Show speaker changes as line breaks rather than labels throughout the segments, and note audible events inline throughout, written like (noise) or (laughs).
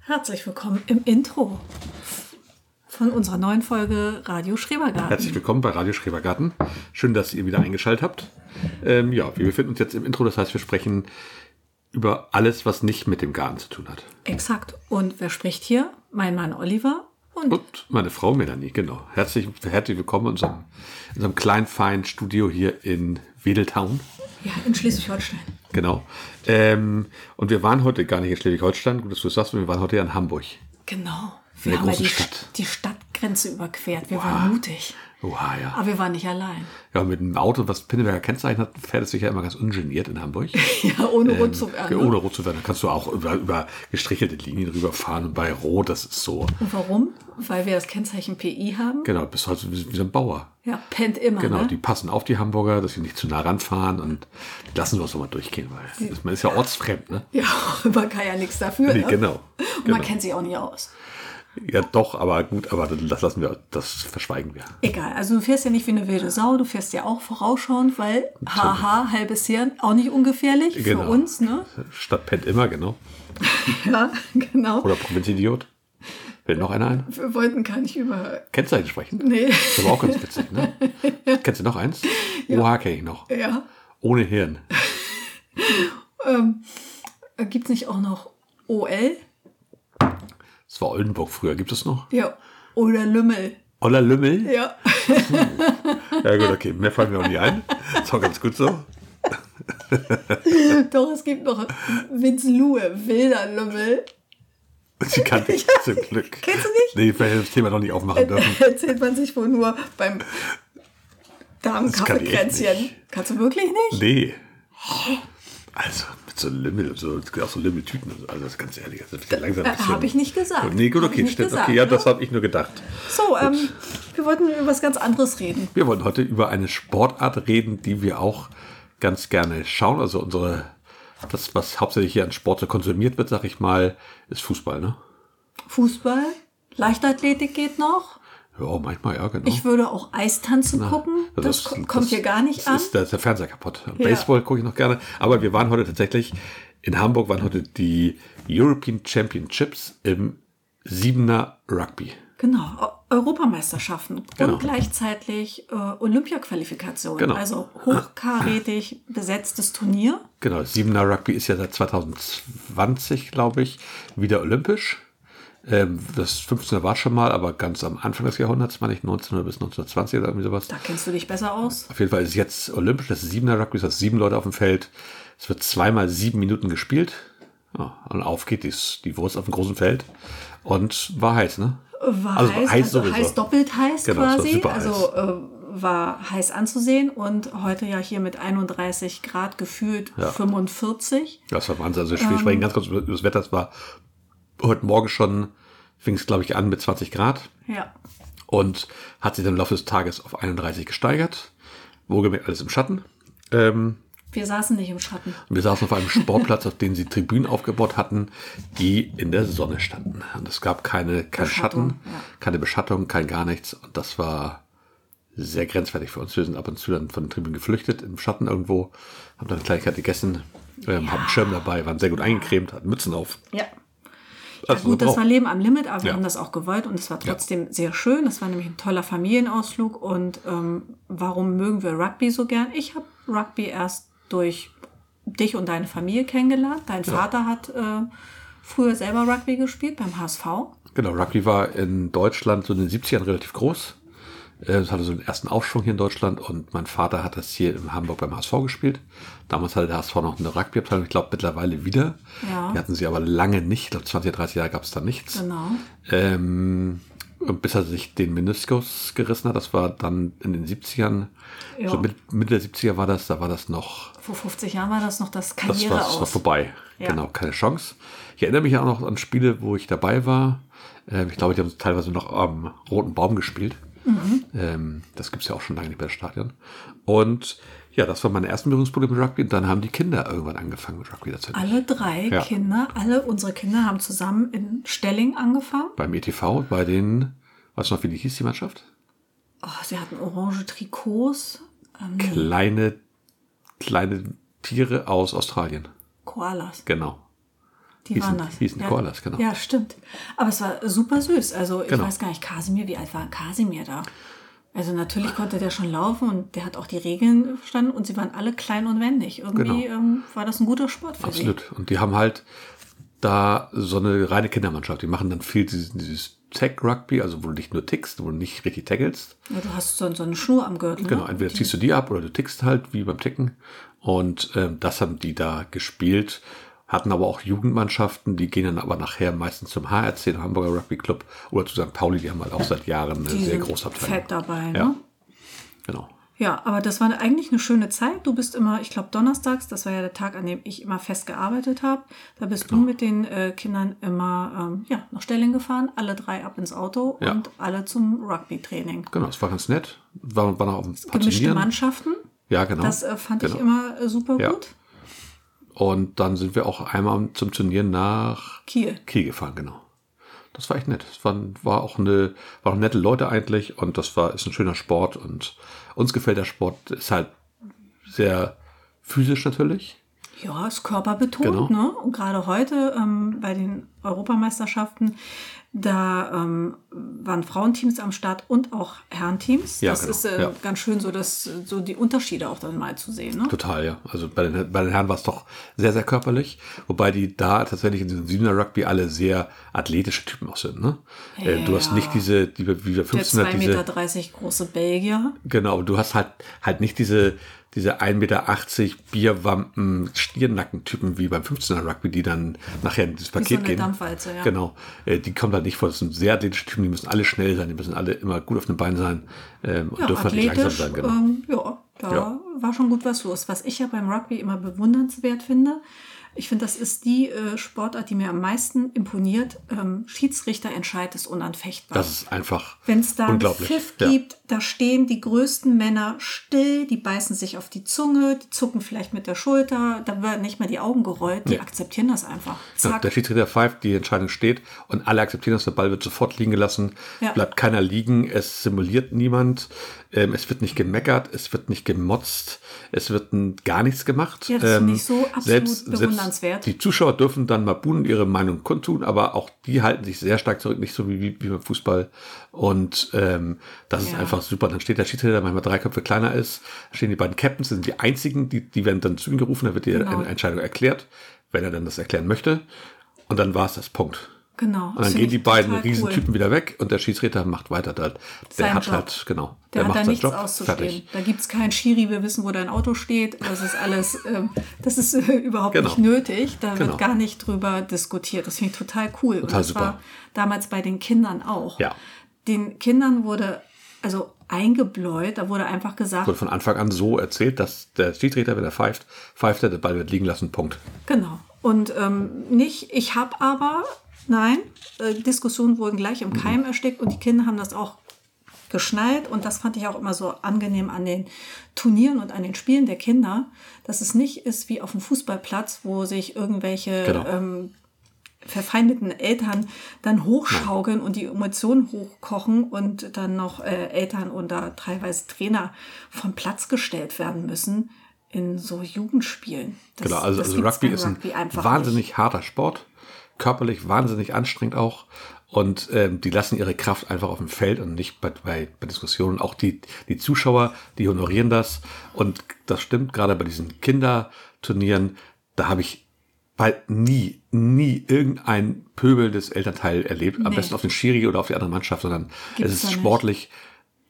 Herzlich willkommen im Intro von unserer neuen Folge Radio Schrebergarten.
Herzlich willkommen bei Radio Schrebergarten. Schön, dass ihr wieder eingeschaltet habt. Ähm, ja, wir befinden uns jetzt im Intro, das heißt, wir sprechen über alles, was nicht mit dem Garten zu tun hat.
Exakt. Und wer spricht hier? Mein Mann Oliver und
Und meine Frau Melanie, genau. Herzlich, herzlich willkommen in unserem, in unserem kleinen, feinen Studio hier in Wedeltown.
ja, in Schleswig-Holstein.
Genau. Ähm, und wir waren heute gar nicht in Schleswig-Holstein, gut, dass du es sagst, wir waren heute ja in Hamburg.
Genau. Wir
In der
haben ja
großen
die,
Stadt.
die Stadtgrenze überquert. Wir waren mutig.
Oha, ja.
Aber wir waren nicht allein. (laughs)
Ja, mit einem Auto, was Pinneberger Kennzeichen hat, fährt es sich ja immer ganz ungeniert in Hamburg.
Ja, ohne
Ähm,
also. rund zu
Ja,
werden. ne?
Ohne rot zu werden, dann kannst du auch über, über gestrichelte Linien rüberfahren und bei Rot, das ist so.
Und warum? Weil wir das Kennzeichen PI haben.
Genau, bist halt so wie so ein Bauer.
Ja, pennt immer.
Genau,
ne?
die passen auf die Hamburger, dass sie nicht zu nah ranfahren und die lassen sowas nochmal durchgehen, weil das- man ist ja ortsfremd, ne?
Ja, (laughs) man kann ja nichts dafür.
Nee,
ne?
genau,
Und
genau.
man kennt sich auch nicht aus.
Ja, doch, aber gut, aber das lassen wir, das verschweigen wir.
Egal, also du fährst ja nicht wie eine wilde Sau, du fährst ja auch vorausschauend, weil haha, halbes Hirn, auch nicht ungefährlich
Genau.
für uns, ne?
Stadt pennt immer, genau.
(laughs) Ja, genau.
Oder Provinzidiot. Will noch einer ein?
Wir wollten gar nicht über...
Kennzeichen sprechen?
Nee,
Das ist aber auch ganz
(laughs)
witzig, ne? Kennst du noch eins? Oha, kenne ich noch.
ja.
Ohne Hirn.
Gibt es nicht auch noch OL?
Das war Oldenburg früher. Gibt es noch?
Ja. Oder Lümmel?
Olla Lümmel?
Ja. (laughs)
Ja gut, okay, mehr fallen mir auch nicht ein. Ist auch ganz gut so.
Doch, es gibt noch Witzluhe, wilder Lümmel.
Sie kannte ich zum Glück.
Kennst du nicht? Ähm.
Nee, wir hätten das Thema noch nicht aufmachen dürfen.
(laughs) Erzählt man sich wohl nur beim
kann ich echt
Darmkaffeekränzchen.
nicht.
Kannst du wirklich nicht?
Nee. Also, mit so Lümmel, so, auch so Lümmeltüten. und so. Also, das ist ganz ehrlich, das ist langsam ein
Äh, hab ich nicht gesagt.
Nee, gut,
Hab ich
okay,
nicht
stimmt.
gesagt,
okay, ja,
ne?
das habe ich nur gedacht.
So, ähm, wir wollten über was ganz anderes reden.
Wir wollen heute über eine Sportart reden, die wir auch ganz gerne schauen. Also unsere, das, was hauptsächlich hier an Sport so konsumiert wird, sag ich mal, ist Fußball, ne?
Fußball, Leichtathletik geht noch.
Ja, manchmal, ja, genau.
Ich würde auch Eistanzen gucken.
Ja,
Das, ko- kommt hier gar nicht
das
an.
Ist, da ist der Fernseher kaputt.
Ja.
Baseball gucke ich noch gerne. Aber wir waren heute tatsächlich in Hamburg, waren heute die European Championships im Siebener Rugby.
Genau, Eu- Europameisterschaften
Genau.
und gleichzeitig äh, Olympiaqualifikation.
Genau.
Also hochkarätig besetztes Turnier.
Genau, Siebener Rugby ist ja seit 2020, glaube ich, wieder olympisch. Ähm, das 15er war schon mal, aber ganz am Anfang des Jahrhunderts, meine ich, 1900 bis 1920 oder irgendwie sowas.
Da kennst du dich besser aus.
Auf jeden Fall ist jetzt olympisch, das ist siebener Rugby, das heißt sieben Leute auf dem Feld. Es wird zweimal sieben Minuten gespielt. Ja, und auf geht dies, die Wurst auf dem großen Feld. Und war heiß, ne?
War
Also
heiß,
heiß
also
sowieso.
heiß doppelt heiß
Genau, es war
quasi.
super heiß.
Also äh, war heiß anzusehen und heute ja hier mit 31 Grad gefühlt 45.
Das war Wahnsinn. Also wir sprechen ganz kurz über über das Wetter. Es war heute Morgen schon, fing es, glaube ich, an mit 20 Grad.
Ja.
und hat sich dann im Laufe des Tages auf 31 gesteigert. Wohlgemerkt alles im Schatten. Ähm,
Wir saßen nicht im Schatten.
wir saßen auf einem Sportplatz, auf dem sie Tribünen aufgebaut hatten, die in der Sonne standen. Und es gab keine, keine
Beschattung,
Schatten,
ja.
keine Beschattung, kein gar nichts. Und das war sehr grenzwertig für uns. Wir sind ab und zu dann von den Tribünen geflüchtet, im Schatten irgendwo, haben dann Kleinigkeit gegessen, ähm, haben einen Schirm dabei, waren sehr gut eingecremt, hatten Mützen auf.
Ja. Ja,
Also
gut, das
wow.
war Leben am Limit, aber wir
Ja.
haben das auch gewollt und es war trotzdem sehr schön. Das war nämlich ein toller Familienausflug und ähm, warum mögen wir Rugby so gern? Ich habe Rugby erst durch dich und deine Familie kennengelernt. Dein Vater hat äh, früher selber Rugby gespielt beim HSV.
Genau, Rugby war in Deutschland so in den 70ern relativ groß. Äh, Es hatte so einen ersten Aufschwung hier in Deutschland und mein Vater hat das hier in Hamburg beim HSV gespielt. Damals hatte der HSV noch eine Rugby-Abteilung, ich glaube mittlerweile wieder.
Ja.
Die hatten sie aber lange nicht, ich glaube 20, 30 Jahre gab es da nichts.
Genau.
Ähm, und bis er sich den Meniskus gerissen hat, das war dann in den 70ern,
Ja.
so mit, Mitte der 70er war das, da war das noch
Vor 50 Jahren war das noch das
das war,
Karriere
das war
aus.
vorbei.
Ja.
Genau, keine Chance. Ich erinnere mich ja auch noch an Spiele, wo ich dabei war. Ähm, ich glaube, die haben teilweise noch am Roten Baum gespielt.
Mhm.
Ähm, das gibt es ja auch schon lange nicht mehr im Stadion. Und ja, das war meine ersten Berührungspunkte mit Rugby. Und dann haben die Kinder irgendwann angefangen mit Rugby tatsächlich.
Alle drei
Ja.
Kinder, alle unsere Kinder haben zusammen in Stelling angefangen.
Beim ETV, bei den, weißt du noch, wie die hieß, die Mannschaft?
Oh, sie hatten orange Trikots. Ähm, nee,
Kleine, kleine Tiere aus Australien.
Koalas.
Genau.
die
Hießen-
waren das.
hießen
ja.
Koalas, genau.
Ja, stimmt. Aber es war super süß. Also ich
Genau.
weiß gar nicht, Kasimir, wie alt war Kasimir da? Also natürlich konnte der schon laufen und der hat auch die Regeln verstanden und sie waren alle klein und wendig. Irgendwie
Genau.
ähm, war das ein guter Sport für sie.
Absolut. Und die haben halt da so eine reine Kindermannschaft. Die machen dann viel dieses, dieses Tag-Rugby, also wo du nicht nur tickst, wo du nicht richtig tackelst.
Ja, du hast so, so eine Schnur am Gürtel.
Genau,
Ne?
entweder ziehst du die ab oder du tickst halt, wie beim Ticken. Und ähm, das haben die da gespielt, hatten aber auch Jugendmannschaften, die gehen dann aber nachher meistens zum HRC, dem Hamburger Rugby Club oder zu St. Pauli, die haben halt auch seit Jahren eine
Die
sehr
sind
große Abteilung.
Fett dabei.
Ja,
Ne?
genau.
Ja, aber das war eigentlich eine schöne Zeit. Du bist immer, ich glaube, donnerstags, das war ja der Tag, an dem ich immer fest gearbeitet habe. Da bist
Genau.
du mit den äh, Kindern immer ähm, ja, nach Stelling gefahren, alle drei ab ins Auto
Ja.
und alle zum Rugby-Training.
Genau, es war ganz nett. War, war noch auf dem
Gemischte
Patinieren.
Mannschaften,
Ja, genau.
das äh, fand
Genau.
ich immer äh, super
Ja.
gut.
Und dann sind wir auch einmal zum Turnieren nach
Kiel.
Kiel gefahren, genau. Das war echt nett. Es waren, war auch eine, waren nette Leute eigentlich und das war, ist ein schöner Sport und uns gefällt der Sport, ist halt sehr physisch natürlich.
Ja, ist körperbetont,
Genau.
ne? Und gerade heute ähm, bei den Europameisterschaften, da ähm, waren Frauenteams am Start und auch Herrenteams.
Ja,
das
genau,
ist äh,
ja.
ganz schön so, dass äh, so die Unterschiede auch dann mal zu sehen. Ne?
Total, ja. Also bei den, bei den Herren war es doch sehr, sehr körperlich, wobei die da tatsächlich in diesem Siebener Rugby alle sehr athletische Typen auch sind. Ne? Äh, du hast
Ja.
nicht diese, die, wie bei
Der
15
2,30
diese,
Meter große Belgier.
Genau, du hast halt halt nicht diese, diese 1,80 Meter Bierwampen, Stirnackentypen wie beim 15er Rugby, die dann nachher in dieses Paket
eine
gehen.
Dampfwalze, ja.
Genau. Äh, die kommen da nicht vor. Das sind sehr athletische Typen, die müssen alle schnell sein, die müssen alle immer gut auf den Beinen sein ähm, und
Ja,
dürfen halt nicht langsam sein, genau.
ähm, ja, da
Ja.
war schon gut was los. Was ich ja beim Rugby immer bewundernswert finde, ich finde, das ist die äh, Sportart, die mir am meisten imponiert. Ähm, Schiedsrichterentscheid ist unanfechtbar.
Das ist einfach
Wenn es da einen
unglaublich.
Pfiff
Ja.
gibt, da stehen die größten Männer still, die beißen sich auf die Zunge, die zucken vielleicht mit der Schulter, da werden nicht mehr die Augen gerollt, die
Nee.
akzeptieren das einfach.
Ja,
Zack.
der Schiedsrichter pfeift, die Entscheidung steht und alle akzeptieren das. Der Ball wird sofort liegen gelassen,
Ja.
bleibt keiner liegen, es simuliert niemand, ähm, es wird nicht gemeckert, es wird nicht gemotzt, es wird n- gar nichts gemacht. Ähm,
Ja, das finde ich so absolut bewundernswert.
Selbst die Zuschauer dürfen dann mal buhlen, ihre Meinung kundtun, aber auch die halten sich sehr stark zurück, nicht so wie, wie, wie beim Fußball. Und ähm, das ist
Ja.
einfach super. Dann steht der Schiedsrichter, der manchmal drei Köpfe kleiner ist, stehen die beiden Captains, das sind die einzigen, die, die werden dann zu ihm gerufen, da wird die
Genau.
Entscheidung erklärt, wenn er dann das erklären möchte. Und dann war es das Punkt.
genau. das
Und dann
finde
gehen
ich
die beiden
total cool.
Riesentypen wieder weg und der Schiedsrichter macht weiter. Der, der
Seinen
hat
Job.
halt, genau,
Der, hat da
seinen
nichts auszustehen. Da gibt es keinen Schiri, wir wissen, wo dein Auto steht. Das ist alles, ähm, das ist äh, überhaupt
Genau.
nicht nötig. Da
Genau.
wird gar nicht drüber diskutiert. Das finde ich total cool. Und
Total
das
super.
war damals bei den Kindern auch.
Ja.
Den Kindern wurde also eingebläut, da wurde einfach gesagt,
Wurde von Anfang an so erzählt, dass der Schiedsrichter, wenn er pfeift, pfeift er, der Ball wird liegen lassen, Punkt.
Genau. Und ähm, nicht, ich hab aber, nein, äh, Diskussionen wurden gleich im Keim erstickt und die Kinder haben das auch geschnallt und das fand ich auch immer so angenehm an den Turnieren und an den Spielen der Kinder, dass es nicht ist wie auf dem Fußballplatz, wo sich irgendwelche
Genau.
ähm, verfeindeten Eltern dann hochschaukeln und die Emotionen hochkochen und dann noch äh, Eltern oder teilweise Trainer vom Platz gestellt werden müssen in so Jugendspielen. Das,
Genau, also,
das
also
gibt's
Rugby
beim
ist ein
einfach
wahnsinnig harter Sport, körperlich wahnsinnig anstrengend auch. Und ähm, die lassen ihre Kraft einfach auf dem Feld und nicht bei, bei, bei Diskussionen. Auch die, die Zuschauer, die honorieren das. Und das stimmt gerade bei diesen Kinderturnieren. Da habe ich bald nie, nie irgendein pöbelndes Elternteil erlebt. Am
Nee.
besten auf den Schiri oder auf die andere Mannschaft, sondern
Gibt's
es
da
ist
nicht.
sportlich,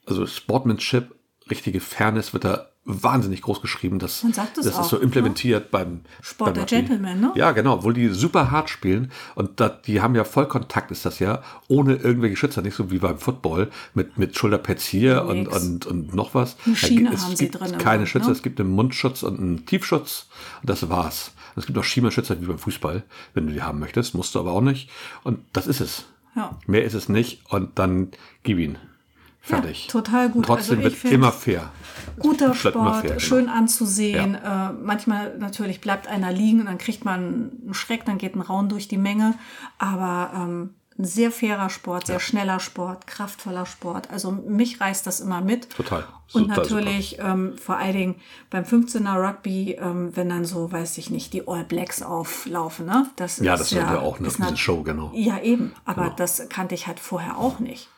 also Sportmanship, richtige Fairness wird da wahnsinnig groß geschrieben. Das,
Man sagt es
das
auch,
ist so
ne?
implementiert beim
Sport
beim
der
Rugby.
Gentlemen, ne?
Ja, genau, obwohl die super hart spielen und da, die haben ja Vollkontakt, ist das ja, ohne irgendwelche Schützer, nicht so wie beim Football mit, mit Schulterpads hier und,
Nix.
und, und noch was.
Eine
Da
Schiene
gi- es
haben sie
gibt
drin im
Keine
Mund,
Schützer,
ne?
es gibt einen Mundschutz und einen Tiefschutz und das war's. Und es gibt auch Schiemerschützer wie beim Fußball, wenn du die haben möchtest, musst du aber auch nicht. Und das ist es.
Ja.
Mehr ist es nicht und dann gib ihn. Fertig.
total gut.
Und
Also
trotzdem
ich
wird
find's-
immer fair.
guter
Bleibt immer
Sport,
fair, genau.
schön anzusehen. Äh, manchmal natürlich bleibt einer liegen und dann kriegt man einen Schreck, dann geht ein Raun durch die Menge. Aber ähm, ein sehr fairer Sport, sehr schneller Sport, kraftvoller Sport. Also mich reißt das immer mit.
Total.
Und
Total
natürlich ähm, vor allen Dingen beim 15er Rugby, ähm, wenn dann so, weiß ich nicht, die All Blacks auflaufen. Ne? Das
Ja,
ist
das ist ja auch eine
ist
riesen
nat-
Show, genau.
Ja, eben. Aber das kannte ich halt vorher auch nicht.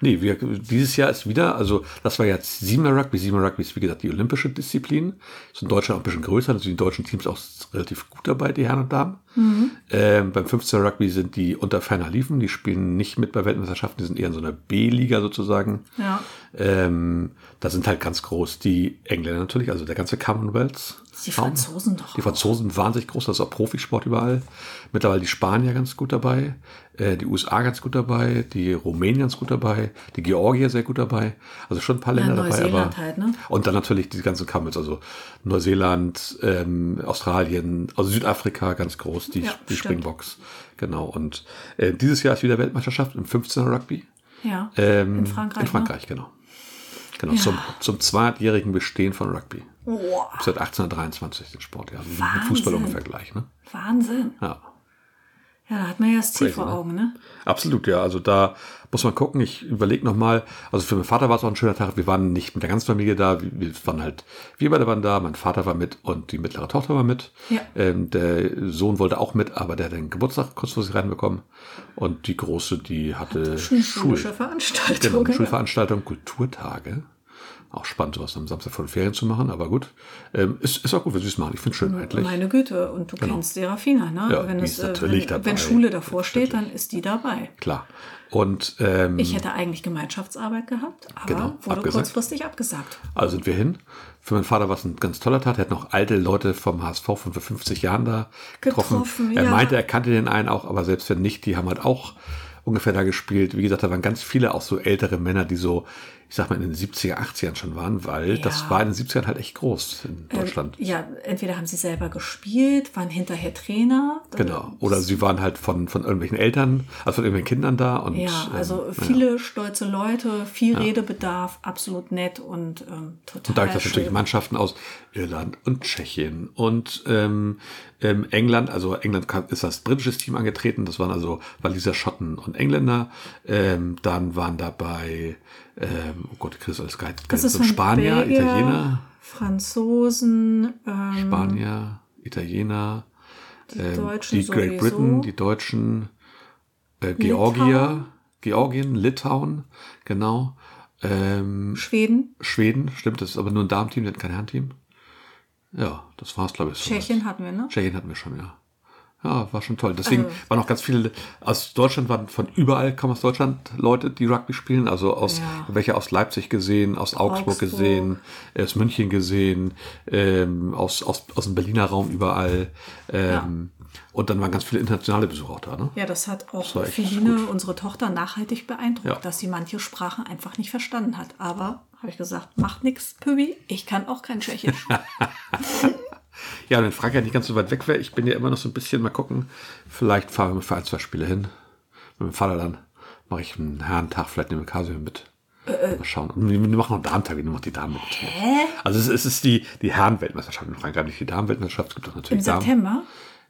Nee, wir, dieses Jahr ist wieder, also das war jetzt Siebener Rugby. Siebener Rugby ist wie gesagt die olympische Disziplin. Ist in Deutschland auch ein bisschen größer, also die deutschen Teams auch relativ gut dabei, die Herren und Damen.
Mhm.
Ähm, beim 15er Rugby sind die unter ferner Liefen, die spielen nicht mit bei Weltmeisterschaften, die sind eher in so einer B-Liga sozusagen.
Ja.
Ähm, da sind halt ganz groß die Engländer natürlich, also der ganze Commonwealth.
Die Franzosen doch
Die
auch.
Franzosen wahnsinnig groß, das ist auch Profisport überall. Mittlerweile die Spanier ganz gut dabei, äh, die USA ganz gut dabei, die Rumänen ganz gut dabei, die Georgier sehr gut dabei. Also schon ein paar Länder dabei.
Neuseeland
Aber,
halt, ne?
Und dann natürlich die ganzen Camels, also Neuseeland, ähm, Australien, also Südafrika ganz groß, die,
Ja,
die
stimmt.
Springboks. Genau. Und äh, dieses Jahr ist wieder Weltmeisterschaft im 15er Rugby.
Ja.
Ähm,
in Frankreich. ne?
In Frankreich, genau. Genau, zum, zum 200-jährigen Bestehen von Rugby.
Ne? Boah,
Seit 1823 den Sport, ja. Also Mit
Wahnsinn.
Fußball ungefähr gleich, ne?
Wahnsinn.
Ja.
Ja, da hat man ja das Ziel
Crazy,
vor
ne?
Augen, ne?
Absolut, ja. Also da muss man gucken. Ich überlege nochmal. Also für meinen Vater war es auch ein schöner Tag. Wir waren nicht mit der ganzen Familie da. Wir- Wir waren halt, wir beide waren da. Mein Vater war mit und die mittlere Tochter war mit.
Ja.
Ähm, der Sohn wollte auch mit, aber der hat den Geburtstag kurzfristig reinbekommen. Und die Große, die hatte Schul.
Schulische Veranstaltung.
Genau,
genau.
Schulveranstaltung, Kulturtage. Auch spannend, sowas am Samstag vor den Ferien zu machen, aber gut. Ähm, ist, ist auch gut, wenn sie es machen. Ich finde es schön eigentlich.
Meine Güte, und du kennst Serafina, ne?
Genau. Ja, die ist
äh,
natürlich
wenn,
dabei.
wenn Schule davor steht, dann ist die dabei.
Klar. Und ähm,
Ich hätte eigentlich Gemeinschaftsarbeit gehabt, aber
Genau,
wurde
abgesagt.
kurzfristig abgesagt.
Also sind wir hin. Für meinen Vater war es ein ganz toller Tag. Er hat noch alte Leute vom HSV von vor 50 Jahren da getroffen.
Getroffen,
er
ja.
meinte, er kannte den einen auch, aber selbst wenn nicht, die haben halt auch ungefähr da gespielt. Wie gesagt, da waren ganz viele auch so ältere Männer, die so, ich sag mal, in den 70er, 80ern schon waren, weil das war in den 70ern halt echt groß in
Ähm,
Deutschland.
Ja, entweder haben sie selber gespielt, waren hinterher Trainer.
genau. Oder sie waren halt von, von irgendwelchen Eltern, also von irgendwelchen Kindern da und
Ja,
ähm,
also viele stolze Leute, viel Redebedarf, absolut nett und ähm, total.
Und da gibt es natürlich
schön.
Mannschaften aus Irland und Tschechien und ähm, ähm, England. Also England kam, ist das britische Team angetreten. Das waren also Waliser, Schotten und Engländer. Ähm, dann waren dabei, ähm, oh Gott, Chris als Guide.
Das ist von
Spanier,
Belgier,
Italiener,
Franzosen, ähm,
Spanier, Italiener, die,
Deutschen
Ähm, die Great
sowieso.
Britain, die Deutschen, äh, Georgier, Georgien, Litauen, genau. Ähm,
Schweden,
Schweden, stimmt, das ist aber nur ein Damenteam, die hatten kein Herrenteam. Ja, das war's, glaube ich. soweit.
Tschechien hatten wir, ne? Ah.
Tschechien hatten wir schon, ja. Ja, war schon toll. Deswegen waren auch ganz viele aus Deutschland, waren von überall kommen aus Deutschland Leute, die Rugby spielen. Also aus
Ja.
welche aus Leipzig gesehen, aus Augsburg,
Augsburg.
gesehen, äh, aus München gesehen, ähm, aus, aus, aus dem Berliner Raum überall. Ähm, Und dann waren ganz viele internationale Besucher auch da, ne?
Ja, das hat auch
war echt
Feline, unsere Tochter, nachhaltig beeindruckt,
Ja.
dass sie manche Sprachen einfach nicht verstanden hat. Aber habe ich gesagt, macht nichts, Pübi, ich kann auch kein
(laughs)
Tschechisch.
Ja, und wenn Frankreich nicht ganz so weit weg wäre, ich bin ja immer noch so ein bisschen, mal gucken, vielleicht fahren wir mal für ein, zwei Spiele hin. Mit dem Vater dann mache ich einen Herrentag, vielleicht nehmen wir Casio mit.
Äh,
mal schauen. Und wir wir machen noch Damentag, wir nehmen noch die Damen mit. Hä? Also es, es ist die, die Herrenweltmeisterschaft in Frankreich, nicht die Damenweltmeisterschaft, es gibt doch
Im
natürlich Damen.
September.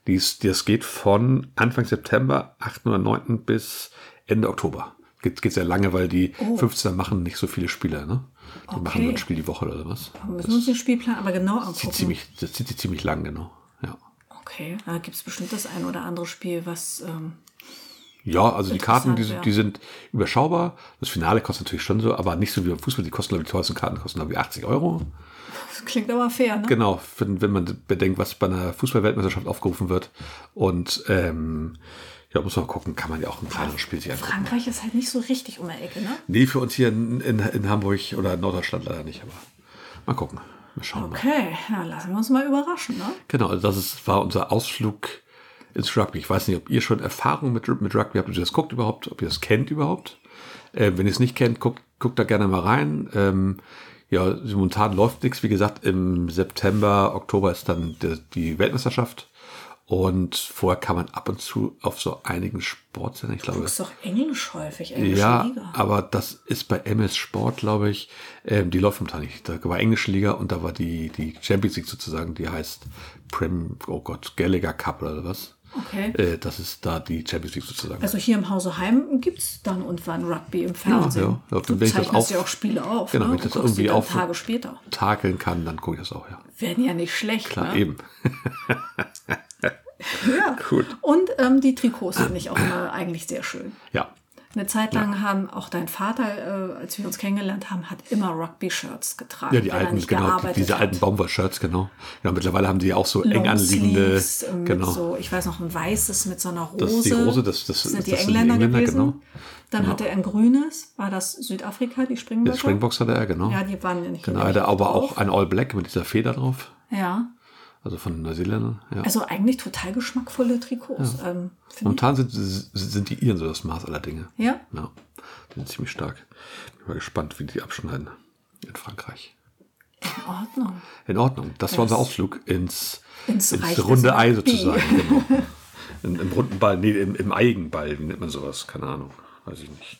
Die ist, die, das geht von Anfang September, 8. oder 9. bis Ende Oktober. Geht, geht sehr lange, weil die 15er machen nicht so viele Spiele, ne? Die machen nur ein
Oh. Okay.
Spiel die Woche oder sowas.
Müssen wir uns den Spielplan aber genau
Zieht
angucken.
ziemlich, das zieht sich ziemlich lang, genau. Ja.
Okay, da gibt es bestimmt das ein oder andere Spiel, was. Ähm, (laughs)
Ja, also die Karten, die,
Interessant, ja.
die sind überschaubar. Das Finale kostet natürlich schon so, aber nicht so wie beim Fußball. Die kosten, glaube ich, die teuersten Karten kosten, glaube ich, 80 Euro.
das klingt aber fair, ne?
Genau, wenn, wenn man bedenkt, was bei einer Fußballweltmeisterschaft aufgerufen wird. Und ähm, ja, muss man gucken, kann man ja auch ein kleineres Spiel sich angucken.
Frankreich ist halt nicht so richtig um die Ecke, ne?
Nee, für uns hier in, in, in Hamburg oder in Norddeutschland leider nicht, aber mal gucken. Wir schauen mal.
Okay, na, lassen wir uns mal überraschen, ne?
Genau, also das ist, war unser Ausflug ins Rugby. Ich weiß nicht, ob ihr schon Erfahrung mit, mit Rugby habt, ob ihr das guckt überhaupt, ob ihr das kennt überhaupt. Äh, wenn ihr es nicht kennt, guckt, guckt da gerne mal rein. Ähm, ja, momentan läuft nichts. Wie gesagt, im September, Oktober ist dann die, die Weltmeisterschaft. Und vorher kann man ab und zu auf so einigen Sportsendern, ich glaube,
Ist doch englisch häufig, englische
ja, ah.
Liga.
aber das ist bei MS Sport, glaube ich, ähm, die läuft momentan nicht. Da war englische Liga und da war die, die Champions League sozusagen, die heißt Prem, oh Gott, Gallagher Cup oder was.
Okay.
Äh, das ist da die Champions League sozusagen.
Also hier im Hause Heim gibt es dann und wann Rugby im Fernsehen.
ja. Ja,
Du
wenn ich das
zeichnest
auf-
ja auch Spiele auf.
Genau,
ne?
wenn ich
Du
das
guckst die
irgendwie
dann
auf-
Tage später.
Takeln kann, dann gucke ich das auch, ja.
Werden ja nicht schlecht.
Klar,
ne?
eben.
Ja.
Gut.
Und ähm, die Trikots finde
(clears throat)
ich auch immer eigentlich sehr schön.
Ja.
Eine Zeit lang haben auch dein Vater, äh, als wir uns kennengelernt haben, hat immer Rugby-Shirts getragen.
Ja, die
wenn er
alten,
nicht
genau, die,
gearbeitet
diese
hat.
alten Baumwoll-Shirts, genau. genau. Mittlerweile haben die auch so eng anliegende,
Longsleeves, ähm, mit
genau.
So, ich weiß noch, ein weißes mit so einer Rose.
Das ist die Rose, das- das-
sind die
das sind die
Engländer,
Engländer,
gewesen.
genau.
Dann hatte er ein grünes, war das Südafrika, die
Der
Springböcke.
Springbox hatte er, genau.
Ja, die waren ja nicht
genau,
hier
hatte
nicht
aber
drauf.
auch ein All Black mit dieser Feder drauf,
Ja,
also von Neuseeländern. Ja.
also eigentlich total geschmackvolle Trikots. Ähm, finde
Momentan sind, sind die Iren so das Maß aller Dinge.
ich. Ja,
Ja, die sind ziemlich stark. Bin mal gespannt, wie die abschneiden in Frankreich.
in Ordnung.
In Ordnung. Das war unser Ausflug ins,
Ins
ins,
Reich des
runde Ei
Rugby.
sozusagen. Genau. In, Im runden Ball, nee, im, im Eigenball nennt man sowas. Keine Ahnung. Weiß ich nicht.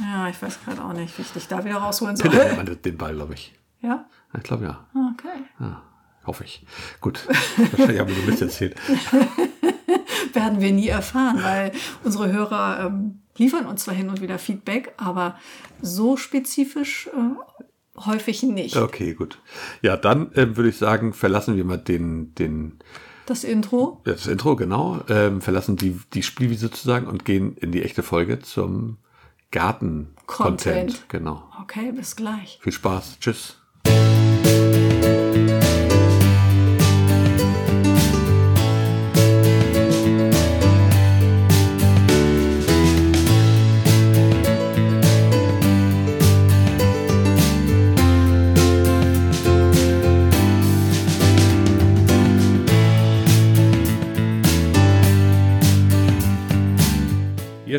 Ja, ich weiß gerade auch nicht, wie ich dich da wieder rausholen
Pille nennt
soll.
man den Ball, glaube ich.
Ja,
Ja, Ich glaube ja.
okay.
ja. Hoffe ich. Gut. Wahrscheinlich haben wir so Mist
(laughs)
erzählt.
Werden wir nie erfahren, weil unsere Hörer ähm, liefern uns zwar hin und wieder Feedback, aber so spezifisch äh, häufig nicht.
Okay, gut. Ja, dann ähm, würde ich sagen, verlassen wir mal den, den,
Das Intro.
ja, das Intro, genau. Ähm, verlassen die, die Spielwiese sozusagen und gehen in die echte Folge zum Garten-Content.
Content.
Genau.
Okay, bis gleich.
Viel Spaß. Tschüss. Hier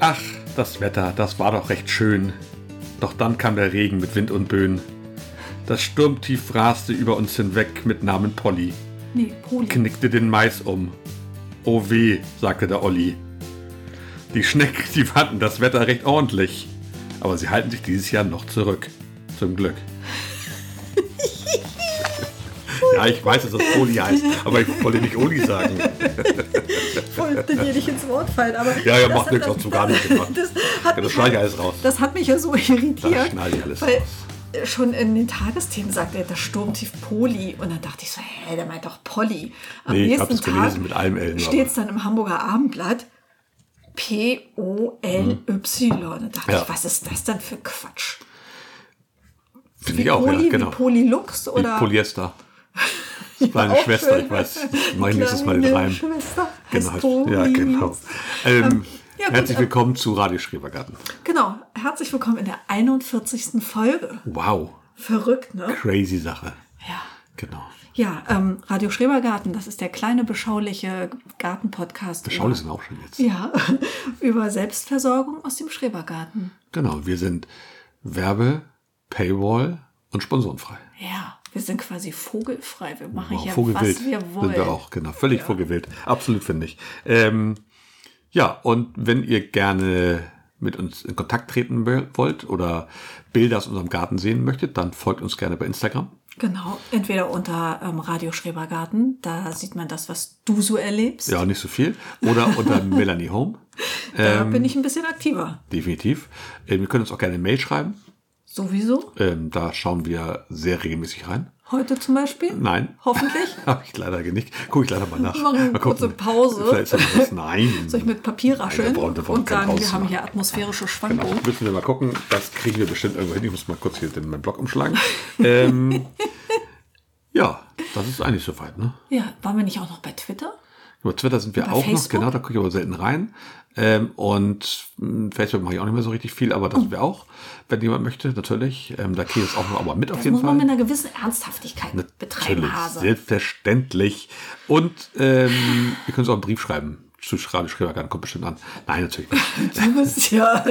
Ach, das Wetter, das war doch recht schön. Doch dann kam der Regen mit Wind und Böen. Das Sturmtief raste über uns hinweg mit Namen Polly,
Nee, Poli.
knickte den Mais um. Oh weh, sagte der Olli. Die Schnecken, (laughs) die fanden das Wetter recht ordentlich. Aber sie halten sich dieses Jahr noch zurück. Zum Glück. ja, ich weiß, dass das Oli heißt, aber ich wollte nicht Oli sagen.
ich wollte dir nicht ins Wort fallen, aber.
Ja, ja,
das
macht
hat-
nichts,
das-
hast du gar nicht gemacht.
(laughs) Das hat,
Ja, das
mich
schneide ich
ja,
alles raus.
das hat mich ja so irritiert.
Da schneide ich alles
weil
raus.
Schon in den Tagesthemen sagt er das Sturmtief Poli. Und dann dachte ich so, hä, der meint doch Polly. Am
Nee, ich hab
nächsten Tag
das gelesen mit allem L, aber-
steht es dann im Hamburger Abendblatt. P-O-L-Y. Da dachte
Ja.
ich, was ist das denn für Quatsch?
Finde ich auch, ja, genau.
wie Polylux
Wie
oder (laughs)
Polyester. Kleine
Auch
Schwester,
schön. (laughs)
ich weiß. Ich mache nächstes Mal den
Kleine
Reim.
Schwester heißt
Genau.
Poli.
Ja, genau. Ähm,
ja, gut,
herzlich
ähm,
willkommen zu Radio Schrebergarten.
Genau, herzlich willkommen in der 41. Folge.
Wow,
Verrückt, ne?
crazy Sache.
Ja.
Genau.
Ja, ähm, Radio Schrebergarten, das ist der kleine, beschauliche Gartenpodcast.
Schau das auch schon jetzt.
Ja, (laughs) über Selbstversorgung aus dem Schrebergarten.
Genau, wir sind Werbe, Paywall und sponsorenfrei.
Ja, wir sind quasi vogelfrei. Wir machen
Wow,
hier,
Genau, Vogelwild
was wir wollen.
sind wir auch, genau. Völlig vogelwild. Absolut, finde ich. Ähm, ja, und wenn ihr gerne mit uns in Kontakt treten will- wollt oder Bilder aus unserem Garten sehen möchtet, dann folgt uns gerne bei Instagram.
Genau, entweder unter ähm, Radio Schrebergarten, da sieht man das, was du so erlebst.
Ja, nicht so viel.
(laughs)
Oder unter Melanie Home. Ähm.
Da bin ich ein bisschen aktiver.
Definitiv. Ähm, ihr könnt uns auch gerne eine Mail schreiben.
Sowieso.
Ähm, da schauen wir sehr regelmäßig rein.
Heute zum Beispiel.
Nein. (laughs)
Hoffentlich.
Habe ich leider nicht. Gucke ich leider mal nach.
Wir machen eine
Mal gucken.
kurze Pause.
Vielleicht haben wir was. Nein.
Soll ich mit Papier rascheln
Nein, wir brauchen davon
und
keine
sagen, wir
Pause
haben
machen.
hier atmosphärische
Genau,
Schwankungen?
müssen wir mal gucken. Das kriegen wir bestimmt irgendwo hin. Ich muss mal kurz hier den, meinen
(laughs)
Blog umschlagen. ähm, ja, das ist eigentlich soweit, ne?
Ja, waren wir nicht auch noch bei Twitter?
Über Twitter sind wir
Über
auch
Facebook?
noch, genau, da gucke ich aber selten rein. Ähm, und mh, Facebook mache ich auch nicht mehr so richtig viel, aber da
Oh.
sind wir auch, wenn jemand möchte, natürlich. Ähm, da gehe ich jetzt auch noch aber mit auf
Das
jeden
muss
Fall.
man mit einer gewissen Ernsthaftigkeit betreiben,
Natürlich, (laughs)
Hase.
selbstverständlich. Und ähm, ihr könnt uns auch einen Brief schreiben. Zu schreiben, Schreibergarten kommt bestimmt an. Nein, natürlich nicht.
Du bist
(laughs)
ja.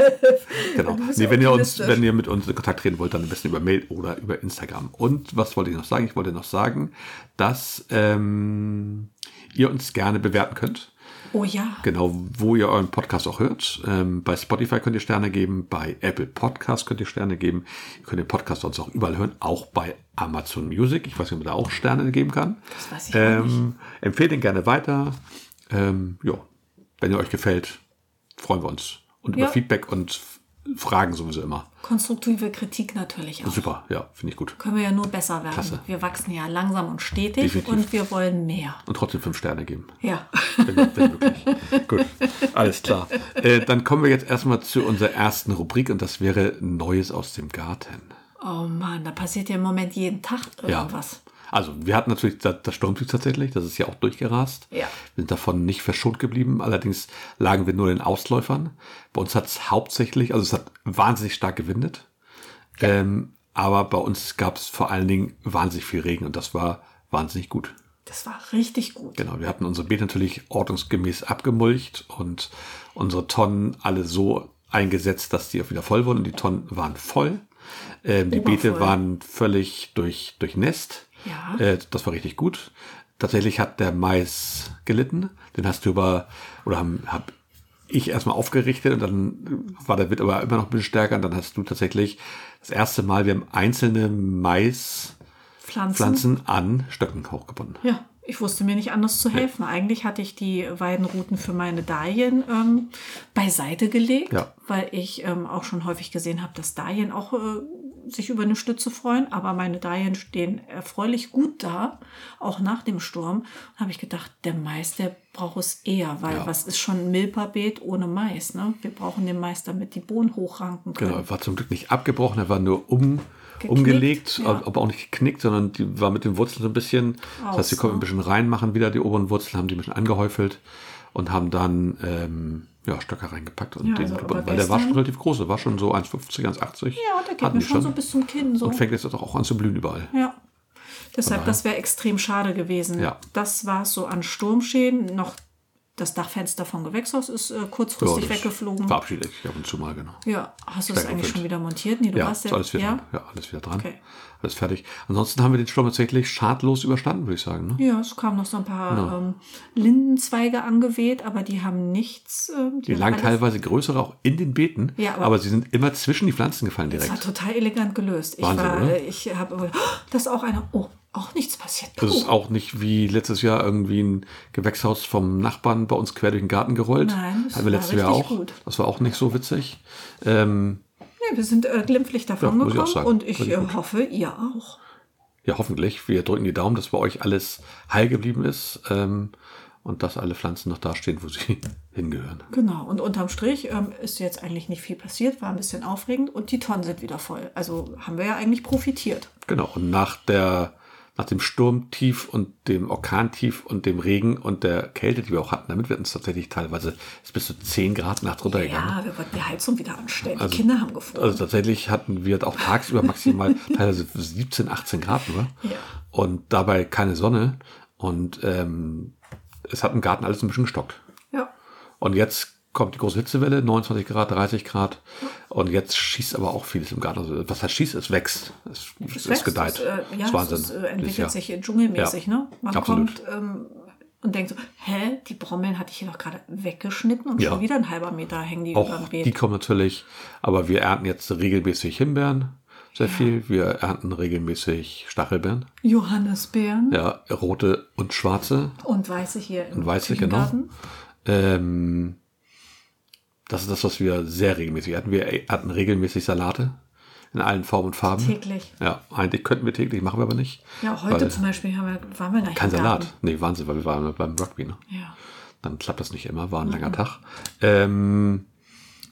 Genau.
bist
Nee, wenn, ihr uns,
optimistisch.
wenn ihr mit uns in Kontakt treten wollt, dann am besten über Mail oder über Instagram. Und was wollte ich noch sagen? Ich wollte noch sagen, dass ähm, ihr uns gerne bewerten könnt.
Oh ja.
Genau, wo ihr euren Podcast auch hört. Ähm, bei Spotify könnt ihr Sterne geben, bei Apple Podcast könnt ihr Sterne geben. Ihr könnt den Podcast sonst auch überall hören, auch bei Amazon Music. Ich weiß nicht, ob man da auch Sterne geben kann.
Das weiß ich auch
ähm, Empfehlt ihn gerne weiter. Ähm, ja, wenn er euch gefällt, freuen wir uns. Und
Ja.
über Feedback und F- Fragen sowieso immer.
Konstruktive Kritik natürlich auch.
Super, ja, finde ich gut.
Können wir ja nur besser werden.
Klasse.
Wir wachsen ja langsam und stetig
Definitiv.
und wir wollen mehr.
Und trotzdem fünf Sterne geben.
Ja. (laughs)
Wenn, wenn möglich. Gut, alles klar. Äh, dann kommen wir jetzt erstmal zu unserer ersten Rubrik und das wäre Neues aus dem Garten.
Oh Mann, da passiert ja im Moment jeden Tag irgendwas.
Also, wir hatten natürlich das, das Sturmtief tatsächlich, das ist ja auch durchgerast.
Ja.
Wir sind davon nicht verschont geblieben, allerdings lagen wir nur den Ausläufern. Bei uns hat es hauptsächlich, also es hat wahnsinnig stark gewindet. Ähm, aber bei uns gab es vor allen Dingen wahnsinnig viel Regen und das war wahnsinnig gut.
Das war richtig gut.
Genau, wir hatten unsere Beete natürlich ordnungsgemäß abgemulcht und unsere Tonnen alle so eingesetzt, dass die auch wieder voll wurden. Und die Tonnen waren voll. Ähm, die
Obervoll.
Beete waren völlig durch, durchnässt.
Ja.
Äh, das war richtig gut. Tatsächlich hat der Mais gelitten. Den hast du über, oder haben, hab ich erstmal aufgerichtet und dann war der Wind aber immer noch ein bisschen stärker. Und dann hast du tatsächlich das erste Mal, wir haben einzelne Maispflanzen
Pflanzen.
an Stöcken hochgebunden.
Ja, ich wusste mir nicht anders zu helfen. Eigentlich hatte ich die Weidenruten für meine Dahlien ähm, beiseite gelegt,
Ja.
weil ich ähm, auch schon häufig gesehen habe, dass Dahlien auch äh, sich über eine Stütze freuen. Aber meine Dahlien stehen erfreulich gut da, auch nach dem Sturm. Da habe ich gedacht, der Mais, der braucht es eher, weil
Ja.
was ist schon ein Milperbeet ohne Mais? Ne? Wir brauchen den Mais, damit die Bohnen hochranken können.
Genau, er war zum Glück nicht abgebrochen, er war nur um,
Geknickt,
umgelegt,
ja.
ab- aber auch nicht geknickt, sondern die war mit den Wurzeln so ein bisschen. das
Raus,
heißt, wir konnten ein bisschen reinmachen wieder, die oberen Wurzeln, haben die ein bisschen angehäufelt und haben dann ähm, ja, Stöcker reingepackt. Und
Ja,
den,
also aber
weil der war schon
gestern-
relativ groß, der war schon so 1,50, 1,80.
Ja, der geht
Hatten
mir
die
schon so bis zum Kinn. So.
Und fängt jetzt auch an zu blühen überall.
Ja. Deshalb, das wäre extrem schade gewesen.
Ja.
Das war es so an Sturmschäden. Noch das Dachfenster vom Gewächshaus ist äh, kurzfristig
das
weggeflogen.
Verabschiedet sich ab und zu mal, genau.
Ja, hast du es
Starker
eigentlich
Wind.
schon wieder montiert? Nee, du
ja,
warst
ist alles wieder
ja?
dran. Ja, alles wieder dran.
Okay.
Alles fertig. Ansonsten haben wir den Sturm tatsächlich schadlos überstanden, würde ich sagen. Ne?
Ja, es kamen noch so ein paar ähm, Lindenzweige angeweht, aber die haben nichts. Ähm,
Die
haben
lagen
alles-
teilweise größer auch in den Beeten,
Ja,
aber,
aber-
sie sind immer zwischen die Pflanzen gefallen direkt.
Das war total elegant gelöst. Ich
Wahnsinn,
war,
oder?
äh, ich habe, oh, das ist auch einer. Oh, auch nichts passiert.
Das ist
Oh,
auch nicht wie letztes Jahr irgendwie ein Gewächshaus vom Nachbarn bei uns quer durch den Garten gerollt.
Nein, das
hatten wir
war
letztes Jahr auch.
richtig gut.
Das war auch nicht so witzig. Ähm,
nee, wir sind äh, glimpflich davon
Ja, muss ich auch
gekommen
sagen.
und ich
Richtig
äh,
gut.
hoffe, ihr auch.
ja, hoffentlich. Wir drücken die Daumen, dass bei euch alles heil geblieben ist ähm, und dass alle Pflanzen noch da stehen, wo sie (laughs) hingehören.
Genau, und unterm Strich ähm, ist jetzt eigentlich nicht viel passiert, war ein bisschen aufregend und die Tonnen sind wieder voll. Also haben wir ja eigentlich profitiert.
Genau. Und nach der nach dem Sturmtief und dem Orkantief und dem Regen und der Kälte, die wir auch hatten, damit wird uns tatsächlich teilweise ist bis zu 10 Grad nachts runtergegangen.
Ja, wir wollten die Heizung wieder anstellen.
Also-
die Kinder haben gefroren.
Also tatsächlich hatten wir auch
(laughs)
tagsüber maximal teilweise 17, 18 Grad nur.
Ja.
Und dabei keine Sonne. Und ähm, es hat im Garten alles ein bisschen gestockt.
ja,
Und jetzt kommt die große Hitzewelle, 29 Grad, 30 Grad. Und jetzt schießt aber auch vieles im Garten. Also, was heißt schießt? Es wächst. Es, es,
es wächst,
gedeiht.
Es, äh, ja,
ist Wahnsinn.
es ist, äh,
Dieses Jahr.
entwickelt sich äh, dschungelmäßig.
Ja,
Ne? Man
absolut.
kommt ähm, und denkt so, hä, die Brommeln hatte ich hier doch gerade weggeschnitten und
Ja.
schon wieder ein halber Meter hängen die über dem
Auch die
Beet.
kommen natürlich. Aber wir ernten jetzt regelmäßig Himbeeren. Sehr viel. Wir ernten regelmäßig Stachelbeeren.
Johannisbeeren
Ja, rote und schwarze.
und weiße hier im
Und weiße, genau.
Küchengarten.
Ähm, das ist das, was wir sehr regelmäßig hatten. Wir hatten regelmäßig Salate in allen Formen und Farben.
Täglich.
Ja, eigentlich könnten wir täglich, machen wir aber nicht.
Ja, heute
weil,
zum Beispiel haben wir, waren wir gleich
Kein
im Garten.
Salat. Nee, Wahnsinn, weil wir waren ja beim Rugby. Ne?
Ja.
Dann klappt das nicht immer, war ein
Mhm.
langer Tag. Ähm,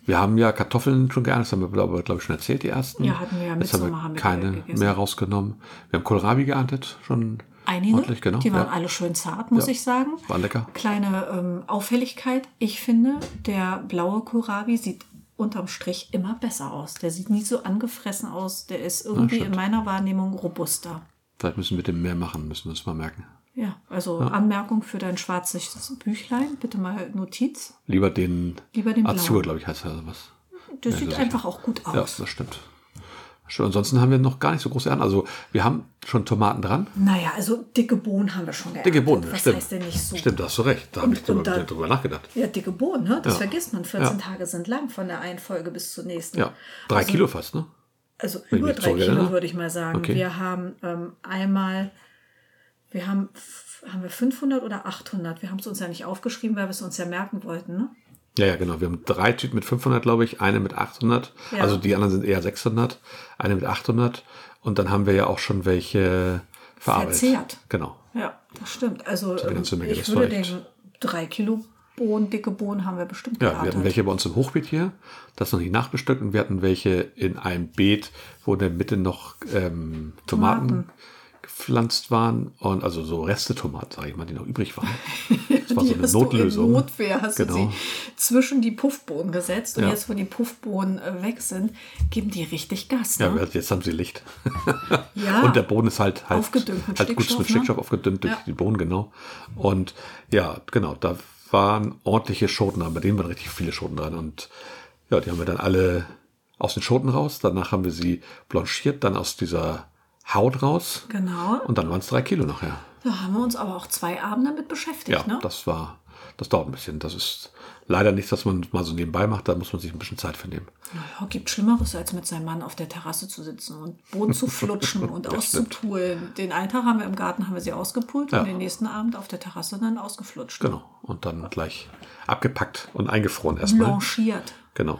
wir haben ja Kartoffeln schon geerntet, das haben wir, glaube ich, glaube ich, schon erzählt, die ersten.
Ja, hatten wir ja,
Jetzt haben wir
Midsommar haben wir
keine
gegessen.
mehr rausgenommen. Wir haben Kohlrabi geerntet, schon
einige.
Ordentlich, genau,
Die waren
ja.
alle schön zart, muss
Ja.
ich sagen.
War lecker.
Kleine ähm, Auffälligkeit. Ich finde, der blaue Kohlrabi sieht unterm Strich immer besser aus. Der sieht nie so angefressen aus. Der ist irgendwie in
stimmt.
meiner Wahrnehmung robuster.
Vielleicht müssen wir mit dem mehr machen, müssen wir uns mal merken.
Ja, also Anmerkung für dein schwarzes Büchlein. Bitte mal Notiz.
Lieber den,
Lieber den
Azur,
blauen.
glaube ich, heißt er was.
Das
Ja,
sieht
das-
einfach auch gut
Ja,
aus.
das stimmt. Schön. Ansonsten haben wir noch gar nicht so große Ernten. Also wir haben schon Tomaten dran.
Naja, also dicke Bohnen haben wir schon geerntet.
Dicke Bohnen,
Was
stimmt.
heißt denn nicht so?
Stimmt, da hast du recht. Da habe ich
und
drüber,
dann-
drüber nachgedacht.
Ja, dicke Bohnen, ne? das
Ja.
vergisst man. 14
Ja.
Tage sind lang von der einen Folge bis zur nächsten.
Ja, drei
also,
Kilo fast, ne?
Also
Wenn ich
über
mich
drei Kilo
zurückerinnere.
würde ich mal sagen.
Okay.
Wir haben ähm, einmal, wir haben, f- haben wir 500 oder 800? Wir haben es uns ja nicht aufgeschrieben, weil wir es uns ja merken wollten. Ne?
Ja, ja, genau. Wir haben drei Tüten mit 500, glaube ich, eine mit 800.
Ja.
Also die anderen sind eher 600, eine mit 800. Und dann haben wir ja auch schon welche verarbeitet.
Verzehrt.
Genau.
Ja, das stimmt. Also
eine ganze
ähm,
Menge,
ich
das
würde
war echt-
denken, drei Kilo Bohnen, dicke Bohnen haben wir bestimmt
Ja, wir
geerntet.
hatten welche bei uns im Hochbeet hier, das noch nicht nachbestückt. Und wir hatten welche in einem Beet, wo in der Mitte noch ähm, Tomaten,
Tomaten.
gepflanzt waren. Und also so Reste-Tomaten, sage ich mal, die noch
(laughs)
übrig waren. Das war so
Die
eine
hast du in
Notlösung.
Notwehr hast
Genau.
du sie zwischen die Puffbohnen gesetzt und
Ja.
jetzt, wo die Puffbohnen äh, weg sind, geben die richtig Gas.
Ja,
Ne?
wir- jetzt haben sie Licht.
Ja,
Und der Boden ist halt,
Ah.
halt,
Aufgedünnt mit
halt gut
Stickstoff,
mit Stickstoff
ne?
aufgedünnt durch
Ja.
die Bohnen, genau. Und ja, genau, da waren ordentliche Schoten dran, bei denen waren richtig viele Schoten dran. Und ja, die haben wir dann alle aus den Schoten raus. Danach haben wir sie blanchiert, dann aus dieser Haut raus.
genau.
Und dann waren es drei Kilo nachher.
Da haben wir uns aber auch zwei Abende mit beschäftigt.
Ja,
ne?
das war, das dauert ein bisschen. Das ist leider nichts, was man mal so nebenbei macht. Da muss man sich ein bisschen Zeit für nehmen.
Ja, gibt Schlimmeres, als mit seinem Mann auf der Terrasse zu sitzen und Boden
(laughs)
zu flutschen und auszupulen. Den einen Tag haben wir im Garten haben wir sie ausgepult
Ja.
und den nächsten Abend auf der Terrasse dann ausgeflutscht.
Genau. Und dann gleich abgepackt und eingefroren erstmal.
Blanchiert.
Genau.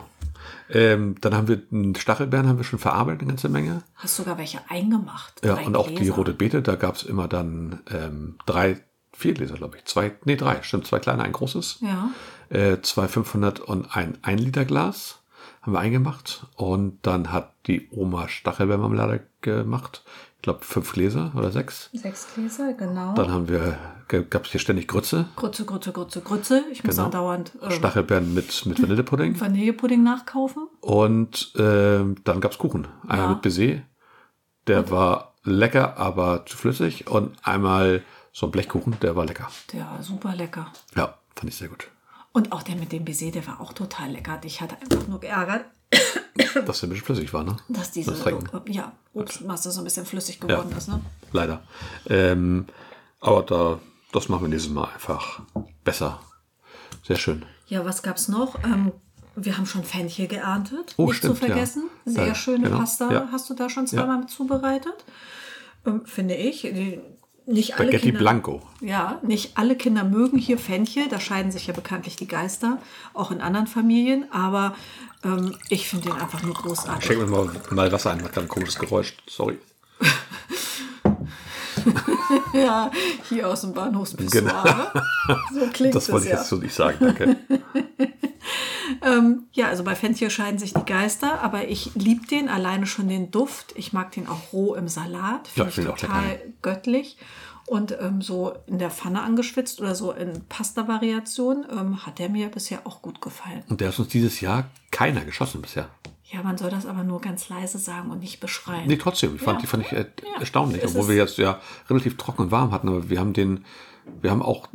Ähm, dann haben wir einen Stachelbeeren haben wir schon verarbeitet, eine ganze Menge.
Hast sogar welche eingemacht.
Ja,
Drei
und auch die
Gläser.
rote Beete, da gab es immer dann ähm, drei, vier Gläser, glaube ich. Zwei, nee, drei, stimmt, zwei kleine, ein großes.
Ja.
Äh, zwei 500 und ein 1 Liter Glas haben wir eingemacht. Und dann hat die Oma Stachelbeermarmelade gemacht. Ich glaube, fünf Gläser oder sechs.
Sechs Gläser, genau.
Dann haben wir, gab es hier ständig Grütze.
Grütze, Grütze, Grütze, Grütze. Ich muss
Genau.
andauernd ähm,
Stachelbeeren mit, mit Vanillepudding.
Vanillepudding nachkaufen.
Und ähm, dann gab's Kuchen. Einmal mit Baiser, der war lecker, aber zu flüssig. Und einmal so ein Blechkuchen, der war lecker.
Der war super lecker.
Ja, fand ich sehr gut.
Und auch der mit dem Baiser, der war auch total lecker. Ich hatte einfach nur geärgert,
Dass der ein bisschen flüssig war, ne?
dass diese
Das Trinken.
ja, Obstmasse so ein bisschen flüssig geworden
Ja.
ist. Ne?
Leider. Ähm, aber da, das machen wir nächstes Mal einfach besser. Sehr schön.
Ja, was gab's noch? Ähm, wir haben schon Fenchel geerntet,
Oh,
nicht zu
stimmt, ja.
vergessen. Sehr
Ja,
schöne
genau,
Pasta
ja.
hast du da schon zweimal mit zubereitet. Ähm, finde ich. Die, nicht alle
Spaghetti
Kinder,
Blanco.
Ja, nicht alle Kinder mögen hier Fenchel. Da scheiden sich ja bekanntlich die Geister, auch in anderen Familien. Aber ähm, ich finde den einfach nur großartig.
Schenk mir mal, mal Wasser ein, macht gerade ein komisches Geräusch. Sorry.
Ja, hier aus dem Bahnhofspissoir.
Genau.
ne? So klingt
Das wollte
es
ich
ja.
jetzt so nicht sagen, danke.
Ja, also bei Fenchel scheiden sich die Geister, aber ich liebe den alleine schon den Duft. Ich mag den auch roh im Salat. Finde
Ja, ich
ich
finde ihn auch
total
lecker, ne?
göttlich. Und ähm, so in der Pfanne angeschwitzt oder so in Pasta-Variation ähm, hat der mir bisher auch gut gefallen.
Und der ist uns dieses Jahr keiner geschossen bisher.
Ja, man soll das aber nur ganz leise sagen und nicht beschreien.
Nee, trotzdem. Ich fand,
Ja.
Die fand ich äh,
Ja.
erstaunlich,
Es
obwohl wir jetzt ja relativ trocken und warm hatten, aber wir haben den, wir haben auch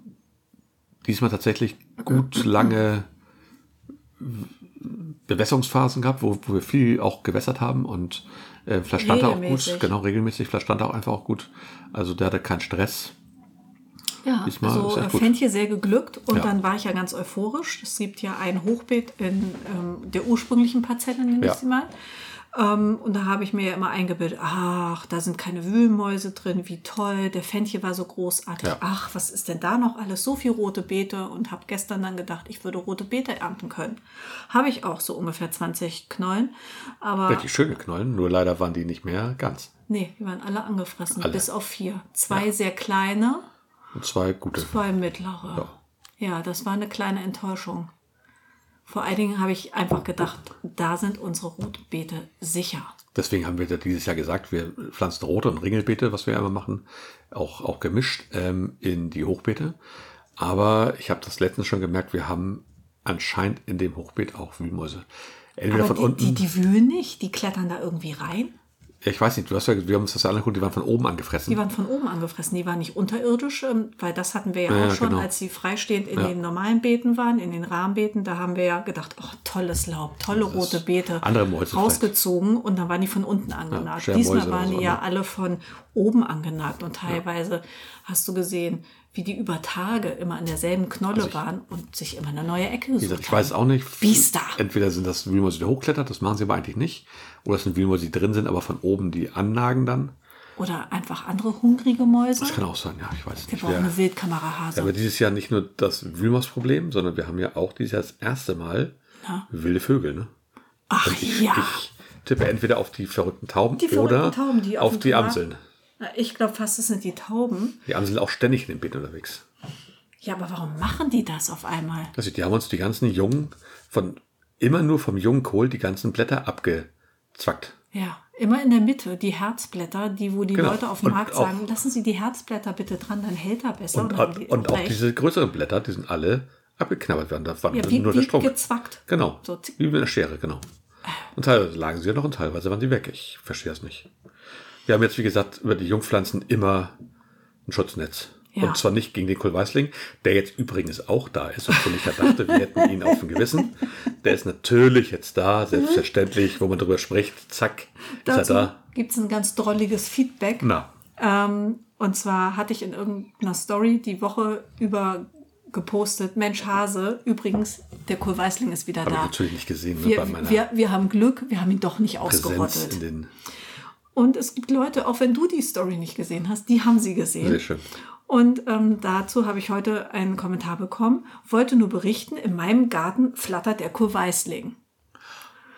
diesmal tatsächlich gut lange Bewässerungsphasen gehabt, wo, wo wir viel auch gewässert haben und äh, vielleicht stand er auch gut,
Regelmäßig.
genau, regelmäßig, vielleicht stand er auch einfach auch gut. Also der hatte keinen Stress.
Ja,
Diesmal ist
also
echt
äh,
gut.
Fenchel sehr geglückt und
Ja.
dann war ich ja ganz euphorisch. Es gibt ja ein Hochbeet in ähm, der ursprünglichen Parzelle, nenne
Ja.
ich sie mal. Ähm, und da habe ich mir ja immer eingebildet, ach, da sind keine Wühlmäuse drin, wie toll, der Fenchel war so großartig.
Ja.
Ach, was ist denn da noch alles? So viel rote Beete und habe gestern dann gedacht, ich würde rote Beete ernten können. Habe ich auch so ungefähr 20 Knollen, aber
Richtig schöne Knollen, nur leider waren die nicht mehr ganz.
nee, die waren alle angefressen,
Alle.
bis auf vier. Zwei sehr kleine,
Und zwei gute.
Zwei mittlere. Ja. das war eine kleine Enttäuschung. Vor allen Dingen habe ich einfach gedacht, da sind unsere Rotbeete sicher.
Deswegen haben wir da dieses Jahr gesagt, wir pflanzen Rote und Ringelbeete, was wir immer machen, auch, auch gemischt ähm, in die Hochbeete. Aber ich habe das letztens schon gemerkt, wir haben anscheinend in dem Hochbeet auch Wühlmäuse. Entweder
Aber
von unten.
die, die, die wühlen nicht, die klettern da irgendwie rein.
Ja, ich weiß nicht, du hast ja, wir haben uns das ja angeguckt, die waren von oben angefressen.
Die waren von oben angefressen, die waren nicht unterirdisch, ähm, weil das hatten wir ja,
Ja,
auch schon,
genau.
als sie freistehend in
Ja.
den normalen Beeten waren, in den Rahmenbeeten. Da haben wir ja gedacht, oh, tolles Laub, tolle rote Beete.
andere Mäuse
Rausgezogen und dann waren die von unten angenagt.
Schermäuse
Diesmal
oder
waren
so, ne?
die ja alle von oben angenagt und teilweise hast du gesehen, wie die über Tage immer an derselben Knolle waren und sich immer eine neue Ecke
Also Wie
gesucht
gesagt, ich
haben.
weiß es auch nicht.
Biester.
Entweder sind das Wühlmäuse, die hochklettern, das machen sie aber eigentlich nicht. Oder es sind Wühlmäuse, die drin sind, aber von oben die annagen dann.
Oder einfach andere hungrige Mäuse.
Das kann auch sein, ja, ich weiß es
Äh. Wir
nicht.
brauchen
Wir,
eine Wildkamerahase.
aber dieses Jahr nicht nur das Wühlmaus-Problem, sondern wir haben ja auch dieses Jahr das erste Mal wilde Vögel, ne?
Ach ja.
Ich tippe entweder auf die verrückten Tauben
Die verrückten
oder
Tauben, die auf
auf
dem
die
Tomat-
Amseln.
Na, Ich glaube fast, es sind die Tauben.
Die Amseln sind auch ständig in den Beeten unterwegs.
Ja, aber warum machen die das auf einmal?
Also die haben uns die ganzen jungen, von immer nur vom jungen Kohl die ganzen Blätter abgezwackt.
Ja, immer in der Mitte, die Herzblätter, die, wo die
Genau.
Leute auf dem
Und
Markt
auch-
sagen, lassen Sie die Herzblätter bitte dran, dann hält er besser.
Und,
dann haben die
und, und auch
recht.
diese größeren Blätter, die sind alle abgeknabbert worden. Da war
ja, wie,
nur der
wie
Strunk.
gezwackt.
Genau.
So zick.
wie mit einer Schere, genau. Und teilweise lagen sie ja noch und teilweise waren sie weg. Ich verstehe das nicht. Wir haben jetzt, wie gesagt, über die Jungpflanzen immer ein Schutznetz.
Ja.
Und zwar nicht gegen den Kohlweißling, der jetzt übrigens auch da ist, obwohl ich ja dachte, wir hätten ihn auf dem Gewissen. Der ist natürlich jetzt da, selbstverständlich, wo man drüber spricht, zack, ist
Dazu
er da.
gibt es ein ganz drolliges Feedback.
Na,
Ähm, und zwar hatte ich in irgendeiner Story die Woche über gepostet, Mensch Hase, übrigens, der Kohlweißling ist wieder
habe ich
da.
natürlich nicht gesehen ne, bei
Wir,
meiner
wir, wir haben Glück, wir haben ihn doch nicht
Präsenz in
ausgerottet.
den.
Und es gibt Leute, auch wenn du die Story nicht gesehen hast, die haben sie gesehen.
Sehr schön.
Und ähm, dazu habe ich heute einen Kommentar bekommen. Wollte nur berichten, in meinem Garten flattert der Kurweißling.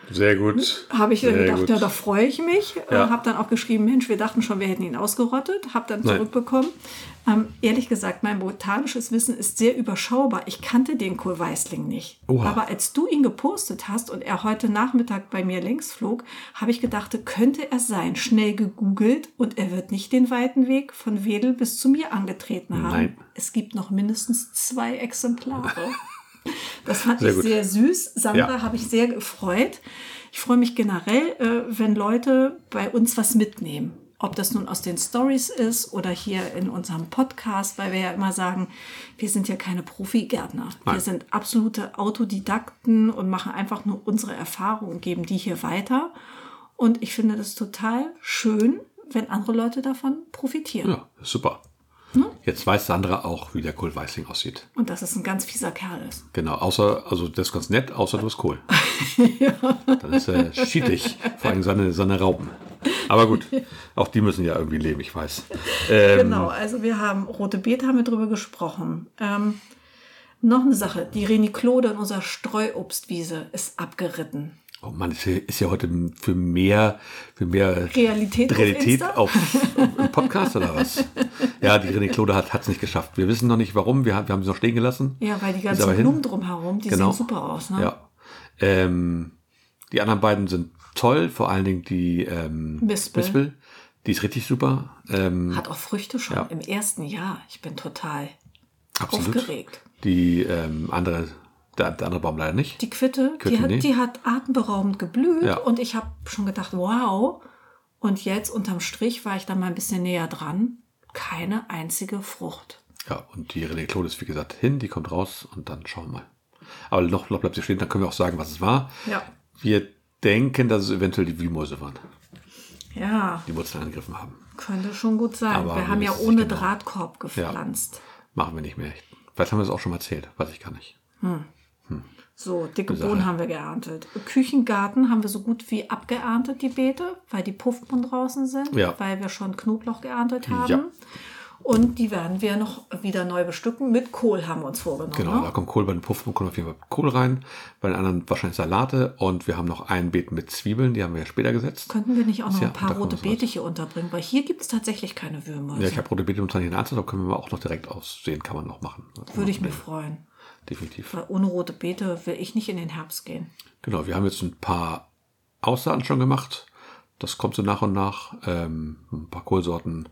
Sehr gut.
Habe Hm? ich dann
Sehr
gedacht,
gut.
ja, da freue ich mich.
Ja.
Äh, habe dann auch geschrieben, Mensch, wir dachten schon, wir hätten ihn ausgerottet. Habe dann
Nein.
zurückbekommen. Ähm, ehrlich gesagt, mein botanisches Wissen ist sehr überschaubar. Ich kannte den Kohlweißling nicht.
Oha.
Aber als du ihn gepostet hast und er heute Nachmittag bei mir längs flog, habe ich gedacht, könnte er sein. Schnell gegoogelt und er wird nicht den weiten Weg von Wedel bis zu mir angetreten haben.
Nein.
Es gibt noch mindestens zwei
(laughs)
Exemplare. Das fand
Sehr
ich
gut.
sehr süß. Sandra
Ja.
habe ich sehr gefreut. Ich freue mich generell, äh, wenn Leute bei uns was mitnehmen. Ob das nun aus den Stories ist oder hier in unserem Podcast, weil wir ja immer sagen, wir sind ja keine Profi-Gärtner. Wir
Nein.
sind absolute Autodidakten und machen einfach nur unsere Erfahrungen und geben die hier weiter. Und ich finde das total schön, wenn andere Leute davon profitieren.
Ja, super.
Hm?
Jetzt weiß Sandra auch, wie der Kohlweißling aussieht.
Und dass es ein ganz fieser Kerl ist.
Genau, außer, also das ist ganz nett, außer du hast
(laughs)
Kohl. Dann ist er schiedlich, vor allem seine, seine Raupen. Aber gut, auch die müssen ja irgendwie leben, ich weiß. Ähm,
Genau, also wir haben rote Beete, haben wir drüber gesprochen. Ähm, noch eine Sache, die Reniklode in unserer Streuobstwiese ist abgeritten.
Oh Mann, ist ja, ist ja heute für mehr, für mehr
Realität auf
Realität
Insta?
auf, im Podcast oder was? Ja, die René Klode hat es nicht geschafft. Wir wissen noch nicht warum, wir, haben- wir haben sie noch stehen gelassen.
Ja, weil die
Ist aber
ganzen
hin.
Blumen drumherum, die
Genau.
sehen super aus. Ne?
Ja. Ähm, die anderen beiden sind toll, vor allen Dingen die ähm,
Mispel.
Mispel. Die ist richtig super. Ähm,
Hat auch Früchte schon
Ja.
im ersten Jahr. Ich bin total
absolut.
aufgeregt.
Die ähm, andere, der, der andere Baum leider nicht.
Die Quitte,
Quitte,
die, hat,
nee.
die hat atemberaubend geblüht
Ja.
und ich habe schon gedacht, wow. Und jetzt unterm Strich war ich dann mal ein bisschen näher dran. Keine einzige Frucht.
Ja, und die René Claude ist wie gesagt hin, die kommt raus und dann schauen wir mal. Aber noch, noch bleibt sie stehen, dann können wir auch sagen, was es war.
Ja.
Wir denken, dass es eventuell die Wühlmäuse waren,
Ja,
die Wurzeln angegriffen haben.
Könnte schon gut sein.
Aber
wir haben
wir
ja
wissen es
ohne
nicht genau.
Drahtkorb gepflanzt.
Machen wir nicht mehr. Vielleicht haben wir es auch schon mal erzählt, weiß ich gar nicht.
So, dicke
Sache.
Bohnen haben wir geerntet. Küchengarten haben wir so gut wie abgeerntet, die Beete, weil die Puffbohnen draußen sind,
Ja.
weil wir schon Knoblauch geerntet haben.
Ja.
Und die werden wir noch wieder neu bestücken. Mit Kohl haben wir uns vorgenommen.
Genau, da
Ne?
kommt Kohl bei den Puffen, kommt auf jeden Fall Kohl rein, bei den anderen wahrscheinlich Salate und wir haben noch ein Beet mit Zwiebeln, die haben wir ja später gesetzt.
Könnten wir nicht auch noch
Ja,
ein paar
da kommt
rote
was raus.
Beete hier unterbringen? Weil hier gibt es tatsächlich keine Würmer. Also,
Ja, ich habe rote Beete und Tannin Anzahl, da können wir auch noch direkt aussehen, kann man noch machen.
Würde ich mich freuen.
Definitiv.
Weil ohne rote Beete will ich nicht in den Herbst gehen.
Genau, wir haben jetzt ein paar Aussaaten schon gemacht. Das kommt so nach und nach. Ähm, ein paar Kohlsorten,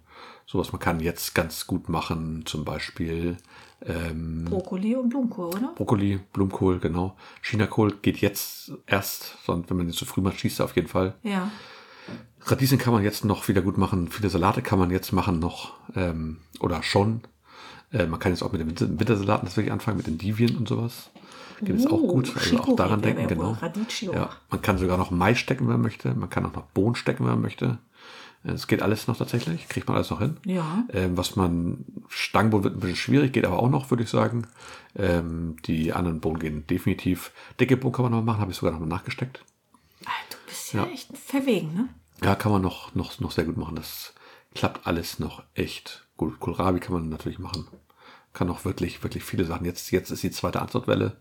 sowas man kann jetzt ganz gut machen, zum Beispiel ähm,
Brokkoli und Blumenkohl, oder?
Brokkoli, Blumenkohl, genau. Chinakohl geht jetzt erst, sonst wenn man den zu früh macht, schießt er auf jeden Fall.
Ja.
Radieschen kann man jetzt noch wieder gut machen, viele Salate kann man jetzt machen noch ähm, oder schon. Äh, man kann jetzt auch mit den Winter- Wintersalaten natürlich anfangen, mit Endivien und sowas. Geht jetzt auch
Uh,
gut, also auch
Chicorée,
daran
der
denken,
wäre wohl
genau.
Radicchio.
Ja, man kann sogar noch Mais stecken, wenn man möchte. Man kann auch noch Bohnen stecken, wenn man möchte. Äh, Es geht alles noch tatsächlich, kriegt man alles noch hin.
Ja.
Ähm, was man, Stangenbohnen wird ein bisschen schwierig, geht aber auch noch, würde ich sagen. Ähm, die anderen Bohnen gehen definitiv. Dicke Bohnen kann man noch machen, habe ich sogar noch mal nachgesteckt.
Ah, Du bist ja, echt verwegen, ne?
Ja, kann man noch, noch, noch sehr gut machen. Das klappt alles noch echt gut. Kohlrabi kann man natürlich machen. Kann auch wirklich, wirklich viele Sachen. Jetzt, jetzt ist die zweite Antwortwelle.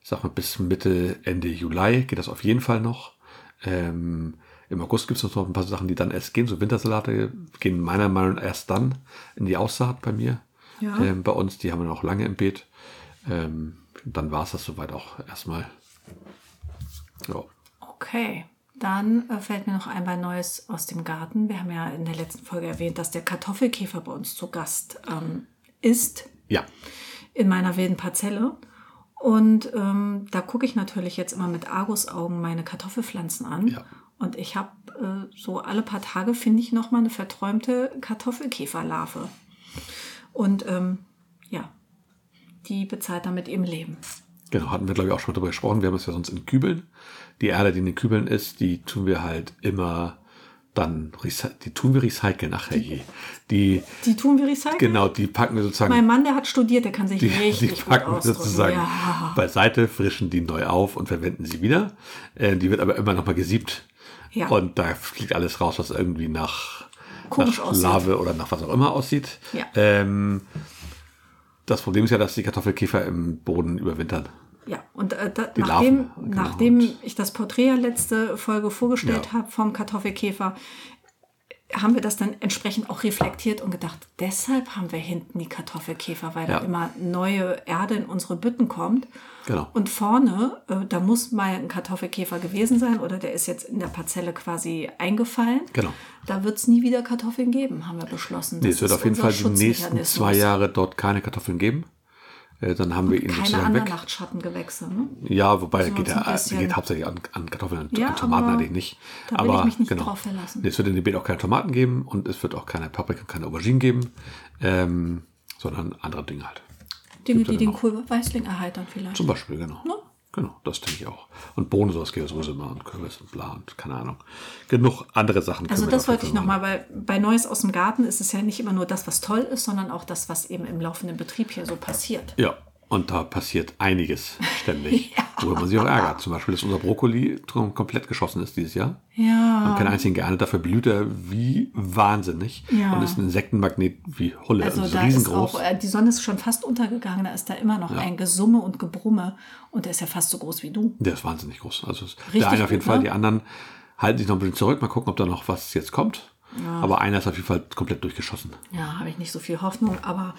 Ich sag mal, bis Mitte, Ende Juli geht das auf jeden Fall noch. Ähm, Im August gibt es noch ein paar Sachen, die dann erst gehen. So Wintersalate gehen meiner Meinung nach erst dann in die Aussaat bei mir.
Ja.
Ähm, bei uns, die haben wir noch lange im Beet. Ähm, dann war es das soweit auch erstmal. Ja.
Okay. Dann äh, fällt mir noch ein ein Neues aus dem Garten. Wir haben ja in der letzten Folge erwähnt, dass der Kartoffelkäfer bei uns zu Gast ähm, ist
ja.
in meiner wilden Parzelle. Und ähm, da gucke ich natürlich jetzt immer mit Argusaugen meine Kartoffelpflanzen an.
Ja.
Und ich habe äh, so alle paar Tage finde ich nochmal eine verträumte Kartoffelkäferlarve. Und ähm, ja, die bezahlt damit eben Leben.
Genau, hatten wir, glaube ich, auch schon mal drüber gesprochen. Wir haben es ja sonst in Kübeln. Die Erde, die in den Kübeln ist, die tun wir halt immer dann, recy- die tun wir recyceln.
(laughs)
Ach, herrje. Die,
Die tun wir recyceln.
genau, die packen wir sozusagen
Mein Mann, der hat studiert, der kann sich
die, die
richtig gut
packen wir
ausdrücken.
sozusagen
Ja.
beiseite, frischen die neu auf und verwenden sie wieder. Äh, die wird aber immer nochmal gesiebt.
Ja.
Und da fliegt alles raus, was irgendwie nach,
Komisch
nach
aussieht.
Larve oder nach was auch immer aussieht.
Ja.
Ähm, das Problem ist ja, dass die Kartoffelkäfer im Boden überwintern.
Ja, und äh, da,
Die
nachdem,
Larven, genau,
nachdem
und-
ich das Porträt ja letzte Folge vorgestellt
Ja.
habe vom Kartoffelkäfer, haben wir das dann entsprechend auch reflektiert und gedacht, deshalb haben wir hinten die Kartoffelkäfer, weil
Ja.
da immer neue Erde in unsere Bütten kommt.
Genau.
Und vorne, äh, da muss mal ein Kartoffelkäfer gewesen sein oder der ist jetzt in der Parzelle quasi eingefallen.
Genau.
Da wird es nie wieder Kartoffeln geben, haben wir beschlossen.
Nee,
Das
es wird
ist
auf jeden
unser
Fall die nächsten
Schutzmechanismus.
zwei Jahre dort keine Kartoffeln geben. Äh, dann haben wir ihn
Keine
sozusagen
anderen
weg.
Nachtschattengewächse. Ne?
Ja, wobei
Müssen wir
geht,
uns
ja,
ein
äh,
bisschen-
geht hauptsächlich an, an Kartoffeln und
Ja,
an Tomaten
aber
eigentlich nicht.
da will
aber
ich mich nicht
genau.
drauf verlassen.
Nee, es wird in dem Beet auch keine Tomaten geben und es wird auch keine Paprika und keine Auberginen geben, ähm, sondern andere Dinge halt.
Dinge,
Gibt's
die den
ja noch.
Kohlweißling erheitern vielleicht.
Zum Beispiel, genau. Genau, das denke ich auch. Und Bohnen, sowas geht ja sowieso immer und Kürbis und bla und keine Ahnung. Genug andere Sachen.
Also
können wir
das
auf jeden
wollte ich
Fall machen.
nochmal, weil bei Neues aus dem Garten ist es ja nicht immer nur das, was toll ist, sondern auch das, was eben im laufenden Betrieb hier so passiert.
Ja, und da passiert einiges
(laughs)
ständig, worüber man sich auch ärgert. Zum Beispiel, dass unser Brokkoli drum komplett geschossen ist dieses Jahr.
Ja.
Haben
Ah.
keinen einzigen geerntet, dafür blüht er wie wahnsinnig
Ja.
und ist ein Insektenmagnet wie Hulle. Also,
Also
ist
da ist
riesengroß.
auch, äh, die Sonne ist schon fast untergegangen, da ist da immer noch ein Gesumme und Gebrumme und der ist ja fast so groß wie du.
der ist wahnsinnig groß. Also es-
Richtig
der eine auf jeden
gut,
Fall,
ne?
die anderen halten sich noch ein bisschen zurück, mal gucken, ob da noch was jetzt kommt. Aber einer ist auf jeden Fall komplett durchgeschossen.
Ja, habe ich nicht so viel Hoffnung, aber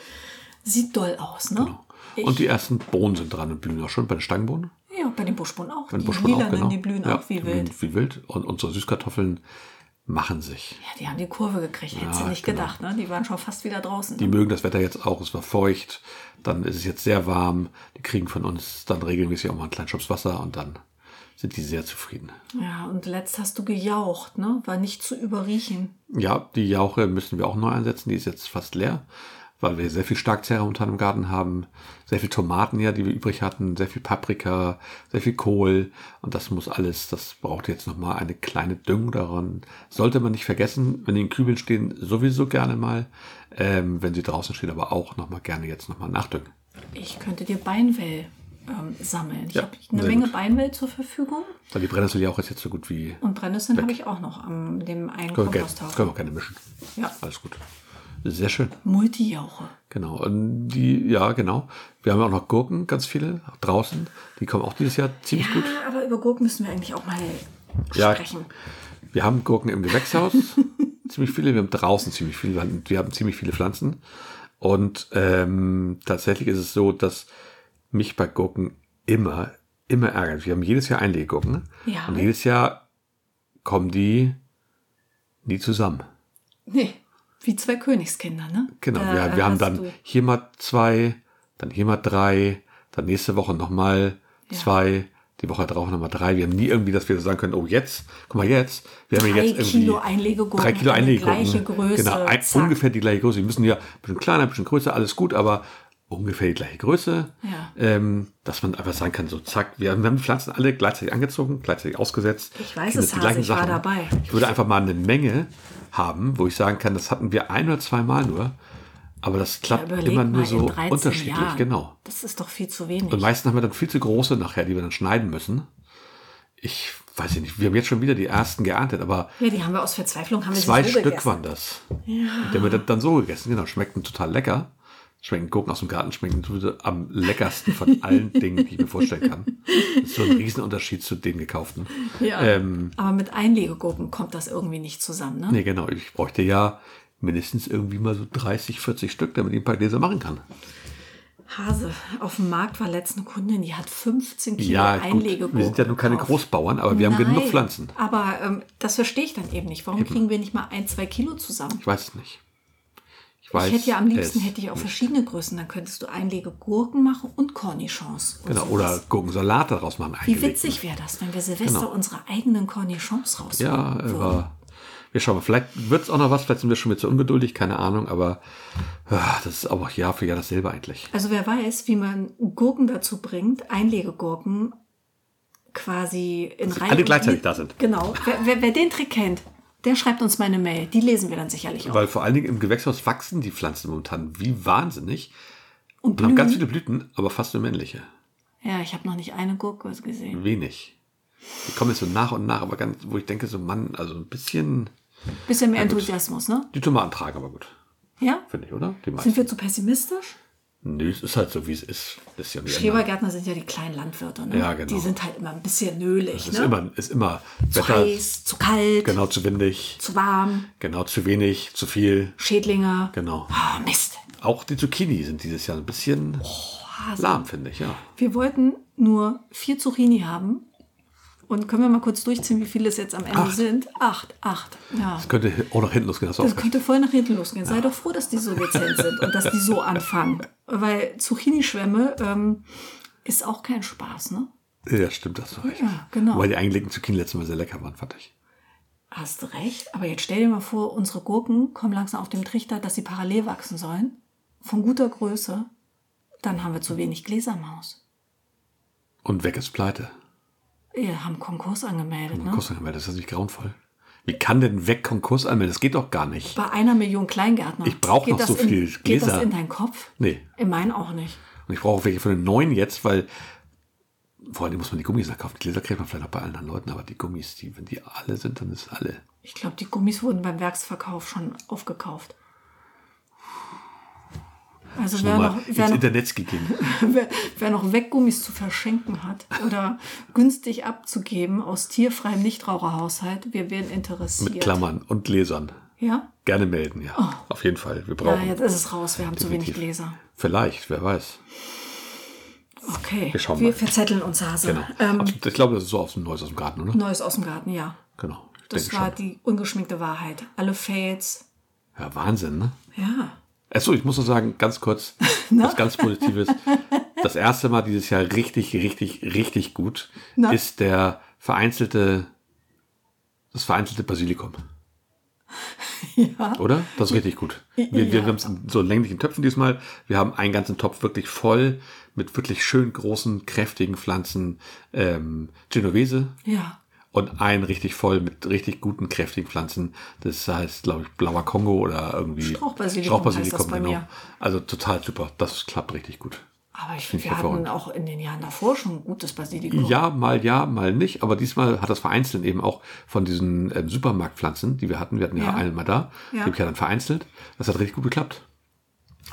sieht doll aus, ne?
Genau. Und die ersten Bohnen sind dran und blühen auch schon bei den Stangenbohnen.
Ja, bei den Buschbohnen auch.
Bei den
die
Buschbohnen auch,
lilanen,
genau.
die blühen
Ja,
auch wie
die
wild.
blühen Wie wild. Und unsere Süßkartoffeln machen sich.
Ja, die haben die Kurve gekriegt, hätte sie
Ja,
nicht
genau.
gedacht, ne? Die waren schon fast wieder draußen.
Die mögen das Wetter jetzt auch, es war feucht, dann ist es jetzt sehr warm, die kriegen von uns dann regelmäßig auch mal einen kleinen Schubs Wasser und dann sind die sehr zufrieden.
Ja, und letzt hast du gejaucht, ne? War nicht zu überriechen.
Ja, die Jauche müssen wir auch neu einsetzen, die ist jetzt fast leer, weil wir sehr viel Starkzehrer momentan im Garten haben, sehr viel Tomaten ja, die wir übrig hatten, sehr viel Paprika, sehr viel Kohl und das muss alles, das braucht jetzt nochmal eine kleine Düngung daran. Sollte man nicht vergessen, wenn die in Kübeln stehen, sowieso gerne mal, ähm, wenn sie draußen stehen, aber auch nochmal gerne jetzt nochmal nachdüngen.
Ich könnte dir Beinwell ähm, sammeln. Ich
Ja,
habe eine
sehr
Menge
gut.
Beinwell zur Verfügung
Weil die Brennnesseljauche ist jetzt so gut wie.
und Brennnesseln habe ich auch noch am dem einen
Können wir, gerne,
Komposthaufen.
können wir gerne mischen.
Ja,
Alles gut. Sehr schön.
Multijauche.
Genau. Und die, ja, genau. Wir haben ja auch noch Gurken, ganz viele, auch draußen. Die kommen auch dieses Jahr ziemlich
Ja,
gut.
aber über Gurken müssen wir eigentlich auch mal
Ja.
sprechen.
Wir haben Gurken im
(laughs)
Gewächshaus, ziemlich viele. Wir haben draußen ziemlich viele. Wir haben ziemlich viele Pflanzen. Und ähm, tatsächlich ist es so, dass mich bei Gurken immer, immer ärgert. Wir haben jedes Jahr Einleggurken.
Ja.
Und jedes Jahr kommen die nie zusammen.
Nee, wie zwei Königskinder, ne?
Genau,
Da,
wir,
äh,
wir haben
hast
dann
du-
hier mal zwei, dann hier mal drei, dann nächste Woche nochmal
Ja.
zwei, die Woche drauf nochmal drei. Wir haben nie irgendwie, dass wir so sagen können, oh jetzt, guck mal jetzt, wir haben ja
Drei
jetzt irgendwie
Kilo Einlegegurken,
drei Kilo
alle
Einlegegurken.
gleiche Größe,
Genau, ein,
zack.
ungefähr die gleiche Größe. Die müssen ja ein bisschen kleiner, ein bisschen größer, alles gut, aber ungefähr die gleiche Größe.
Ja.
Ähm, dass man einfach sagen kann, so zack, wir haben, wir haben die Pflanzen alle gleichzeitig angezogen, gleichzeitig ausgesetzt.
Ich weiß
Kriegen
es,
jetzt
Hase, ich war dabei.
Ich würde einfach mal eine Menge haben, wo ich sagen kann, das hatten wir ein oder zweimal nur, aber das klappt
Überleg
immer nur
mal, in
so
13
unterschiedlich,
Jahren.
genau.
Das ist doch viel zu wenig.
Und meistens haben wir dann viel zu große nachher, die wir dann schneiden müssen. Ich weiß ja nicht, wir haben jetzt schon wieder die ersten geerntet, aber
ja, die haben wir aus Verzweiflung haben wir sie
zwei
so
Stück
gegessen.
waren das. Und die haben wir dann- dann so gegessen, genau. Schmeckten total lecker. Schmecken Gurken aus dem Garten, schmecken sowieso am leckersten von allen Dingen, die ich mir vorstellen kann. Das ist so ein Riesenunterschied zu den gekauften. Ähm,
Ja. Aber mit Einlegegurken kommt das irgendwie nicht zusammen, ne?
Nee, genau. Ich bräuchte ja mindestens irgendwie mal so 30, 40 Stück, damit ich ein paar Gläser machen kann.
Hase, auf dem Markt war letzte Kundin, die hat 15 Kilo
Ja, gut.
Einlegegurken.
Wir sind ja nun keine
gekauft.
Großbauern, aber wir haben
Nein,
genug Pflanzen.
Aber ähm, das verstehe ich dann eben nicht. Warum kriegen wir nicht mal ein, zwei Kilo zusammen?
Ich weiß es nicht.
Ich hätte ja am liebsten
es
hätte ich auch
nicht.
verschiedene Größen. Dann könntest du Einlegegurken machen und Cornichons. und
Genau,
sowas.
oder Gurkensalat daraus machen.
Wie
eingelegt.
witzig wäre das, wenn wir Silvester
Genau.
unsere eigenen Cornichons raus
Ja, äh, aber wir schauen mal. Vielleicht wird es auch noch was. Vielleicht sind wir schon wieder zu ungeduldig, keine Ahnung. Aber ah, das ist aber Jahr für Jahr dasselbe eigentlich.
Also wer weiß, wie man Gurken dazu bringt, Einlegegurken quasi in Reihe.
alle
und
gleichzeitig
Glied-
da sind.
Genau. Wer, wer, wer den Trick kennt, der schreibt uns meine Mail. Die lesen wir dann sicherlich auch.
Weil vor allen Dingen im Gewächshaus wachsen die Pflanzen momentan wie wahnsinnig.
Und
Und haben ganz
Blüten.
viele Blüten, aber fast nur männliche.
Ja, ich habe noch nicht eine Gurke
Hm.
gesehen.
Wenig. Die kommen jetzt so nach und nach, aber ganz, wo ich denke, so Mann, also ein bisschen.
Bisschen mehr Enthusiasmus, ne?
Die Tomaten tragen aber gut,
Ja?
finde ich, oder? Die meisten.
Sind wir zu pessimistisch?
Nö, es ist halt so, wie es ist. Das ist ja nicht ändern.
Schrebergärtner sind ja die kleinen Landwirte, ne?
genau. Ja, genau.
Die sind halt immer ein bisschen nölig,
Es ist
ne?
immer, ist immer
zu
Wetter,
heiß, zu kalt,
genau zu windig,
zu warm,
genau zu wenig, zu viel.
Schädlinge.
Genau.
Ah, Mist.
Auch die Zucchini sind dieses Jahr ein bisschen lahm, finde ich, ja.
Wir wollten nur vier Zucchini haben. Und können wir mal kurz durchziehen, wie viele es jetzt am Ende
Acht.
sind? Acht, acht. Ja.
Das könnte auch noch hinten losgehen. Hast du
Das
auch recht.
könnte voll nach hinten losgehen. Sei doch froh, dass die so dezent sind und dass die so anfangen. Weil Zucchini-Schwämme ähm, ist auch kein Spaß, ne?
ja, stimmt, hast du recht.
Ja, genau.
Weil die eingelegten Zucchini letztes Mal sehr lecker waren, fand ich.
Hast recht. Aber jetzt stell dir mal vor, unsere Gurken kommen langsam auf dem Trichter, dass sie parallel wachsen sollen. Von guter Größe. Dann haben wir zu wenig Gläser im Haus.
Und weg ist pleite.
Wir haben Konkurs angemeldet, ne?
Konkurs angemeldet, ist das nicht grauenvoll? Wie kann denn weg Konkurs anmelden? Das geht doch gar nicht.
Bei einer Million Kleingärtner.
Ich brauch
Geht
noch
das
so
in,
viel
Geht das
Gläser.
in deinen Kopf?
Nee.
In meinen auch nicht.
Und ich brauche auch welche von den neuen jetzt, weil vor allem muss man die Gummis nachkaufen. Die Gläser kriegt man vielleicht noch bei anderen Leuten, aber die Gummis, die, wenn die alle sind, dann ist alle.
Ich glaube, die Gummis wurden beim Werksverkauf schon aufgekauft. Also wer
Nochmal
noch,
ins
wer, noch,
Internet gegeben.
wer, wer noch (laughs) Weggummis zu verschenken hat oder günstig abzugeben aus tierfreiem Nichtraucherhaushalt, wir wären interessiert.
Mit Klammern und Gläsern.
Ja?
Gerne melden, ja. Auf jeden Fall. Wir
Oh. Ja,
brauchen.
jetzt ist es raus, wir haben zu wenig
Definitiv.
Gläser.
Vielleicht, wer weiß.
Okay,
Wir schauen mal.
verzetteln uns, Hase.
Genau.
Ähm,
Absolut. ich glaube, das ist so aus dem Neues aus dem Garten, oder?
Neues aus dem Garten, ja.
Genau. Ich
Das
denke
war
schon.
die ungeschminkte Wahrheit. Alle Fails,
Ja, Wahnsinn, ne?
Ja.
Achso, ich muss noch sagen,
(laughs)
ganz kurz, was ganz Positives. Das erste Mal dieses Jahr richtig, richtig, richtig gut
Na?
ist der vereinzelte, das vereinzelte Basilikum.
(laughs) Ja.
Oder? Das ist richtig gut. Wir, wir
Ja.
haben es in so länglichen Töpfen diesmal. Wir haben einen ganzen Topf wirklich voll mit wirklich schön großen, kräftigen Pflanzen. Ähm, Genovese,
Ja.
und einen richtig voll mit richtig guten, kräftigen Pflanzen. Das heißt, glaube ich, blauer Kongo oder irgendwie.
Strauchbasilikum heißt das bei mir.
Also total super. Das klappt richtig gut.
Aber ich finde,
Finde ich
wir hatten
hervorragend.
auch in den Jahren davor schon ein gutes Basilikum.
Ja, mal ja, mal nicht. Aber diesmal hat das vereinzelt eben auch von diesen ähm, Supermarktpflanzen, die wir hatten. Wir hatten ja,
Ja.
eine mal da. Die
Ja.
habe ich ja dann vereinzelt. Das hat richtig gut geklappt.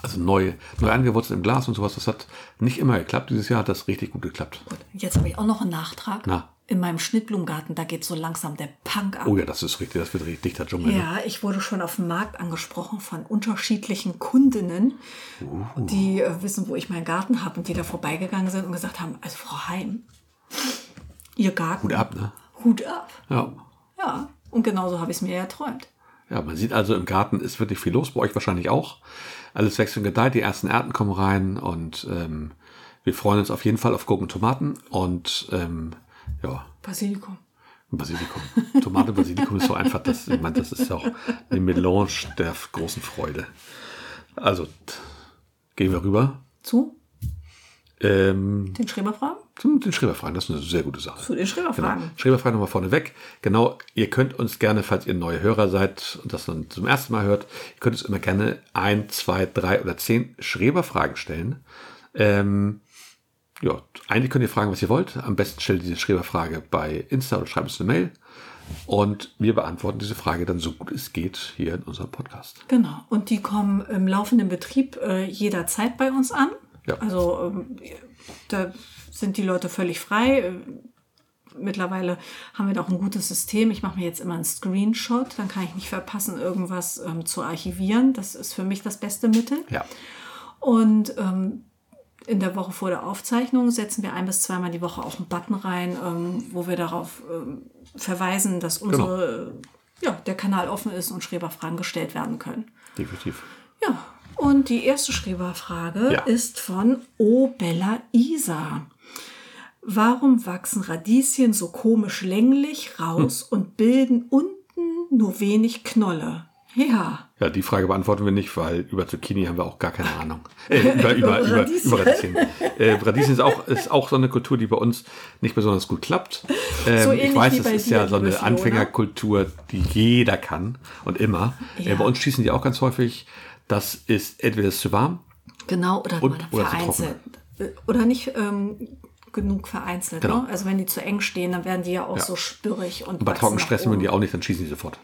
Also neu, neu angewurzelt im Glas und sowas. Das hat nicht immer geklappt. Dieses Jahr hat das richtig gut geklappt.
Gut, jetzt habe ich auch noch einen Nachtrag.
Na.
In meinem Schnittblumengarten, da geht so langsam der Punk ab.
Oh ja, das ist richtig. Das wird richtig dichter Dschungel. ne?
Ja, ich wurde schon auf dem Markt angesprochen von unterschiedlichen Kundinnen,
Uh.
die äh, wissen, wo ich meinen Garten habe und die da vorbeigegangen sind und gesagt haben, also Frau Heim, Ihr Garten,
Gut ab, ne?
Hut ab.
Ja.
Ja, und genauso habe ich es mir erträumt.
Ja, man sieht also im Garten ist wirklich viel los, bei euch wahrscheinlich auch. Alles wächst und gedeiht, die ersten Ernten kommen rein und ähm, wir freuen uns auf jeden Fall auf Gurken und Tomaten und ähm, ja,
Basilikum.
Basilikum. Tomate Basilikum ist so einfach, das, ich meine, das ist ja auch eine Melange der großen Freude. Also t- gehen wir rüber.
Zu?
Ähm,
Den Schreber fragen?
zum, den Schreiber fragen, das ist eine sehr gute Sache.
Zu den Schreber
Genau.
fragen.
Schreberfrei nochmal vorneweg. Genau, ihr könnt uns gerne, falls ihr neue Hörer seid und das dann zum ersten Mal hört, ihr könnt uns immer gerne ein, zwei, drei oder zehn Schreberfragen stellen. Ähm, ja, eigentlich könnt ihr fragen, was ihr wollt. Am besten stellt ihr diese Schreberfrage bei Insta oder schreibt uns eine Mail. Und wir beantworten diese Frage dann so gut es geht hier in unserem Podcast.
Genau. Und die kommen im laufenden Betrieb äh, jederzeit bei uns an.
Ja.
Also ähm, da sind die Leute völlig frei. Ähm, Mittlerweile haben wir da auch ein gutes System. Ich mache mir jetzt immer einen Screenshot, dann kann ich nicht verpassen, irgendwas ähm, zu archivieren. Das ist für mich das beste Mittel.
Ja,
Und ähm, in der Woche vor der Aufzeichnung setzen wir ein bis zweimal die Woche auch einen Button rein, ähm, wo wir darauf ähm, verweisen, dass
Genau.
unsere, ja, der Kanal offen ist und Schreberfragen gestellt werden können.
definitiv.
Ja, und die erste Schreberfrage
Ja.
ist von O Bella Isa. Warum wachsen Radieschen so komisch länglich raus
Hm.
und bilden unten nur wenig Knolle? Ja,
Ja, die Frage beantworten wir nicht, weil über Zucchini haben wir auch gar keine
(laughs)
Ahnung. Äh, über, über, über,
Radieschen.
über Radieschen. Äh, Radieschen ist auch, ist auch so eine Kultur, die bei uns nicht besonders gut klappt. Ähm,
So ähnlich
ich weiß,
wie
das
bei
ist
dir,
ja so
liebe
eine
Fiona.
Anfängerkultur, die jeder kann und immer.
Ja.
Äh, bei uns schießen die auch ganz häufig. Das ist entweder zu warm,
genau, oder,
Und-
mal
oder zu
vereinzelt. Äh, Oder nicht ähm, genug vereinzelt.
Genau.
Ne? Also wenn die zu eng stehen, dann werden die ja auch
Ja.
so spürrig. Und
bei
wachsen
trocken
nach
stressen wir
oben.
die auch nicht, dann schießen die sofort.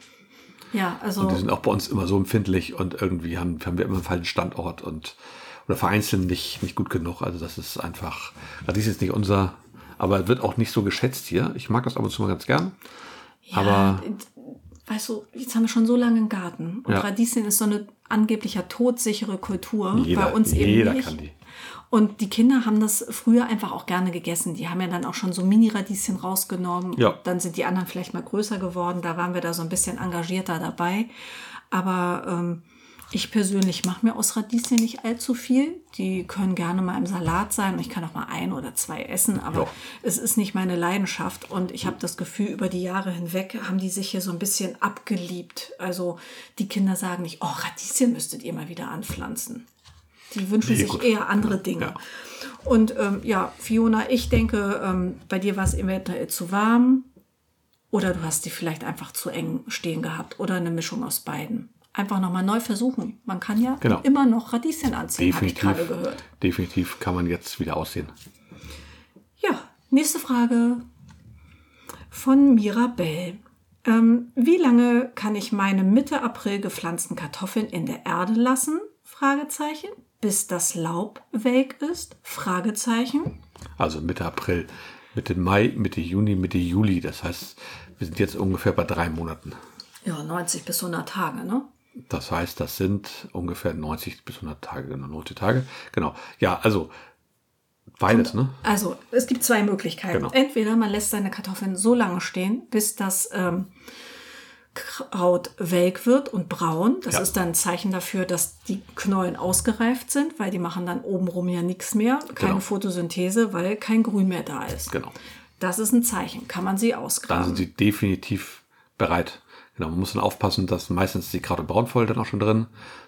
Ja, also
Die sind auch bei uns immer so empfindlich und irgendwie haben, haben wir immer einen falschen Standort und oder vereinzelt nicht, nicht gut genug. Also das ist einfach, das ist jetzt nicht unser, aber wird auch nicht so geschätzt hier. Ich mag das ab und zu mal ganz gern.
Ja,
Aber-
d- weißt du, jetzt haben wir schon so lange einen Garten. Und
Ja.
Radieschen ist so eine angeblicher todsichere Kultur.
Jeder-
Bei uns eben
jeder
nicht.
kann die.
Und die Kinder haben das früher einfach auch gerne gegessen. Die haben ja dann auch schon so Mini-Radieschen rausgenommen.
Ja.
Dann sind die anderen vielleicht mal größer geworden. Da waren wir da so ein bisschen engagierter dabei. Aber ähm, ich persönlich mache mir aus Radieschen nicht allzu viel. Die können gerne mal im Salat sein. Und ich kann auch mal ein oder zwei essen. Aber
Ja.
es ist nicht meine Leidenschaft und ich habe das Gefühl, über die Jahre hinweg haben die sich hier so ein bisschen abgeliebt. Also die Kinder sagen nicht, oh, Radieschen müsstet ihr mal wieder anpflanzen. Die wünschen
Nee,
sich
gut.
eher andere Dinge.
Ja.
Und ähm, ja, Fiona, ich denke, ähm, bei dir war es eventuell zu warm oder du hast die vielleicht einfach zu eng stehen gehabt oder eine Mischung aus beiden. Einfach nochmal neu versuchen. Man kann ja
Genau.
immer noch Radieschen anziehen, habe ich
Definitiv,
gerade gehört.
definitiv kann man jetzt wieder aussehen.
Ja, nächste Frage von Mirabelle. Ähm, wie lange kann ich meine Mitte April gepflanzten Kartoffeln in der Erde lassen? Fragezeichen. Bis das Laub welk ist? Fragezeichen.
Also Mitte April, Mitte Mai, Mitte Juni, Mitte Juli. Das heißt, wir sind jetzt ungefähr bei drei Monaten.
Ja, 90 bis 100 Tage, ne?
Das heißt, das sind ungefähr 90 bis 100 Tage, genau, 90 Tage. Genau. Ja, also beides, ne?
Also, es gibt zwei Möglichkeiten.
Genau.
Entweder man lässt seine Kartoffeln so lange stehen, bis das ähm, Kraut welk wird und braun. Das
Ja.
ist dann ein Zeichen dafür, dass die Knollen ausgereift sind, weil die machen dann obenrum ja nichts mehr. Keine
Genau.
Photosynthese, weil kein Grün mehr da ist.
Genau.
Das ist ein Zeichen. Kann man sie ausgraben.
dann sind sie definitiv bereit. Genau, man muss dann aufpassen, dass meistens die gerade Braunfolie dann auch schon drin,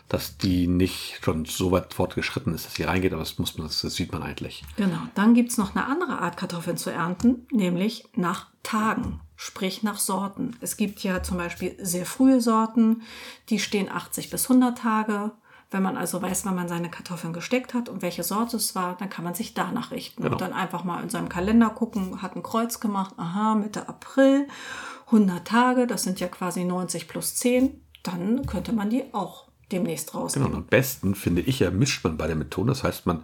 dass die nicht schon so weit fortgeschritten ist, dass sie reingeht, aber das muss man, das sieht man eigentlich.
Genau, dann gibt es noch eine andere Art Kartoffeln zu ernten, nämlich nach Tagen, sprich nach Sorten. Es gibt ja zum Beispiel sehr frühe Sorten, die stehen 80 bis 100 Tage. Wenn man also weiß, wann man seine Kartoffeln gesteckt hat und welche Sorte es war, dann kann man sich danach richten
Genau.
und dann einfach mal in seinem Kalender gucken, hat ein Kreuz gemacht, aha, Mitte April, 100 Tage, das sind ja quasi 90 plus 10, dann könnte man die auch demnächst rausnehmen.
Genau, und am besten finde ich ja, mischt man bei der Methode. Das heißt, man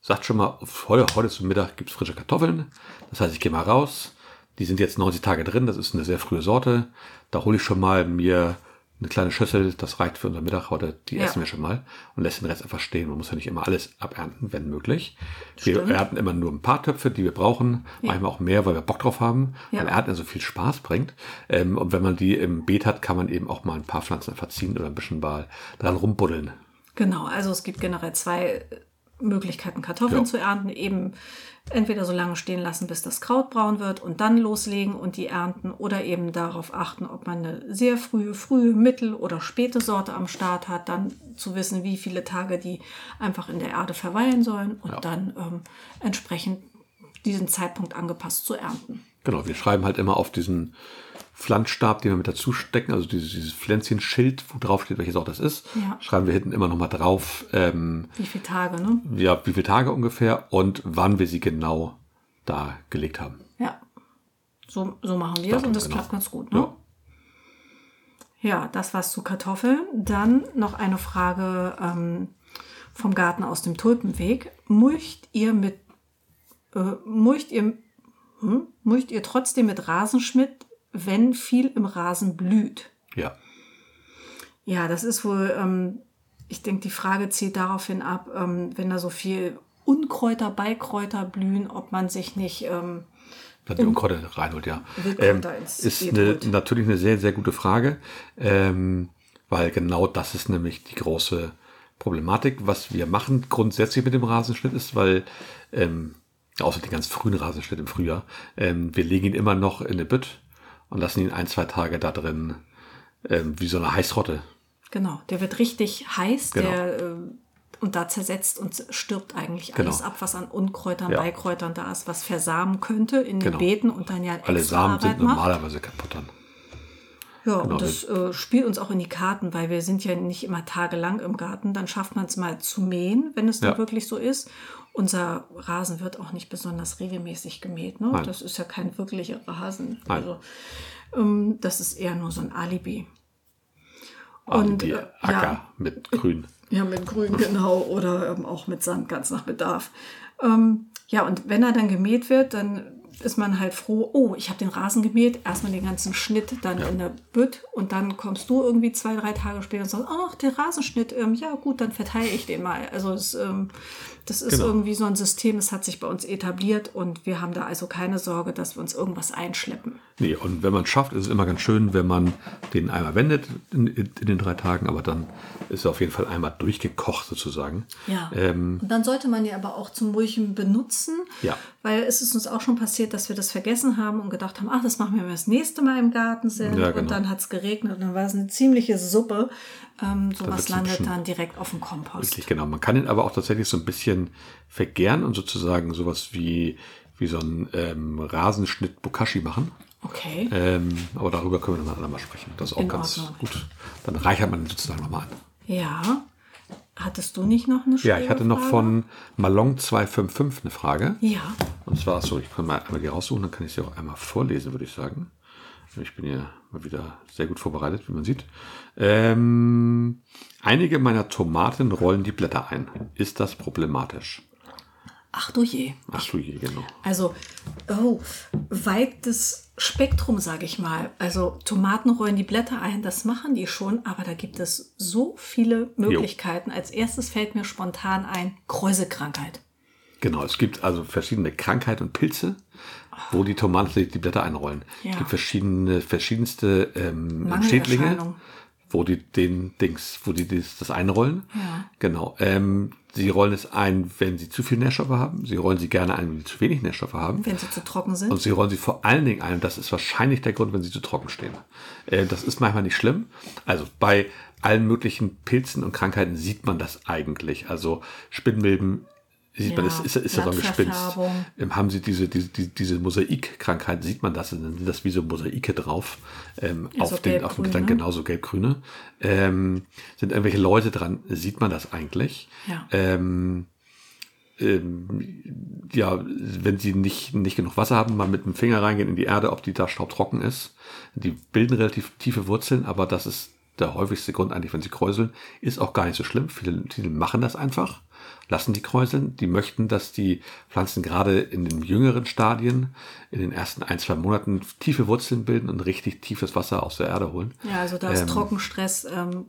sagt schon mal, auf heute, heute zum Mittag gibt es frische Kartoffeln. Das heißt, ich gehe mal raus. Die sind jetzt 90 Tage drin. Das ist eine sehr frühe Sorte. Da hole ich schon mal mir eine kleine Schüssel, das reicht für unser Mittag heute, die
Ja.
essen wir schon mal und lässt den Rest einfach stehen. Man muss ja nicht immer alles abernten, wenn möglich.
Stimmt.
Wir ernten immer nur ein paar Töpfe, die wir brauchen, manchmal auch mehr, weil wir Bock drauf haben,
Ja.
weil Ernten so viel Spaß bringt. Ähm, und wenn man die im Beet hat, kann man eben auch mal ein paar Pflanzen einfach ziehen oder ein bisschen mal dran rumbuddeln.
Genau, also es gibt generell zwei äh, Möglichkeiten, Kartoffeln
Ja.
zu ernten. Eben entweder so lange stehen lassen, bis das Kraut braun wird und dann loslegen und die ernten oder eben darauf achten, ob man eine sehr frühe, frühe, mittel oder späte Sorte am Start hat, dann zu wissen, wie viele Tage die einfach in der Erde verweilen sollen und dann ähm, entsprechend diesen Zeitpunkt angepasst zu ernten.
Genau, wir schreiben halt immer auf diesen Pflanzstab, den wir mit dazu stecken, also dieses, dieses Pflänzchenschild, wo drauf steht, welche Sorte das ist,
Ja.
schreiben wir hinten immer nochmal drauf, ähm,
Wie viele Tage, ne?
ja, wie viele Tage ungefähr und wann wir sie genau da gelegt haben.
Ja. So, so machen wir es
Datum,
und das
genau.
klappt ganz gut, ne? Ja, das war's zu Kartoffeln. Dann noch eine Frage ähm, vom Garten aus dem Tulpenweg. Mulcht ihr mit äh, mulcht ihr hm, mulcht ihr trotzdem mit Rasenschmidt, wenn viel im Rasen blüht?
Ja.
Ja, das ist wohl, ähm, ich denke, die Frage zielt daraufhin ab, ähm, wenn da so viel Unkräuter, Beikräuter blühen, ob man sich nicht ähm,
Dann die Unkräuter um reinholt, ja. Ähm,
Wildkräuter ins
ist
Beet
eine,
holt.
natürlich eine sehr, sehr gute Frage, ähm, weil genau das ist nämlich die große Problematik, was wir machen grundsätzlich mit dem Rasenschnitt ist, weil ähm, außer den ganz frühen Rasenschnitt im Frühjahr, ähm, wir legen ihn immer noch in eine Bütt und lassen ihn ein, zwei Tage da drin ähm, wie so eine Heißrotte.
Genau, der wird richtig heiß,
Genau.
der äh, und da zersetzt und stirbt eigentlich alles
Genau.
ab, was an Unkräutern,
Ja.
Beikräutern da ist, was versamen könnte in den
Genau.
Beeten und dann ja
Alle
extra
Samen sind
Arbeit macht.
normalerweise kaputt dann.
Ja,
Genau,
und das äh, spielt uns auch in die Karten, weil wir sind ja nicht immer tagelang im Garten. Dann schafft man es mal zu mähen, wenn es dann
Ja.
wirklich so ist. Unser Rasen wird auch nicht besonders regelmäßig gemäht. Ne?
Nein.
Das ist ja kein wirklicher Rasen.
Nein.
Also ähm, das ist eher nur so ein Alibi. Und,
Und, Ah, die
äh,
Acker
ja.
mit Grün.
Ja, mit Grün, genau. Oder ähm, auch mit Sand, ganz nach Bedarf. Ähm, ja, und wenn er dann gemäht wird, dann ist man halt froh, oh, ich habe den Rasen gemäht, erstmal den ganzen Schnitt dann in der Bütt und dann kommst du irgendwie zwei, drei Tage später und sagst, ach, der Rasenschnitt, ähm, ja gut, dann verteile ich den mal. Also es, ähm, das ist
Genau.
irgendwie so ein System, es hat sich bei uns etabliert und wir haben da also keine Sorge, dass wir uns irgendwas einschleppen.
Nee, und wenn man es schafft, ist es immer ganz schön, wenn man den einmal wendet in, in in den drei Tagen, aber dann ist er auf jeden Fall einmal durchgekocht sozusagen.
Ja.
Ähm,
Und dann sollte man die aber auch zum Mulchen benutzen.
Ja.
Weil es ist uns auch schon passiert, dass wir das vergessen haben und gedacht haben, ach, das machen wir, wenn wir das nächste Mal im Garten sind.
Ja,
Und
genau.
dann hat es geregnet und dann war es eine ziemliche Suppe. Ähm, sowas
wird's ein
landet
bisschen-
dann direkt auf dem Kompost.
richtig, genau. Man kann ihn aber auch tatsächlich so ein bisschen vergären und sozusagen sowas wie, wie so ein ähm, Rasenschnitt Bokashi machen.
Okay.
Ähm, aber darüber können wir dann andermal sprechen. Das ist auch
In
ganz
Ordnung.
gut. Dann reichert man ihn sozusagen nochmal an.
Ja. Hattest du nicht noch eine
Ja,
schwere
ich hatte noch
Frage?
von Malong255 eine Frage.
Ja.
Und zwar, so, ich kann mal einmal die raussuchen, dann kann ich sie auch einmal vorlesen, würde ich sagen. Ich bin ja mal wieder sehr gut vorbereitet, wie man sieht. Ähm, einige meiner Tomaten rollen die Blätter ein. Ist das problematisch?
Ach du je.
Ach du je, genau.
Also, oh, weites Spektrum, sage ich mal. Also Tomaten rollen die Blätter ein, das machen die schon, aber da gibt es so viele Möglichkeiten. Als erstes fällt mir spontan ein Kräusekrankheit.
Genau, es gibt also verschiedene Krankheiten und Pilze, wo die Tomaten die die Blätter einrollen.
Ja.
Es gibt verschiedene, verschiedenste ähm,
Mangelerscheinung.
Schädlinge, wo die den Dings, wo die das, das einrollen.
Ja.
Genau. Ähm, sie rollen es ein, wenn sie zu viel Nährstoffe haben. Sie rollen sie gerne ein, wenn sie zu wenig Nährstoffe haben.
Wenn sie zu trocken sind.
Und sie rollen sie vor allen Dingen ein. Und das ist wahrscheinlich der Grund, wenn sie zu trocken stehen. Äh, das ist manchmal nicht schlimm. Also bei allen möglichen Pilzen und Krankheiten sieht man das eigentlich. Also Spinnmilben sieht man,
Ja,
ist, ist, ist da so ein Gespinst.
Blattverfärbung.
Ähm, haben sie diese, diese, diese, diese Mosaikkrankheiten, sieht man das, dann sind das wie so Mosaike drauf. Ähm,
Also
auf den, auf
gelb-grün,
den Blättern,
ne?
genauso gelb-grüne. Ähm, sind irgendwelche Leute dran, sieht man das eigentlich?
Ja.
Ähm, ja, wenn sie nicht, nicht genug Wasser haben, mal mit dem Finger reingehen in die Erde, ob die da staubtrocken ist. Die bilden relativ tiefe Wurzeln, aber das ist der häufigste Grund eigentlich, wenn sie kräuseln. Ist auch gar nicht so schlimm. Viele, viele machen das einfach. lassen die kräuseln. Die möchten, dass die Pflanzen gerade in den jüngeren Stadien, in den ersten ein, zwei Monaten tiefe Wurzeln bilden und richtig tiefes Wasser aus der Erde holen. Ähm,
Ja, also da ist Trockenstress ähm,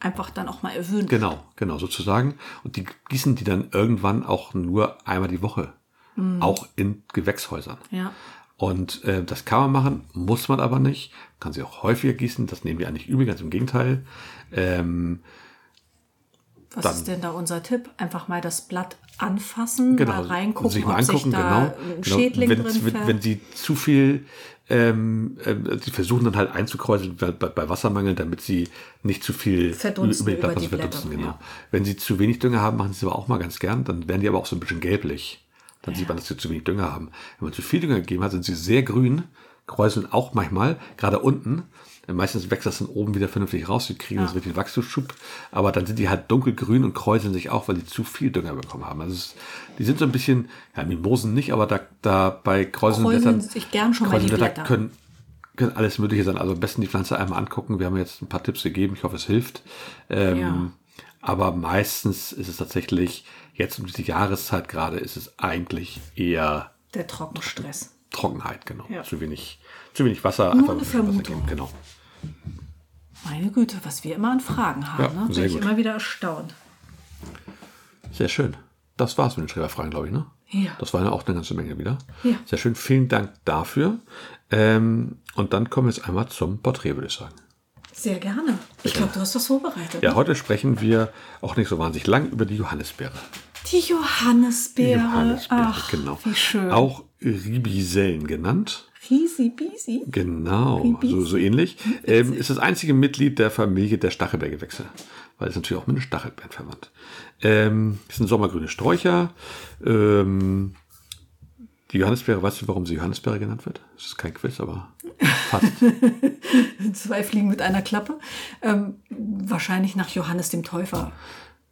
einfach dann auch mal erwöhnt.
Genau, genau, sozusagen. Und die gießen die dann irgendwann auch nur einmal die Woche.
Mhm.
Auch in Gewächshäusern.
Ja.
Und äh, das kann man machen, muss man aber nicht. Man kann sie auch häufiger gießen, das nehmen wir eigentlich übel, ganz im Gegenteil. Ähm,
Was
Dann-
ist denn da unser Tipp? Einfach mal das Blatt anfassen,
genau,
mal reingucken,
sich mal
ob
angucken,
sich da
genau.
ein
genau.
Schädling
wenn,
drin
wenn,
ver-
wenn sie zu viel, ähm, ähm, sie versuchen dann halt einzukräuseln bei, bei, bei Wassermangel, damit sie nicht zu viel
Verdunsten über
Blattmasse
die Blätter,
genau.
ja.
Wenn sie zu wenig Dünger haben, machen sie es aber auch mal ganz gern, dann werden die aber auch so ein bisschen gelblich. Dann sieht man, dass sie zu wenig Dünger haben. Wenn man zu viel Dünger gegeben hat, sind sie sehr grün, kräuseln auch manchmal, gerade unten. Meistens wächst das dann oben wieder vernünftig raus, sie kriegen so richtig Wachstumsschub, aber dann sind die halt dunkelgrün und kräuseln sich auch, weil die zu viel Dünger bekommen haben. Also es, die sind so ein bisschen, ja, Mimosen nicht, aber da, da bei kräuselnden
Kräuseln
Blättern,
sich gern schon mal die
kräuselnde
Blätter.
können, können alles Mögliche sein. Also am besten die Pflanze einmal angucken. Wir haben jetzt ein paar Tipps gegeben, ich hoffe, es hilft. Ähm,
Ja.
Aber meistens ist es tatsächlich, jetzt um diese Jahreszeit gerade, ist es eigentlich eher
der Trockenstress.
Trockenheit, genau.
Ja.
Zu wenig, zu wenig Wasser.
eine
ein bisschen
Vermutung.
geben, genau.
Meine Güte, was wir immer an Fragen haben.
Ja,
ne? Bin
sehr
ich
gut.
immer wieder erstaunt.
Sehr schön. Das war's mit den Schreberfragen, glaube ich, ne?
Ja.
Das war ja auch eine ganze Menge wieder.
Ja.
Sehr schön. Vielen Dank dafür. Ähm, und dann kommen wir jetzt einmal zum Porträt, würde ich sagen.
Sehr gerne. Ich glaube, du hast das vorbereitet.
Ja, heute sprechen wir auch nicht so wahnsinnig lang über die Johannisbeere.
Die Johannisbeere.
Johannisbeere,
Ach,
genau.
Wie schön.
Auch Ribisellen genannt.
Riesi Bisi.
Genau,
Ribis-
so, so ähnlich. Ähm, ist das einzige Mitglied der Familie der Stachelbeergewächse, weil es natürlich auch mit den Stachelbeeren verwandt. Ähm, es sind sommergrüne Sträucher. Ähm, die Johannisbeere, weißt du, warum sie Johannisbeere genannt wird? Das ist kein Quiz, aber fast.
Zwei Fliegen mit einer Klappe. Ähm, wahrscheinlich nach Johannes dem Täufer.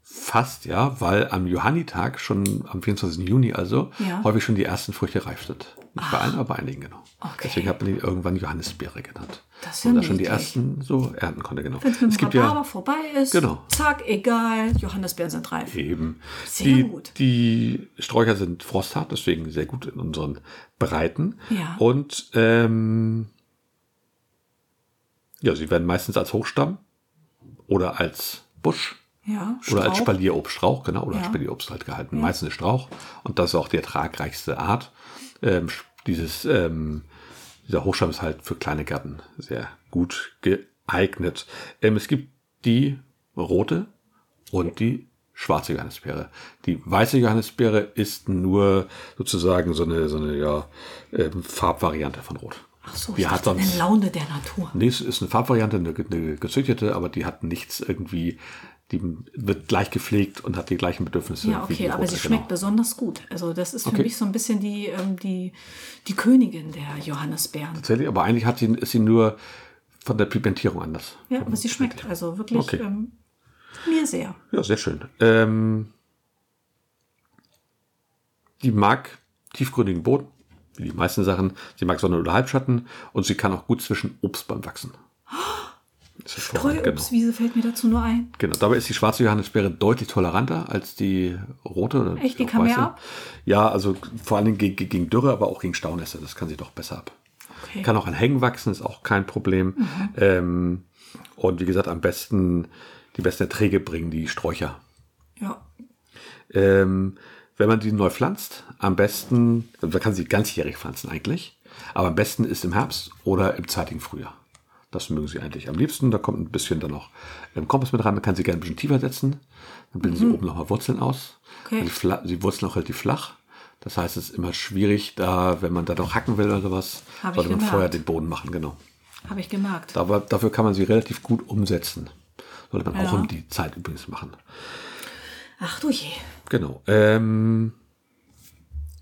Fast, ja, weil am Johannitag, schon am 24. Juni also,
Ja.
häufig schon die ersten Früchte reif sind. Nicht bei allen, aber bei einigen, genau.
Okay.
Deswegen hat man die irgendwann Johannisbeere genannt.
Das ist
Weil
ja
man da schon die
niedlich.
ersten so ernten konnte, genau.
Wenn es mit
Es
dem
gibt
Rhabarber
ja
vorbei ist,
Genau.
zack, egal, Johannisbeeren sind reif.
eben,
Sehr
die,
gut.
die Sträucher sind frosthart, deswegen sehr gut in unseren Breiten.
Ja.
Und ähm, ja, sie werden meistens als Hochstamm oder als Busch
Ja,
Oder als
Strauch.
Spalierobst, Strauch, genau, oder als
Ja.
Spalierobst halt gehalten. Meistens ist Strauch und das ist auch die ertragreichste Art. Ähm, sch- dieses, ähm, dieser Hochstamm ist halt für kleine Gärten sehr gut geeignet. Ähm, es gibt die rote und die schwarze Johannisbeere. Die weiße Johannisbeere ist nur sozusagen so eine, so eine ja, ähm, Farbvariante von Rot.
Ach so,
Die
ich
hat
dachte, eine
sonst
Laune der Natur.
Nee, es ist eine Farbvariante, eine, ge- eine gezüchtete, aber die hat nichts irgendwie, die wird gleich gepflegt und hat die gleichen Bedürfnisse.
Ja,
wie die
okay, aber
rote,
sie
genau.
schmeckt besonders gut. Also das ist für
Okay.
mich so ein bisschen die, ähm, die, die Königin der Johannisbeeren.
Tatsächlich, aber eigentlich hat sie, ist sie nur von der Pigmentierung anders.
Ja, aber sie schmeckt also wirklich
Okay.
ähm, mir sehr.
Ja, sehr schön. Ähm, die mag tiefgründigen Boden, wie die meisten Sachen. Sie mag Sonne oder Halbschatten und sie kann auch gut zwischen Obstbäumen wachsen.
Oh,
Das ist hervorragend, genau.
Streuobstwiese fällt mir dazu nur ein.
Genau, dabei ist die schwarze Johannisbeere deutlich toleranter als die rote. Oder
Echt? Die
auch
kann mehr
weiße.
ab?
Ja, also vor allem gegen, gegen Dürre, aber auch gegen Staunässe. Das kann sie doch besser ab.
Okay.
Kann auch an Hängen wachsen, ist auch kein Problem.
Mhm.
Ähm, und wie gesagt, am besten die besten Erträge bringen die Sträucher.
Ja,
Ähm, wenn man die neu pflanzt, am besten, also man kann sie ganzjährig pflanzen eigentlich, aber am besten ist im Herbst oder im zeitigen Frühjahr. Das mögen sie eigentlich am liebsten. Da kommt ein bisschen dann noch ähm, Kompost mit rein. Man kann sie gerne ein bisschen tiefer setzen. Dann bilden sie oben nochmal Wurzeln aus.
Mhm. Okay.
Und Die, Fla- die Wurzeln auch relativ flach. Das heißt, es ist immer schwierig, da, wenn man da noch hacken will oder sowas,
Hab ich
sollte man
gemerkt.
vorher den Boden machen, genau.
habe ich gemerkt.
Aber dafür kann man sie relativ gut umsetzen. Sollte man auch
Ja.
um die Zeit übrigens machen.
Ach du je.
Genau. Ähm,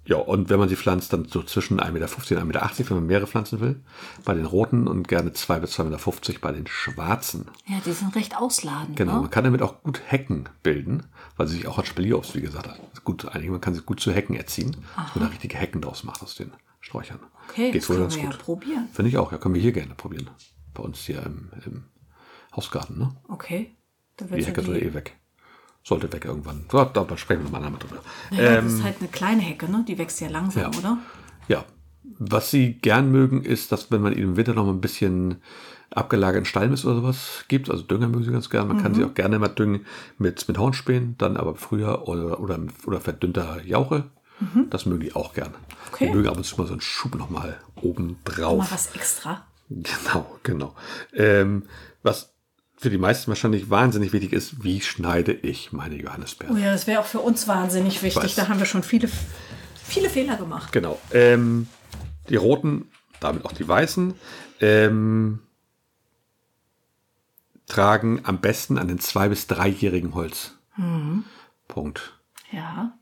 ja, und wenn man sie pflanzt, dann so zwischen 1,50 Meter und 1,80 Meter, wenn man mehrere pflanzen will, bei den roten und gerne 2 bis 2,50 Meter bei den schwarzen.
Ja, die sind recht ausladend.
Genau,
Ne?
man kann damit auch gut Hecken bilden, weil sie sich auch als Spalierobst, wie gesagt, hat. gut einigen. Man kann sie gut zu Hecken erziehen, dass man da richtige Hecken draus macht aus den Sträuchern.
Okay,
Geht
das
wohl
können
ganz
wir ja
gut.
probieren.
Finde ich auch, ja, können wir hier gerne probieren. Bei uns hier im, im Hausgarten, ne?
Okay. Da
Die
wird so
Hecke soll
die,
eh weg. Sollte weg irgendwann. So, da, da sprechen wir mal einmal drüber. Ähm,
Naja, das ist halt eine kleine Hecke, ne? Die wächst ja langsam,
ja.
oder?
Ja. Was sie gern mögen, ist, dass wenn man ihnen im Winter noch mal ein bisschen abgelagerten Stallmist oder sowas gibt, also Dünger mögen sie ganz gern. Man
Mhm.
kann sie auch gerne mal düngen mit, mit Hornspänen, dann aber früher oder, oder, oder verdünnter Jauche. Das mögen die auch gern.
Mhm. Okay.
Die mögen ab und zu mal so einen Schub noch mal oben
Mal
drauf.
was extra.
Genau, genau. Ähm, was für die meisten wahrscheinlich wahnsinnig wichtig ist, wie schneide ich meine Johannisbeeren?
Oh ja, das wäre auch für uns wahnsinnig wichtig.
weiß.
Da haben wir schon viele, viele Fehler gemacht.
Genau. Ähm, die roten, damit auch die weißen, ähm, tragen am besten an den zwei- bis dreijährigen Holz. Punkt.
Ja.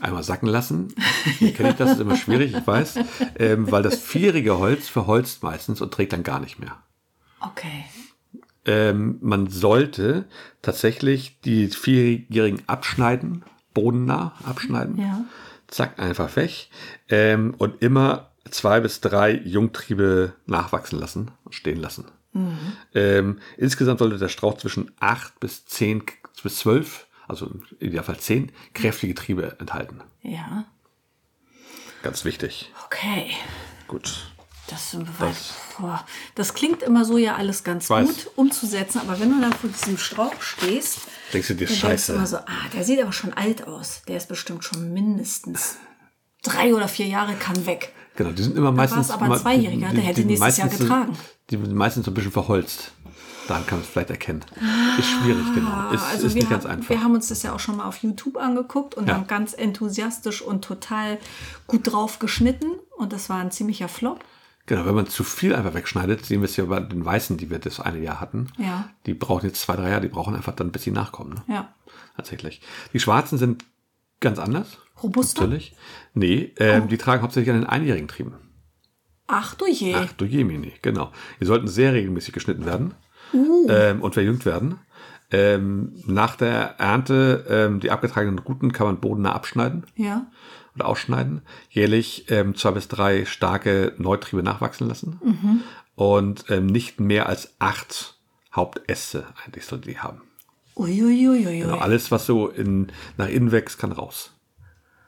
Einmal sacken lassen. Hier kenne ich das, ist immer schwierig, ich weiß. Ähm, weil das vierjährige Holz verholzt meistens und trägt dann gar nicht mehr.
Okay.
Ähm, man sollte tatsächlich die Vierjährigen abschneiden, bodennah abschneiden.
Ja.
Zack, einfach weg. Ähm, und immer zwei bis drei Jungtriebe nachwachsen lassen und stehen lassen.
Mhm.
Ähm, insgesamt sollte der Strauch zwischen acht bis zehn k- bis zwölf, also im Idealfall zehn, kräftige Triebe enthalten.
Ja.
Ganz wichtig.
Okay.
Gut.
Das, sind wir weit- boah. das klingt immer so ja alles ganz
Weiß.
gut umzusetzen, aber wenn du dann vor diesem Strauch stehst,
Denkst du dir,
dann denkst
scheiße.
du immer so, ah, der sieht aber schon alt aus. Der ist bestimmt schon mindestens drei oder vier Jahre, kann weg.
Genau, die sind immer meistens.
war's aber ein
immer-
Zweijähriger, der hätte nächstes Jahr
meistens
getragen.
So, die sind meistens so ein bisschen verholzt. Daran kann man es vielleicht erkennen. Ist schwierig, genau. Ist, ist
Ah, also wir,
nicht ganz
haben-
einfach.
wir haben uns das ja auch schon mal auf YouTube angeguckt und
Ja.
haben ganz enthusiastisch und total gut drauf geschnitten. Und das war ein ziemlicher Flop.
Genau, wenn man zu viel einfach wegschneidet, sehen wir es ja bei den Weißen, die wir das eine Jahr hatten.
Ja.
Die brauchen jetzt zwei, drei Jahre, die brauchen einfach dann, bis sie nachkommen. Ne?
Ja.
Tatsächlich. Die Schwarzen sind ganz anders.
Robuster?
Natürlich. Nee,
Oh.
ähm, die tragen hauptsächlich an den einjährigen Trieben.
Ach du je.
Ach du Jemini, genau. Die sollten sehr regelmäßig geschnitten werden ähm, und verjüngt werden. Ähm, nach der Ernte ähm, die abgetragenen Ruten kann man bodennah abschneiden
Ja.
oder ausschneiden. Jährlich ähm, zwei bis drei starke Neutriebe nachwachsen lassen und ähm, nicht mehr als acht Hauptäste eigentlich sollten die haben.
Uiuiuiui.
Genau, alles, was so in, nach innen wächst, kann raus.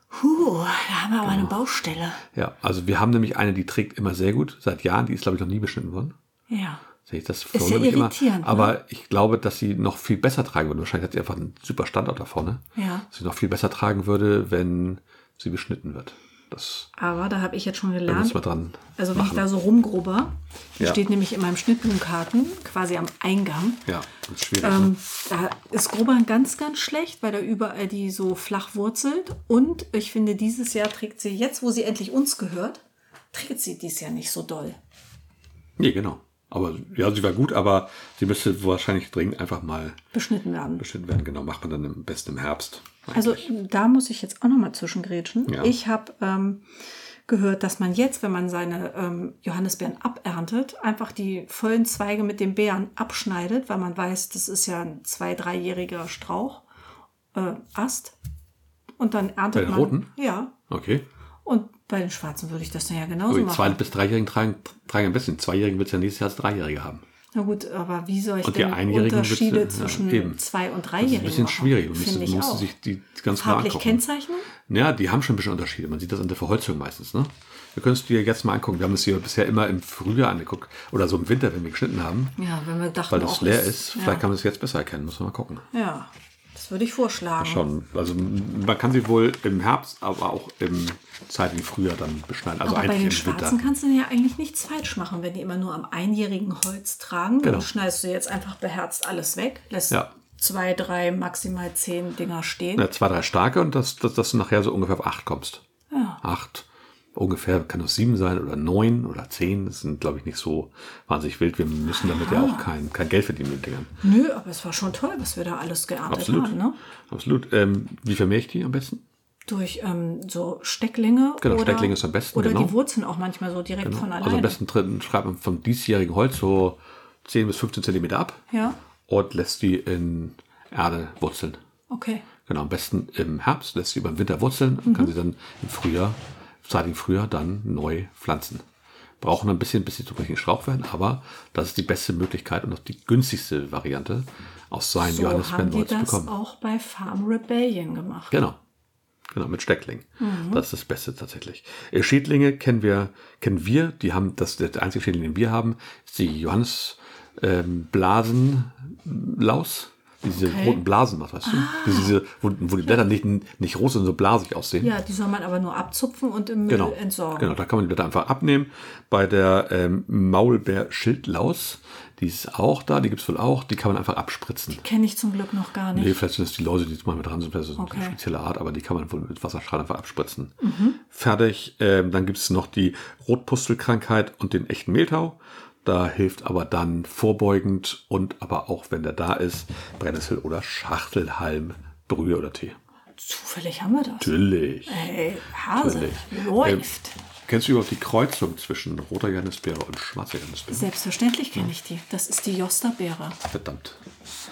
Puh, da haben wir aber eine
Genau.
Baustelle.
Ja, also wir haben nämlich eine, die trägt immer sehr gut, seit Jahren, die ist, glaube ich, noch nie beschnitten worden.
Ja.
Sehe ich das
ja
verwundert mich
irritierend, ne?
Aber ich glaube, dass sie noch viel besser tragen würde. Wahrscheinlich hat sie einfach einen super Standort da vorne.
Ja.
Dass sie noch viel besser tragen würde, wenn sie beschnitten wird. Das
Aber da habe ich jetzt schon
da
gelernt,
müssen wir dran.
also wenn ich
machen.
da so rumgrubber, hier
Ja.
steht nämlich in meinem Schnittblumenkarten, quasi am Eingang,
ja, das ist schwierig. ne?
ähm, da ist Grubbern ganz, ganz schlecht, weil da überall die so flach wurzelt. Und ich finde, dieses Jahr trägt sie, jetzt wo sie endlich uns gehört, trägt sie dieses Jahr nicht so doll.
Nee, genau. Aber ja, sie war gut, aber sie müsste wahrscheinlich dringend einfach mal
Beschnitten werden.
beschnitten werden. Genau, macht man dann am besten im Herbst.
Also
eigentlich.
da muss ich jetzt auch nochmal zwischengrätschen.
Ja.
Ich habe ähm, gehört, dass man jetzt, wenn man seine ähm, Johannisbeeren aberntet, einfach die vollen Zweige mit den Beeren abschneidet, weil man weiß, das ist ja ein zwei-, dreijähriger Strauch, äh, Ast. Und dann erntet
den
man.
roten?
Ja.
okay.
Und bei den Schwarzen würde ich das dann ja genauso
Aber die zwei-
machen.
bis dreijährigen tragen, tragen am besten. Die Zweijährigen wird es ja nächstes Jahr als Dreijährige haben.
Na gut, aber wie soll ich
Und die
denn
Einjährigen wird's-
Unterschiede
ja,
zwischen
eben.
zwei und
Das ist
dreijährigen
ein bisschen
machen?
schwierig. Man
Finde
müsste,
ich
man müsste
auch.
sich die ganz mal
Farblich
angucken.
kennzeichnen?
Ja, die haben schon ein bisschen Unterschiede. Man sieht das an der Verholzung meistens. Ne? Wir können es dir jetzt mal angucken. Wir haben es hier bisher immer im Frühjahr angeguckt oder so im Winter, wenn wir geschnitten haben,
Ja, wenn wir dachten,
weil das
auch,
leer
das-
ist.
ja.
Vielleicht kann man es jetzt besser erkennen. Muss man mal gucken.
Ja, das würde ich vorschlagen.
Schon. Also m- man kann sie wohl im Herbst, aber auch im zeitigen Frühjahr dann beschneiden. Also
aber bei den
eigentlich im
Schwarzen
Winter.
kannst du ja eigentlich nichts falsch machen, wenn die immer nur am einjährigen Holz tragen.
Genau.
Dann schneidest du jetzt einfach beherzt alles weg, lässt
Ja.
zwei, drei, maximal zehn Dinger stehen.
Ja, zwei, drei starke und dass, dass, dass du nachher so ungefähr auf acht kommst.
Ja.
Acht. Ungefähr kann das sieben sein oder neun oder zehn. Das sind, glaube ich, nicht so wahnsinnig wild. Wir müssen damit
Ah.
ja auch kein, kein Geld verdienen mit den Dingern.
Nö, aber es war schon toll, was wir da alles geerntet
Absolut.
haben. Ne?
Absolut. Ähm, wie vermehre ich die am besten?
Durch ähm, so Stecklinge.
Genau,
oder,
Stecklinge ist am besten,
Oder
genau.
die Wurzeln auch manchmal so direkt von alleine.
Also am besten drin schreibt man vom diesjährigen Holz so 10 bis 15 Zentimeter ab
Ja,
und lässt die in Erde wurzeln.
okay.
Genau, am besten im Herbst, lässt sie
Mhm.
über den Winter wurzeln und kann sie dann im Frühjahr, im zeitigen Frühjahr dann neu pflanzen. brauchen ein bisschen, bis sie zum richtigen Schlauch werden, aber das ist die beste Möglichkeit und auch die günstigste Variante, aus seinen
So
Johannes
haben die
Benboy zu
das
bekommen.
auch bei Farm Rebellion gemacht.
Genau. Genau, mit Steckling. Das ist das Beste tatsächlich. Äh, Schädlinge kennen wir, kennen wir, die haben, das, der einzige Schädling, den wir haben, ist die Johannes ähm, Blasenlaus. Diese
Okay. Ah.
roten Blasen, was weißt du? Diese, diese, wo, wo die Blätter nicht, nicht rot sind, so blasig aussehen.
Ja, die soll man aber nur abzupfen und im Müll
Genau.
entsorgen.
Genau, da kann man die Blätter einfach abnehmen. Bei der ähm, Maulbeer-Schildlaus, die ist auch da, die gibt's wohl auch, die kann man einfach abspritzen.
Kenne ich zum Glück noch gar nicht.
Nee, vielleicht sind es die Läuse, die jetzt mal mit dran sind, vielleicht ist das
Okay. Mhm.
eine spezielle Art, aber die kann man wohl mit Wasserstrahl einfach abspritzen. Fertig. Ähm, dann gibt es noch die Rotpustelkrankheit und den echten Mehltau. Da hilft aber dann vorbeugend und aber auch, wenn der da ist, Brennnessel oder Schachtelhalm, Brühe oder Tee.
Zufällig haben wir das.
Natürlich.
Ey, Hase,
Natürlich.
Also, läuft.
Ähm, Kennst du überhaupt die Kreuzung zwischen roter Johannisbeere und schwarzer Johannisbeere?
Selbstverständlich kenne ich die. Das ist die Josterbeere.
Verdammt.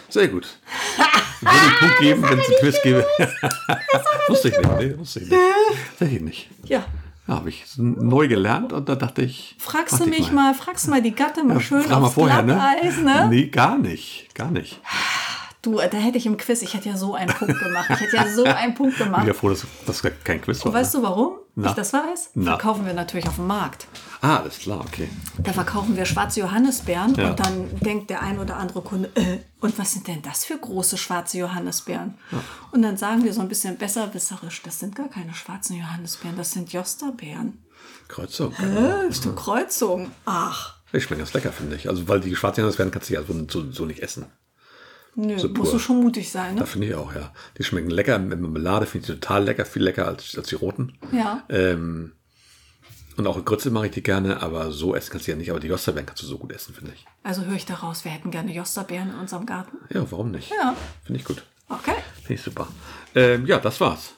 Sehr gut. Ich würde einen Punkt
(laughs)
geben, wenn es einen Quiz gäbe. (laughs) wusste ich nicht. Nee, wusste ich nicht. Tatsächlich nicht.
Ja.
Ja, habe ich neu gelernt und da dachte ich.
Fragst
warte
du mich mal. fragst mal die Gatte mal schön
Frag mal
aufs
vorher,
Glatteis,
ne?
ne?
Nee, gar nicht. Gar nicht.
Du, da hätte ich im Quiz, ich hätte ja so einen Punkt gemacht. Ich hätte ja so einen
(laughs)
Punkt
Ich bin
gemacht.
ja froh, dass das kein Quiz ne? war.
Weißt du warum?
Na.
Ich das weiß?
Na.
Verkaufen wir natürlich auf dem Markt.
ne? Ah, alles klar, okay.
Da verkaufen wir schwarze Johannisbeeren
Ja.
und dann denkt der ein oder andere Kunde, äh, und was sind denn das für große schwarze Johannisbeeren? Und dann sagen wir so ein bisschen besserwisserisch, das sind gar keine schwarzen Johannisbeeren, das sind Josterbeeren.
Kreuzung.
Äh, ist eine Kreuzung. Ach,
Ich schmeckt ganz lecker, finde ich. Also, weil die schwarzen Johannes werden, kannst du ja so, so, so nicht essen.
nö,
So
musst
pur.
du schon mutig sein,
Da
ne?
finde ich auch, ja. Die schmecken lecker. Mit Marmelade finde ich die total lecker. Viel lecker als, als die roten.
Ja.
Ähm, und auch in Grütze mache ich die gerne, aber so essen kannst du ja nicht. Aber die Josterbeeren kannst du so gut essen, finde ich.
Also höre ich daraus, wir hätten gerne Josterbeeren in unserem Garten.
Ja, warum nicht?
Ja.
Finde ich gut.
Okay.
Finde ich super. Ähm, ja, das war's.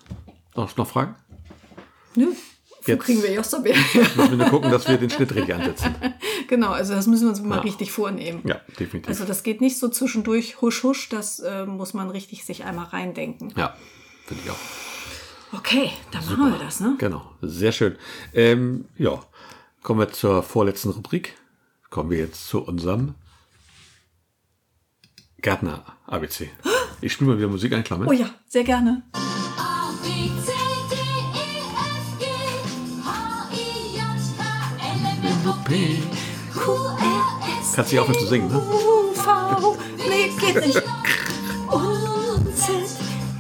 Noch, noch Fragen?
Nö. Wo
Jetzt-
kriegen wir Josterbeeren?
Müssen wir nur gucken, dass wir den Schnitt richtig ansetzen.
genau, also das müssen wir uns mal
Ja.
richtig vornehmen.
Ja, definitiv.
Also das geht nicht so zwischendurch husch husch, das äh, muss man richtig sich einmal reindenken.
ja, finde ich auch.
Okay, dann machen wir das, ne?
Genau, sehr schön. Ähm, ja, kommen wir zur vorletzten Rubrik. Kommen wir jetzt zu unserem Gärtner ABC. Ich spiele mal wieder Musik ein, Klammer.
Oh ja, sehr gerne.
A, B, C, D, E, F, G, H, I, J, K, L, M, N, O, P, Q, R, S,
Kannst dich aufhören zu singen, ne?
Uh, V. Nee, geht
T,
nicht.
und Z.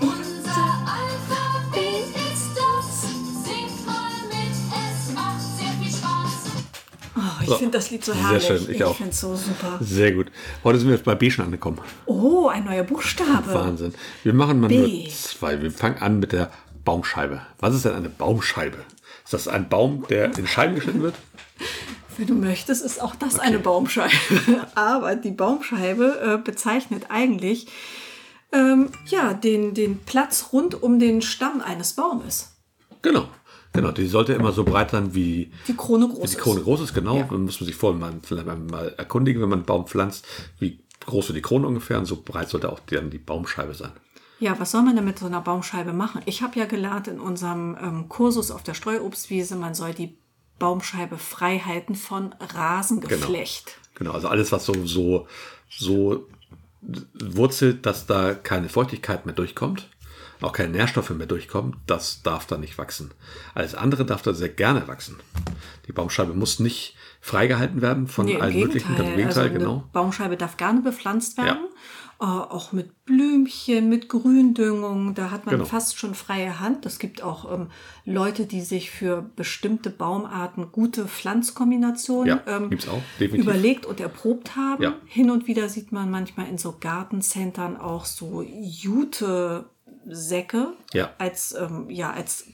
Unser Alphabet ist das. Singt mal mit, es macht sehr viel Spaß.
Oh, ich
So.
finde das Lied so
Sehr
herrlich.
schön, ich auch.
finde es so super.
Sehr gut. Heute sind wir jetzt bei B schon angekommen.
Oh, ein neuer Buchstabe.
Wahnsinn. Wir machen mal
B.
nur zwei. Wir fangen an mit der Baumscheibe. Was ist denn eine Baumscheibe? Ist das ein Baum, der in Scheiben geschnitten wird?
Wenn du möchtest, ist auch das eine Baumscheibe. (laughs) Aber die Baumscheibe äh, bezeichnet eigentlich ähm, ja, den, den Platz rund um den Stamm eines Baumes.
Genau. Genau, die sollte immer so breit sein wie
Die Krone groß
die Krone
ist.
groß ist, genau.
Ja.
Dann muss man sich vorher mal, vielleicht mal erkundigen, wenn man einen Baum pflanzt, wie groß so die Krone ungefähr und so breit sollte auch dann die Baumscheibe sein.
Ja, was soll man denn mit so einer Baumscheibe machen? Ich habe ja gelernt in unserem ähm, Kursus auf der Streuobstwiese, man soll die Baumscheibe frei halten von Rasengeflecht.
Genau, also alles, was so, so, so wurzelt, dass da keine Feuchtigkeit mehr durchkommt, auch keine Nährstoffe mehr durchkommen, das darf da nicht wachsen. Alles andere darf da sehr gerne wachsen. Die Baumscheibe muss nicht freigehalten werden von
Nee, im
allen möglichen. Ganz Im Gegenteil,
also Eine
genau.
Baumscheibe darf gerne bepflanzt werden. Äh, auch mit Blümchen, mit Gründüngung. Da hat man
Genau.
fast schon freie Hand. Es gibt auch ähm, Leute, die sich für bestimmte Baumarten gute Pflanzkombinationen ähm,
Ja, gibt's auch, definitiv.
überlegt und erprobt haben.
Ja.
Hin und wieder sieht man manchmal in so Gartencentern auch so Jute-Säcke
Ja.
als, ähm, ja, als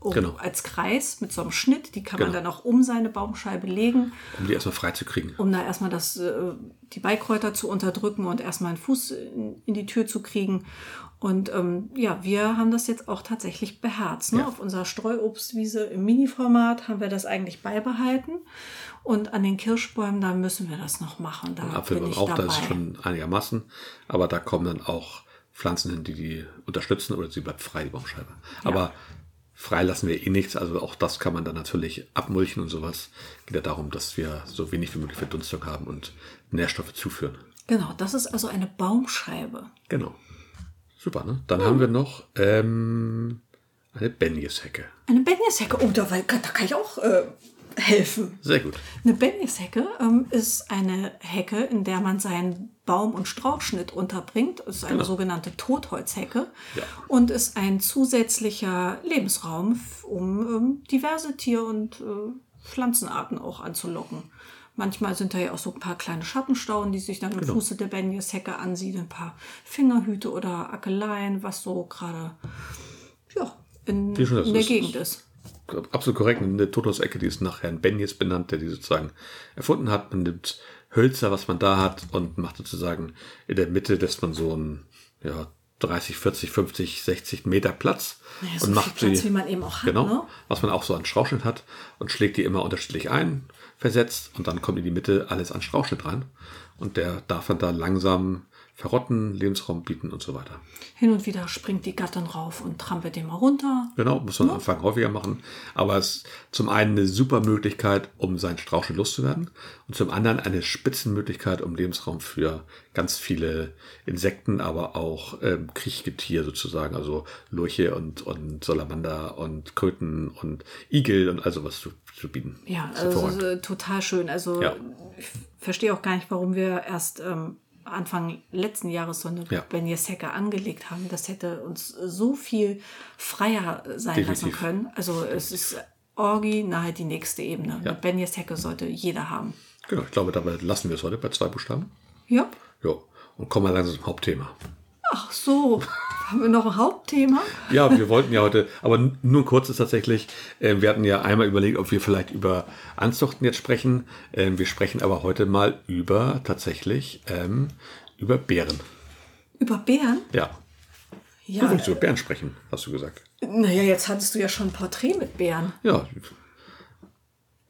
um,
Genau.
als Kreis mit so einem Schnitt, die kann man
Genau.
dann auch um seine Baumscheibe legen
Um die erstmal freizukriegen.
um da erstmal das, äh, die Beikräuter zu unterdrücken und erstmal einen Fuß in, in die Tür zu kriegen. Und ähm, ja, wir haben das jetzt auch tatsächlich beherzt. Ne?
Ja.
Auf unserer Streuobstwiese im Mini-Format haben wir das eigentlich beibehalten. Und an den Kirschbäumen, da müssen wir das noch machen. Da bin
Apfelbaum
ich
auch,
dabei.
da ist schon einigermaßen. Aber da kommen dann auch Pflanzen hin, die die unterstützen oder sie bleibt frei, die Baumscheibe. Aber Frei lassen wir eh nichts, also auch das kann man dann natürlich abmulchen und sowas. Geht ja darum, dass wir so wenig wie möglich Verdunstung haben und Nährstoffe zuführen.
Genau, das ist also eine Baumscheibe.
Genau. Super, ne? Dann haben wir noch ähm, eine Benjeshecke.
Eine Benjeshecke. Oh, da, wei- da kann ich auch äh, helfen.
Sehr gut.
Eine Benjeshecke ähm, ist eine Hecke, in der man seinen Baum- und Strauchschnitt unterbringt. Das ist eine sogenannte Totholzhecke
Genau. Ja.
und ist ein zusätzlicher Lebensraum, f- um ähm, diverse Tier- und äh, Pflanzenarten auch anzulocken. Manchmal sind da ja auch so ein paar kleine Schattenstauden, die sich dann
Genau.
am Fuße der Benjeshecke ansiedeln. Ein paar Fingerhüte oder Ackeleien, was so gerade ja, in,
Wie schon das
in der
ist.
Gegend ist.
Absolut korrekt. Eine Totos-Ecke, die ist nach Herrn Benjes benannt, der die sozusagen erfunden hat. Man nimmt Hölzer, was man da hat, und macht sozusagen in der Mitte, dass man so ein ja, 30, 40, 50, 60 Meter Platz
Naja, so
und
viel
macht
Platz,
sie-
wie man eben auch hat,
Genau,
ne?
was man auch so an Strauchschnitt hat und schlägt die immer unterschiedlich ein, versetzt und dann kommt in die Mitte alles an Strauchschnitt rein. Und der darf dann da langsam verrotten, Lebensraum bieten und so weiter.
Hin und wieder springt die Gattin rauf und trampelt den mal runter.
Genau, muss man am Anfang häufiger machen. Aber es ist zum einen eine super Möglichkeit, um seinen Strauchschnitt loszuwerden und zum anderen eine Spitzenmöglichkeit, um Lebensraum für ganz viele Insekten, aber auch ähm, Kriechgetier sozusagen, also Lurche und, und Salamander und Kröten und Igel und also was zu, zu bieten.
Ja,
Das ist
also es ist
hervorragend.
äh, total schön. Also
Ja.
ich verstehe auch gar nicht, warum wir erst ähm, Anfang letzten Jahres so eine
Ja.
Benjeshecke angelegt haben. Das hätte uns so viel freier sein lassen
Definitiv.
können. Also es ist original die nächste Ebene.
Ja.
Eine Benjeshecke sollte jeder haben.
genau, ich glaube, dabei lassen wir es heute bei zwei Buchstaben.
Ja.
Ja, und kommen wir langsam zum Hauptthema.
Ach
(laughs)
so, haben wir noch ein Hauptthema?
Ja, wir wollten ja heute, aber n- nur ein kurzes tatsächlich. Äh, Wir hatten ja einmal überlegt, ob wir vielleicht über Anzuchten jetzt sprechen. Ähm, Wir sprechen aber heute mal über tatsächlich ähm, über Bären.
Über Bären?
Ja.
Ja.
Du wolltest über Bären sprechen, hast du gesagt.
Naja, jetzt hattest du ja schon ein Porträt mit Bären.
Ja.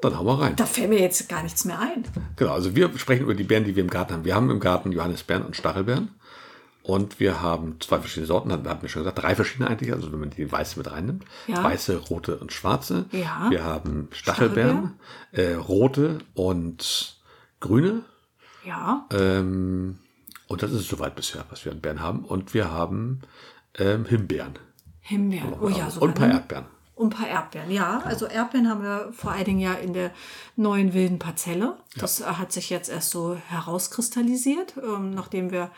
Dann hauen wir rein.
Da fällt mir jetzt gar nichts mehr ein.
Genau, also wir sprechen über die Beeren, die wir im Garten haben. Wir haben im Garten Johannisbeeren und Stachelbeeren. Und wir haben zwei verschiedene Sorten, hatten hatten wir schon gesagt, drei verschiedene eigentlich, also wenn man die weiße mit reinnimmt.
Ja.
Weiße, rote und schwarze.
Ja.
Wir haben Stachelbeeren, äh, rote und grüne.
Ja.
Ähm, und das ist es soweit bisher, was wir an Beeren haben. Und wir haben ähm, Himbeeren.
Himbeeren. Oh ja, sogar.
und ein paar
ne?
Erdbeeren.
Und ein paar Erdbeeren, ja. Also Erdbeeren haben wir vor allen Dingen ja in der neuen wilden Parzelle. Das äh, hat sich jetzt erst so herauskristallisiert, ähm, nachdem wir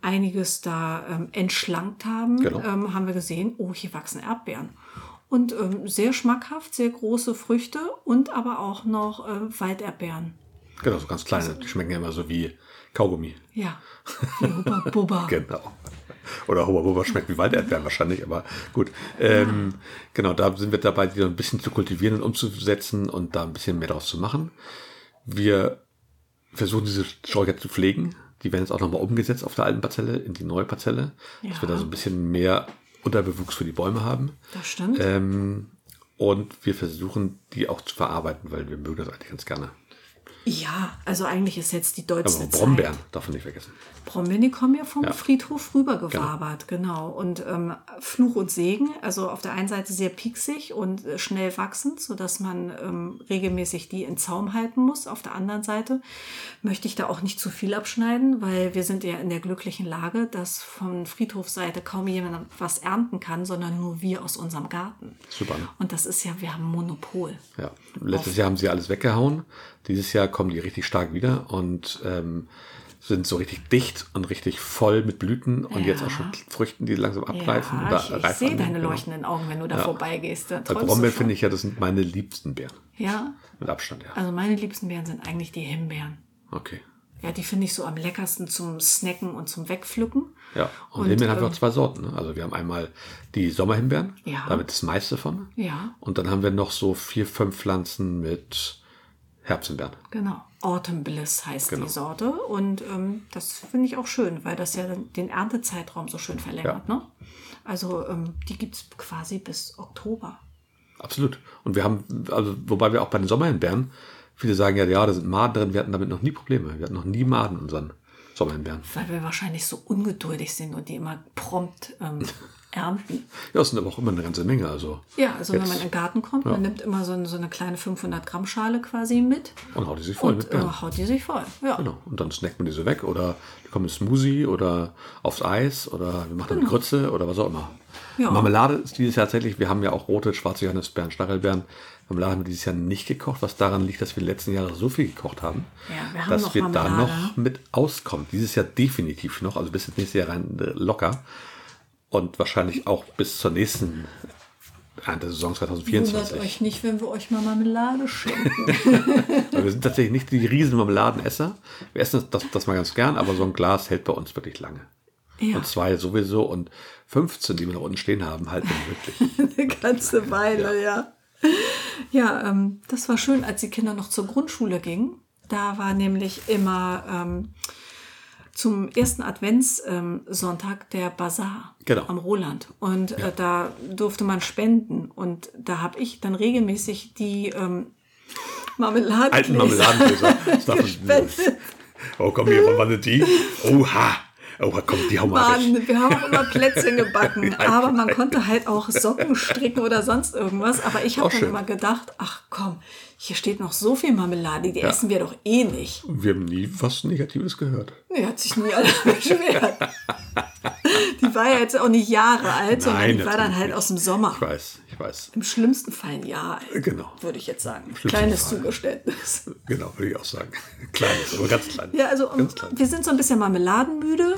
einiges da ähm, entschlankt haben,
Genau.
ähm, haben wir gesehen, oh, hier wachsen Erdbeeren. Und ähm, sehr schmackhaft, sehr große Früchte und aber auch noch äh, Walderdbeeren.
Genau, so ganz kleine,
Also
die schmecken ja immer so wie Kaugummi. (laughs)
Ja, wie Hubba Bubba.
Genau. Oder Hubba Bubba schmeckt wie Walderdbeeren wahrscheinlich, aber gut. Ähm, Genau, da sind wir dabei, die so ein bisschen zu kultivieren und umzusetzen und da ein bisschen mehr draus zu machen. Wir versuchen diese Sträucher zu pflegen. Die werden jetzt auch nochmal umgesetzt auf der alten Parzelle, in die neue Parzelle, dass wir da
Ja.
so ein bisschen mehr Unterbewuchs für die Bäume haben.
Das stimmt.
Ähm, und wir versuchen, die auch zu verarbeiten, weil wir mögen das eigentlich ganz gerne.
Ja, also eigentlich ist jetzt die deutsche Zeit.
Aber Brombeeren darf man nicht vergessen.
Brombeeren, die kommen ja vom
Ja.
Friedhof rübergewabert, genau. Und ähm, Fluch und Segen, also auf der einen Seite sehr pieksig und äh, schnell wachsend, sodass man ähm, regelmäßig die in Zaum halten muss. Auf der anderen Seite möchte ich da auch nicht zu viel abschneiden, weil wir sind ja in der glücklichen Lage, dass von Friedhofseite kaum jemand was ernten kann, sondern nur wir aus unserem Garten.
Super, ne?
Und das ist ja, wir haben Monopol.
Ja, letztes Jahr haben sie alles weggehauen. Dieses Jahr kommen die richtig stark wieder und ähm, sind so richtig dicht und richtig voll mit Blüten und jetzt auch schon Früchten, die langsam abreifen.
ja,
oder
ich, ich
reif
sehe
annehmen,
deine
genau.
leuchtenden Augen, wenn du da vorbeigehst. Da
Bei
träumst du
Brombeeren
schon.
Also finde ich ja, das sind meine liebsten Beeren.
Ja,
Mit Abstand, ja.
Also meine liebsten Beeren sind eigentlich die Himbeeren.
Okay.
Ja, die finde ich so am leckersten zum Snacken und zum Wegpflücken.
Ja, und,
Und,
Himbeeren haben wir
ähm,
auch zwei Sorten. Ne? Also wir haben einmal die Sommerhimbeeren,
Ja.
damit das meiste von.
Ja.
Und dann haben wir noch so vier, fünf Pflanzen mit Herbstenbeeren.
Genau. Autumn Bliss heißt
Genau.
die Sorte. Und ähm, das finde ich auch schön, weil das ja dann den Erntezeitraum so schön verlängert.
Ja.
Ne? Also ähm, die gibt es quasi bis Oktober.
Absolut. Und wir haben, also, wobei wir auch bei den Sommerhimbeeren, viele sagen ja, ja, da sind Maden drin, wir hatten damit noch nie Probleme. Wir hatten noch nie Maden in unseren Sommerhimbeeren. (laughs)
Weil wir wahrscheinlich so ungeduldig sind und die immer prompt ähm, ernten.
Ja, es sind aber auch immer eine ganze Menge. Also
Ja, also wenn
Jetzt.
man in den Garten kommt, man nimmt immer so, ein- so eine kleine 500-Gramm-Schale quasi mit
und haut die sich voll
und
mit
äh,
Beeren.
haut die sich voll. Ja.
Genau. Und dann snackt man diese weg oder die kommen in Smoothie oder aufs Eis oder wir machen eine Grütze oder was auch immer.
Genau. Ja.
Marmelade ist dieses Jahr tatsächlich, wir haben ja auch rote, schwarze Johannisbeeren, Stachelbeeren. Marmelade haben wir dieses Jahr nicht gekocht, was daran liegt, dass wir die letzten Jahre so viel gekocht haben,
Ja, wir haben
dass
noch
wir da
Marmelade.
noch mit auskommen. Dieses Jahr definitiv noch, also bis ins nächste Jahr rein äh, locker. Und wahrscheinlich auch bis zur nächsten Erntesaison
Wundert
2024.
euch nicht, wenn wir euch mal Marmelade schenken.
Weil wir sind tatsächlich nicht die riesen Marmeladenesser. Wir essen das, das, das mal ganz gern, aber so ein Glas hält bei uns wirklich lange.
Ja,
Und zwei sowieso und 15, die wir noch unten stehen haben, halten wirklich.
eine ganze Weile, ja. Ja, ähm, das war schön, als die Kinder noch zur Grundschule gingen. Da war nämlich immer ähm, zum ersten Adventssonntag der Bazar
Genau.
am Roland. Und äh, da durfte man spenden. Und da habe ich dann regelmäßig die ähm, Marmeladen.
Alten Marmeladengläser. Das darf man-
Gespendet.
Oh komm, hier, wann waren die? Oha! Oha, komm, die haben wir weg.
Mann, wir haben auch
(laughs)
immer Plätzchen gebacken, aber man konnte halt auch Socken stricken oder sonst irgendwas. Aber ich habe
Auch
dann
schön.
immer gedacht, ach komm, hier steht noch so viel Marmelade, die essen wir doch eh nicht.
Wir haben nie was Negatives gehört.
Nee, hat sich nie alle (laughs) beschwert. die war ja jetzt auch nicht Jahre alt, sondern
Nein,
die war dann
natürlich
halt
nicht.
aus dem Sommer.
Ich weiß, ich weiß.
Im schlimmsten Fall ein Jahr alt,
Genau,
würde ich jetzt sagen.
schlimmsten
Kleines
Fall.
Zugeständnis.
genau, würde ich auch sagen. (laughs) Kleines, aber ganz klein.
Ja, also um,
ganz klein.
wir sind so ein bisschen marmeladenmüde,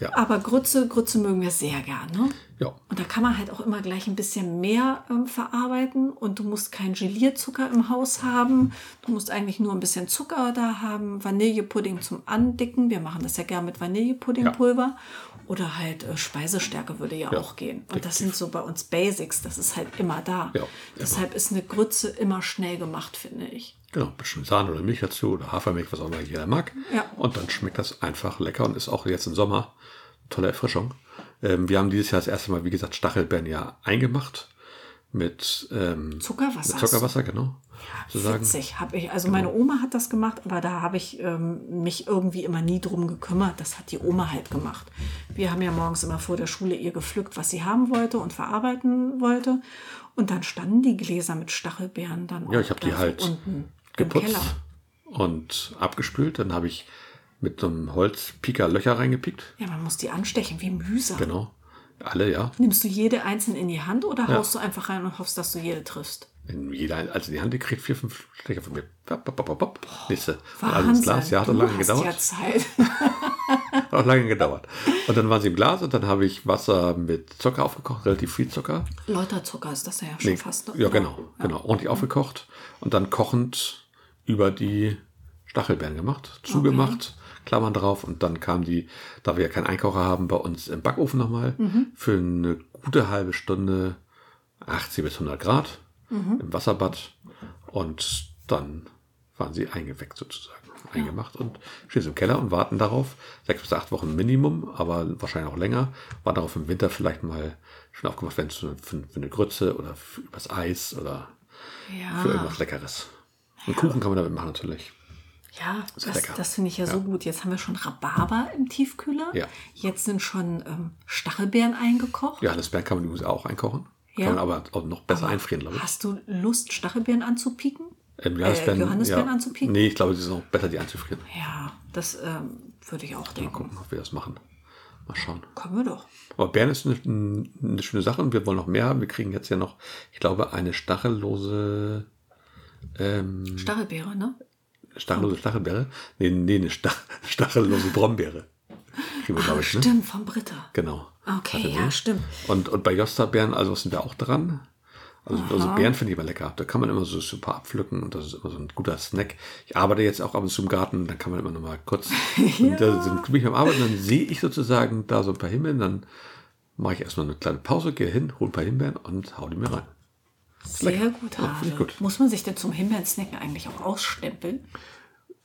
Ja.
aber Grütze, Grütze mögen wir sehr gern. Ne?
Ja.
Und da kann man halt auch immer gleich ein bisschen mehr ähm, verarbeiten und du musst keinen Gelierzucker im Haus haben. Du musst eigentlich nur ein bisschen Zucker da haben, Vanillepudding zum Andicken. Wir machen das ja gern mit Vanillepuddingpulver. Oder halt äh, Speisestärke würde ja,
Ja,
auch gehen. Und das sind so bei uns Basics, das ist halt immer da.
Ja,
Deshalb ist eine Grütze immer schnell gemacht, finde ich.
Genau, ein bisschen Sahne oder Milch dazu oder Hafermilch, was auch immer jeder mag.
Ja.
Und dann schmeckt das einfach lecker und ist auch jetzt im Sommer eine tolle Erfrischung. Ähm, wir haben dieses Jahr das erste Mal, wie gesagt, Stachelbeeren ja eingemacht mit ähm,
Zuckerwasser.
Mit Zuckerwasser, genau. sozusagen.
Witzig, habe ich.
Genau.
Also meine Oma hat das gemacht, aber da habe ich ähm, mich irgendwie immer nie drum gekümmert. Das hat die Oma halt gemacht. Wir haben ja morgens immer vor der Schule ihr gepflückt, was sie haben wollte und verarbeiten wollte. Und dann standen die Gläser mit Stachelbeeren dann
Ja,
auch
ich habe
da
die halt
unten im
geputzt
Keller.
und abgespült. Dann habe ich mit so einem Holzpiker Löcher reingepickt.
Ja, man muss die anstechen wie Mühsam.
Genau. Alle, ja.
Nimmst du jede einzeln in die Hand oder haust du einfach rein und hoffst, dass du jede triffst?
Wenn jeder eins also in die Hand kriegt, vier, fünf Stecher von mir. Bap, bap, bap, bap, bap. Nächste. Und alle ins
Wahnsinn.
Glas. Ja, hat auch
du
lange
hast
gedauert.
ja
(laughs)
Zeit.
Hat auch lange gedauert. Und dann waren sie im Glas und dann habe ich Wasser mit Zucker aufgekocht, relativ viel Zucker.
Läuterzucker ist das ja schon fast. ne?
ja, genau, genau. Ordentlich aufgekocht und dann kochend über die Stachelbeeren gemacht, zugemacht, Klammern drauf und dann kam die, da wir ja keinen Einkocher haben, bei uns im Backofen nochmal für eine gute halbe Stunde 80 bis 100 Grad im Wasserbad und dann waren sie eingeweckt sozusagen, eingemacht und stehen sie im Keller und warten darauf, sechs bis acht Wochen Minimum, aber wahrscheinlich auch länger, warten darauf im Winter vielleicht mal schon aufgemacht werden zu- für, für eine Grütze oder für, übers Eis oder
Ja.
für
Ah.
irgendwas Leckeres. Und Kuchen kann man damit machen natürlich.
Ja, das,
lecker.
das finde ich ja, so gut. Jetzt haben wir schon Rhabarber im Tiefkühler.
Ja.
Jetzt sind schon ähm, Stachelbeeren eingekocht.
Johannisbeeren kann man übrigens auch einkochen,
Ja.
kann man aber auch noch besser also einfrieren, glaube ich.
Hast du Lust, Stachelbeeren anzupieken?
Ähm,
äh, Johannisbeeren
ja.
anzupieken?
Nee, ich glaube, die sind auch besser, die anzufrieren.
Ja, das ähm, würde ich auch
Mal
denken.
gucken, ob wir das machen. Mal schauen.
Können wir doch.
Aber Bären ist eine, eine schöne Sache und wir wollen noch mehr haben. Wir kriegen jetzt ja noch, ich glaube, eine stachellose, ähm,
Stachelbeere, ne?
stachellose Stachelbeere. Nee, nee, eine Stach, (laughs) stachellose Brombeere. Kriegen wir, glaube ich, ne?
Stimmt, vom Britta.
Genau.
Okay,
Hatte
ja,
sie.
stimmt.
Und, und bei Josta-Bären, also sind wir auch dran. Also, also Bären finde ich immer lecker. Da kann man immer so super abpflücken und das ist immer so ein guter Snack. Ich arbeite jetzt auch ab und zu im Garten, dann kann man immer noch mal
(laughs)
kurz. und da sind, bin ich am Arbeiten, dann sehe ich sozusagen da so ein paar Himbeeren, dann mache ich erstmal eine kleine Pause, gehe hin, hole ein paar Himbeeren und hau die mir rein.
Sehr gut,
Ja,
Hase.
finde ich gut.
Muss man sich denn zum Himbeeren-Snacken eigentlich auch ausstempeln?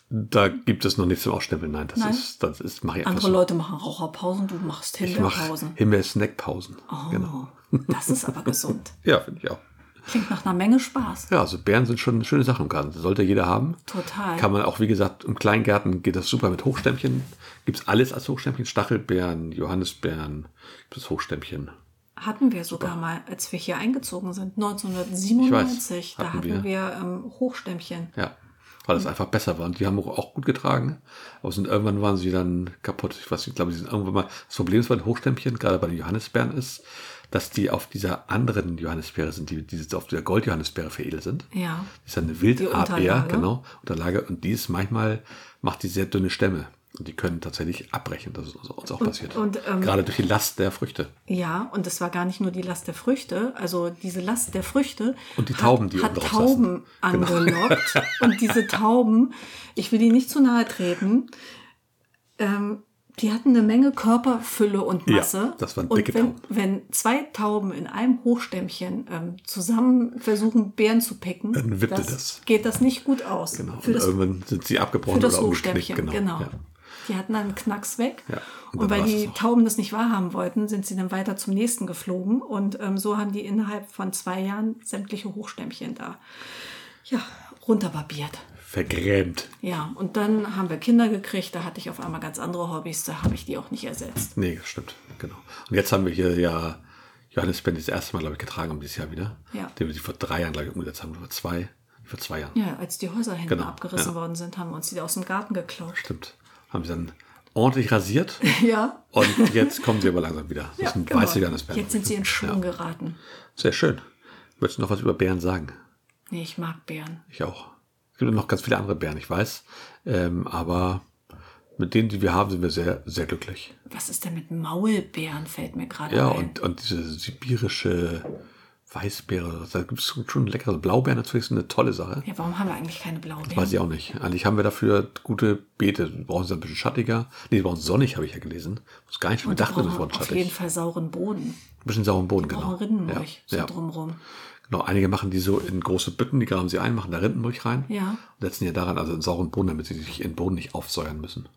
Da gibt es noch nichts zum Ausstempeln. Nein, das
Nein.
ist, das ist, mache ich einfach
Andere
so.
Leute machen Raucherpausen, du machst
Ich mache
Himbeerpausen.
Himbeer-Snackpausen.
Oh,
Genau.
das ist aber gesund.
Ja, finde ich auch.
Klingt nach einer Menge Spaß.
Ja, also Beeren sind schon schöne Sachen im Garten. Sollte jeder haben.
Total.
Kann man auch, wie gesagt, im Kleingärten geht das super mit Hochstämmchen. Gibt es alles als Hochstämmchen. Stachelbeeren, Johannisbeeren, gibt es Hochstämmchen.
Hatten wir sogar mal, als wir hier eingezogen sind,
Ich
1997.
weiß, hatten
da hatten
wir.
wir, ähm, Hochstämmchen.
Ja, weil das einfach besser war. Und die haben auch- auch gut getragen. Aber sind, irgendwann waren sie dann kaputt. Ich weiß nicht, ich glaube, die sind irgendwann mal. Das Problem ist bei den Hochstämmchen, gerade bei den Johannisbeeren, ist, dass die auf dieser anderen Johannisbeere sind, die, die auf der Goldjohannisbeere veredelt sind.
Ja.
Das ist eine
Unterlage.
Wildabeer, genau, Unterlage. Und die ist manchmal, macht die sehr dünne Stämme. Und die können tatsächlich abbrechen. Das ist uns uns auch passiert.
und, ähm,
gerade durch die Last der Früchte.
Ja, und es war gar nicht nur die Last der Früchte, also diese Last der Früchte
Und die Tauben, die
hat,
oben
hat
drauf
Tauben
saßen. Genau.
angelockt.
(laughs)
Und diese Tauben, ich will die nicht zu nahe treten, ähm, die hatten eine Menge Körperfülle und
Ja,
Masse.
das waren
und
dicke
wenn,
Tauben.
wenn zwei Tauben in einem Hochstämmchen ähm, zusammen versuchen, Beeren zu picken,
Dann wippte das.
geht das nicht gut aus.
Genau.
Für
und
das
irgendwann sind sie
für
abgebrochen
das
oder umgeknickt.
Hochstämmchen, genau.
Ja.
Die hatten dann einen Knacks weg.
Ja, und
Und,
dann
weil
war's
die
das auch.
Tauben das nicht wahrhaben wollten, sind sie dann weiter zum nächsten geflogen. Und ähm, so haben die innerhalb von zwei Jahren sämtliche Hochstämmchen da ja, runterbarbiert.
Vergrämt.
Ja, und dann haben wir Kinder gekriegt. Da hatte ich auf einmal ganz andere Hobbys. Da habe ich die auch nicht ersetzt.
Nee, das stimmt, genau. Und jetzt haben wir hier ja Johannes Benn das erste Mal, glaube ich, getragen haben dieses Jahr wieder.
Ja.
Den wir die vor drei Jahren, glaube ich, umgesetzt haben. Vor zwei, vor zwei Jahren.
Ja, als die Häuser hinten
Genau,
abgerissen
ja.
worden sind, haben wir uns die aus dem Garten geklaut. (laughs)
Stimmt. Haben sie dann ordentlich rasiert.
Ja,
Und jetzt kommen sie aber langsam wieder. Das
ja
ist ein
genau.
weißer Johannes Benn.
Jetzt sind sie in Schwung
Ja.
geraten.
Sehr schön. Würdest du noch was über Bären sagen?
Nee, ich mag Bären.
Ich auch. Es gibt noch ganz viele andere Bären, ich weiß. Ähm, aber mit denen, die wir haben, sind wir sehr, sehr glücklich.
Was ist denn mit Maulbären, fällt mir gerade
Ja,
ein.
und, und diese sibirische Weißbeere, da gibt es schon leckere Blaubeeren natürlich, ist eine tolle Sache.
Ja, warum haben wir eigentlich keine
Weiß
Blaubeeren?
ich auch nicht. Eigentlich haben wir dafür gute Beete. Wir brauchen sie ein bisschen schattiger. Nee, wir brauchen sonnig, habe ich ja gelesen. Muss gar nicht schon
Und da
gedacht,
brauchen
das
wir
Wort
Oh, auf jeden
schattig.
Fall sauren Boden.
Ein bisschen sauren Boden,
Genau.
genau.
Brauchen Rindenmulch
ja,
so
ja.
drumrum.
Genau, einige machen die so in große Bütten, die graben sie ein, machen da Rindenmulch rein.
Ja.
Und setzen ja daran, also in sauren Boden, damit sie sich in Boden nicht aufsäuern müssen.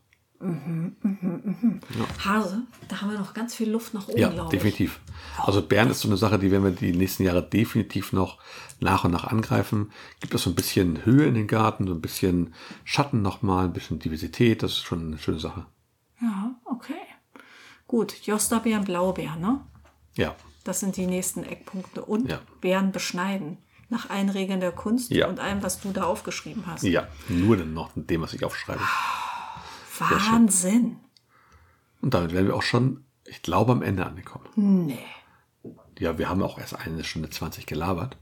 Hase, da haben wir noch ganz viel Luft nach oben,
Ja,
glaube ich.
definitiv. Also Bern ist so eine Sache, die werden wir die nächsten Jahre definitiv noch nach und nach angreifen. Gibt es so ein bisschen Höhe in den Garten, so ein bisschen Schatten nochmal, ein bisschen Diversität. Das ist schon eine schöne Sache.
Ja, okay. Gut, Josterbeeren, Blaubeeren, ne?
Ja,
Das sind die nächsten Eckpunkte. Und
Ja.
Beeren beschneiden. Nach Einregeln der Kunst
Ja.
und allem, was du da aufgeschrieben hast.
ja. Nur dann noch mit dem, was ich aufschreibe.
Wahnsinn.
Und damit wären wir auch schon, ich glaube, am Ende angekommen.
Nee.
Ja, wir haben auch erst eine Stunde 20 gelabert.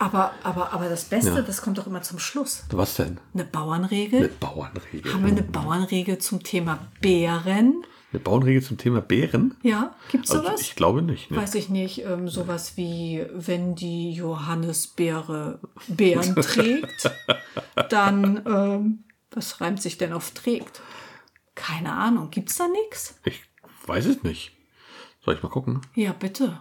Aber, aber, aber das Beste,
Ja.
das kommt doch immer zum Schluss.
Was denn?
Eine Bauernregel.
Eine Bauernregel.
haben wir eine Bauernregel zum Thema Beeren?
Eine Bauernregel zum Thema Bären?
Ja, gibt's
Also
sowas?
ich glaube nicht. Ne?
Weiß ich nicht, ähm, sowas wie, wenn die Johannisbeere
(laughs)
Beeren trägt, dann, ähm, was reimt sich denn auf trägt? Keine Ahnung, gibt's da nichts?
Ich weiß es nicht. Soll ich mal gucken?
Ja, bitte.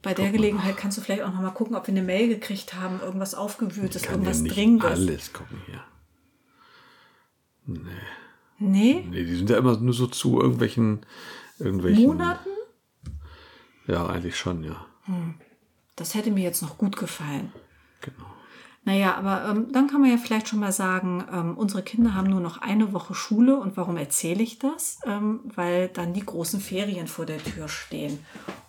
Bei der Gelegenheit kannst du vielleicht auch nochmal gucken, ob wir eine Mail gekriegt haben, irgendwas aufgewühltes,
kann ja
irgendwas
nicht
Dringendes.
alles gucken hier.
Nee?
Nee, die sind ja immer nur so zu irgendwelchen, irgendwelchen.
Monaten?
Ja, eigentlich schon, ja.
Das hätte mir jetzt noch gut gefallen.
Genau.
Naja, aber ähm, dann kann man ja vielleicht schon mal sagen, ähm, unsere Kinder haben nur noch eine Woche Schule und warum erzähle ich das? Ähm, weil dann die großen Ferien vor der Tür stehen.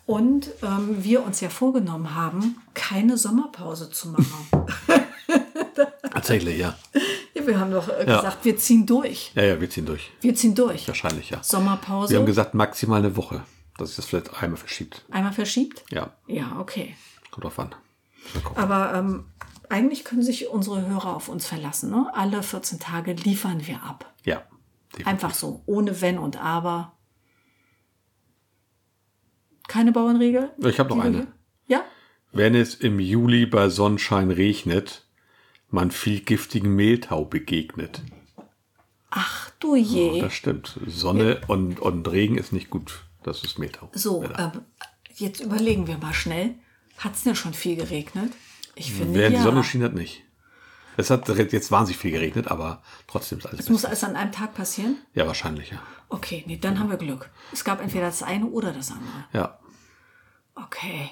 Und ähm, wir uns ja vorgenommen haben, keine Sommerpause zu machen.
Tatsächlich, ja.
(laughs) ja, wir haben doch äh,
Ja.
gesagt, wir ziehen durch.
Ja, ja, wir ziehen durch.
Wir ziehen durch.
Wahrscheinlich, ja.
Sommerpause.
Wir haben gesagt, maximal eine Woche, dass sich das vielleicht einmal verschiebt.
Einmal verschiebt?
Ja,
Ja, okay.
kommt drauf an. Mal gucken.
Aber ähm, eigentlich können sich unsere Hörer auf uns verlassen. Ne? Alle 14 Tage liefern wir ab.
Ja. definitiv.
Einfach so, ohne Wenn und Aber. Keine Bauernregel?
Ich habe noch
Die wir
eine.
hier- Ja?
Wenn es im Juli bei Sonnenschein regnet, man viel giftigen Mehltau begegnet.
Ach
Oh,
du je.
Das stimmt. Sonne und, und Regen ist nicht gut. Das ist Mehltau.
so,
Ja.
ähm, jetzt überlegen wir mal schnell. Hat es denn schon viel geregnet? Ich finde,
Hm, Während
ja.
die Sonne schien hat nicht. Es hat jetzt wahnsinnig viel geregnet, aber trotzdem ist alles
Das muss
besser.
alles an einem Tag passieren?
Ja, wahrscheinlich, ja.
Okay, nee,
Genau.
dann haben wir Glück. Es gab entweder
(laughs)
das eine oder das andere.
Ja.
Okay.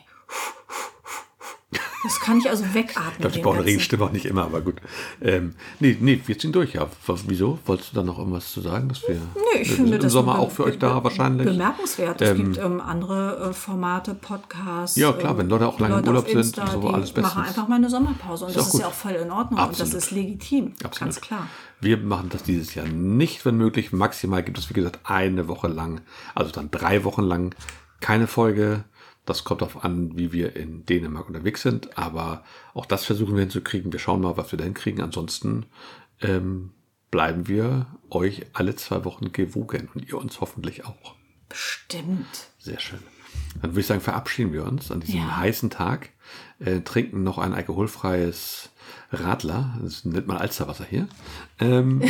Das kann ich also
Ich
wegatmen.
glaube, ich
den
brauche eine
ganzen-
Regenstimme auch nicht immer, aber gut. Ähm, nee, nee, wir ziehen durch, ja. Was, wieso? Wolltest du da noch irgendwas zu sagen? Dass wir,
Nö,
wir
ich
sind
finde
im
das
Sommer
be-
auch für euch
be-
da wahrscheinlich.
Bemerkenswert. Es
Ähm,
gibt ähm, andere äh, Formate, Podcasts.
Ja, klar,
ähm,
wenn Leute auch lange im
auf
Urlaub sind
Insta,
und so,
die
alles
machen
bestens.
einfach mal eine Sommerpause. Und
Ist
das
auch
ist
gut.
ja auch voll in Ordnung. Und
Absolut.
das ist legitim.
Absolut.
Ganz klar.
Wir machen das dieses Jahr nicht, wenn möglich. Maximal gibt es, wie gesagt, eine Woche lang, also dann drei Wochen lang keine Folge. Das kommt darauf an, wie wir in Dänemark unterwegs sind. Aber auch das versuchen wir hinzukriegen. Wir schauen mal, was wir da hinkriegen. Ansonsten ähm, bleiben wir euch alle zwei Wochen gewogen und ihr uns hoffentlich auch.
Bestimmt.
Sehr schön. Dann würde ich sagen, verabschieden wir uns an diesem
Ja.
heißen Tag, äh, trinken noch ein alkoholfreies Radler, das nennt man Alsterwasser hier,
(laughs)
ähm,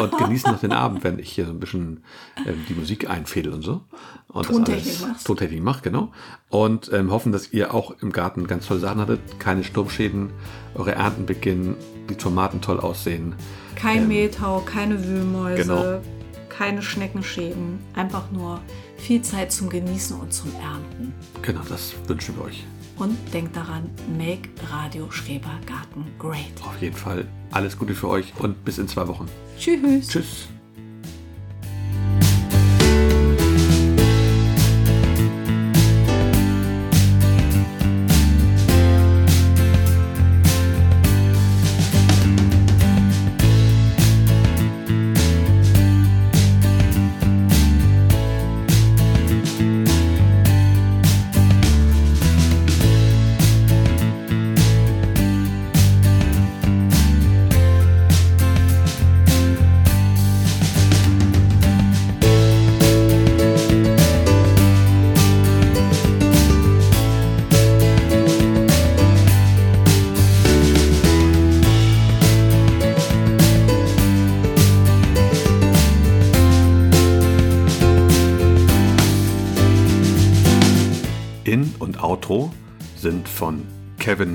und genießen noch den Abend, wenn ich hier so ein bisschen ähm, die Musik einfädel und so. Und
Tontechnik
das alles
machst.
Tontechnik macht, genau. Und ähm, hoffen, dass ihr auch im Garten ganz tolle Sachen hattet, keine Sturmschäden, eure Ernten beginnen, die Tomaten toll aussehen.
Kein Mehltau, keine Wühlmäuse,
genau.
keine Schneckenschäden. Einfach nur viel Zeit zum Genießen und zum Ernten.
Genau, das wünschen wir euch.
Und denkt daran, make Radio Schreber Garten great.
Auf jeden Fall alles Gute für euch und bis in zwei Wochen.
Tschüss.
Tschüss. In- und Outro sind von Kevin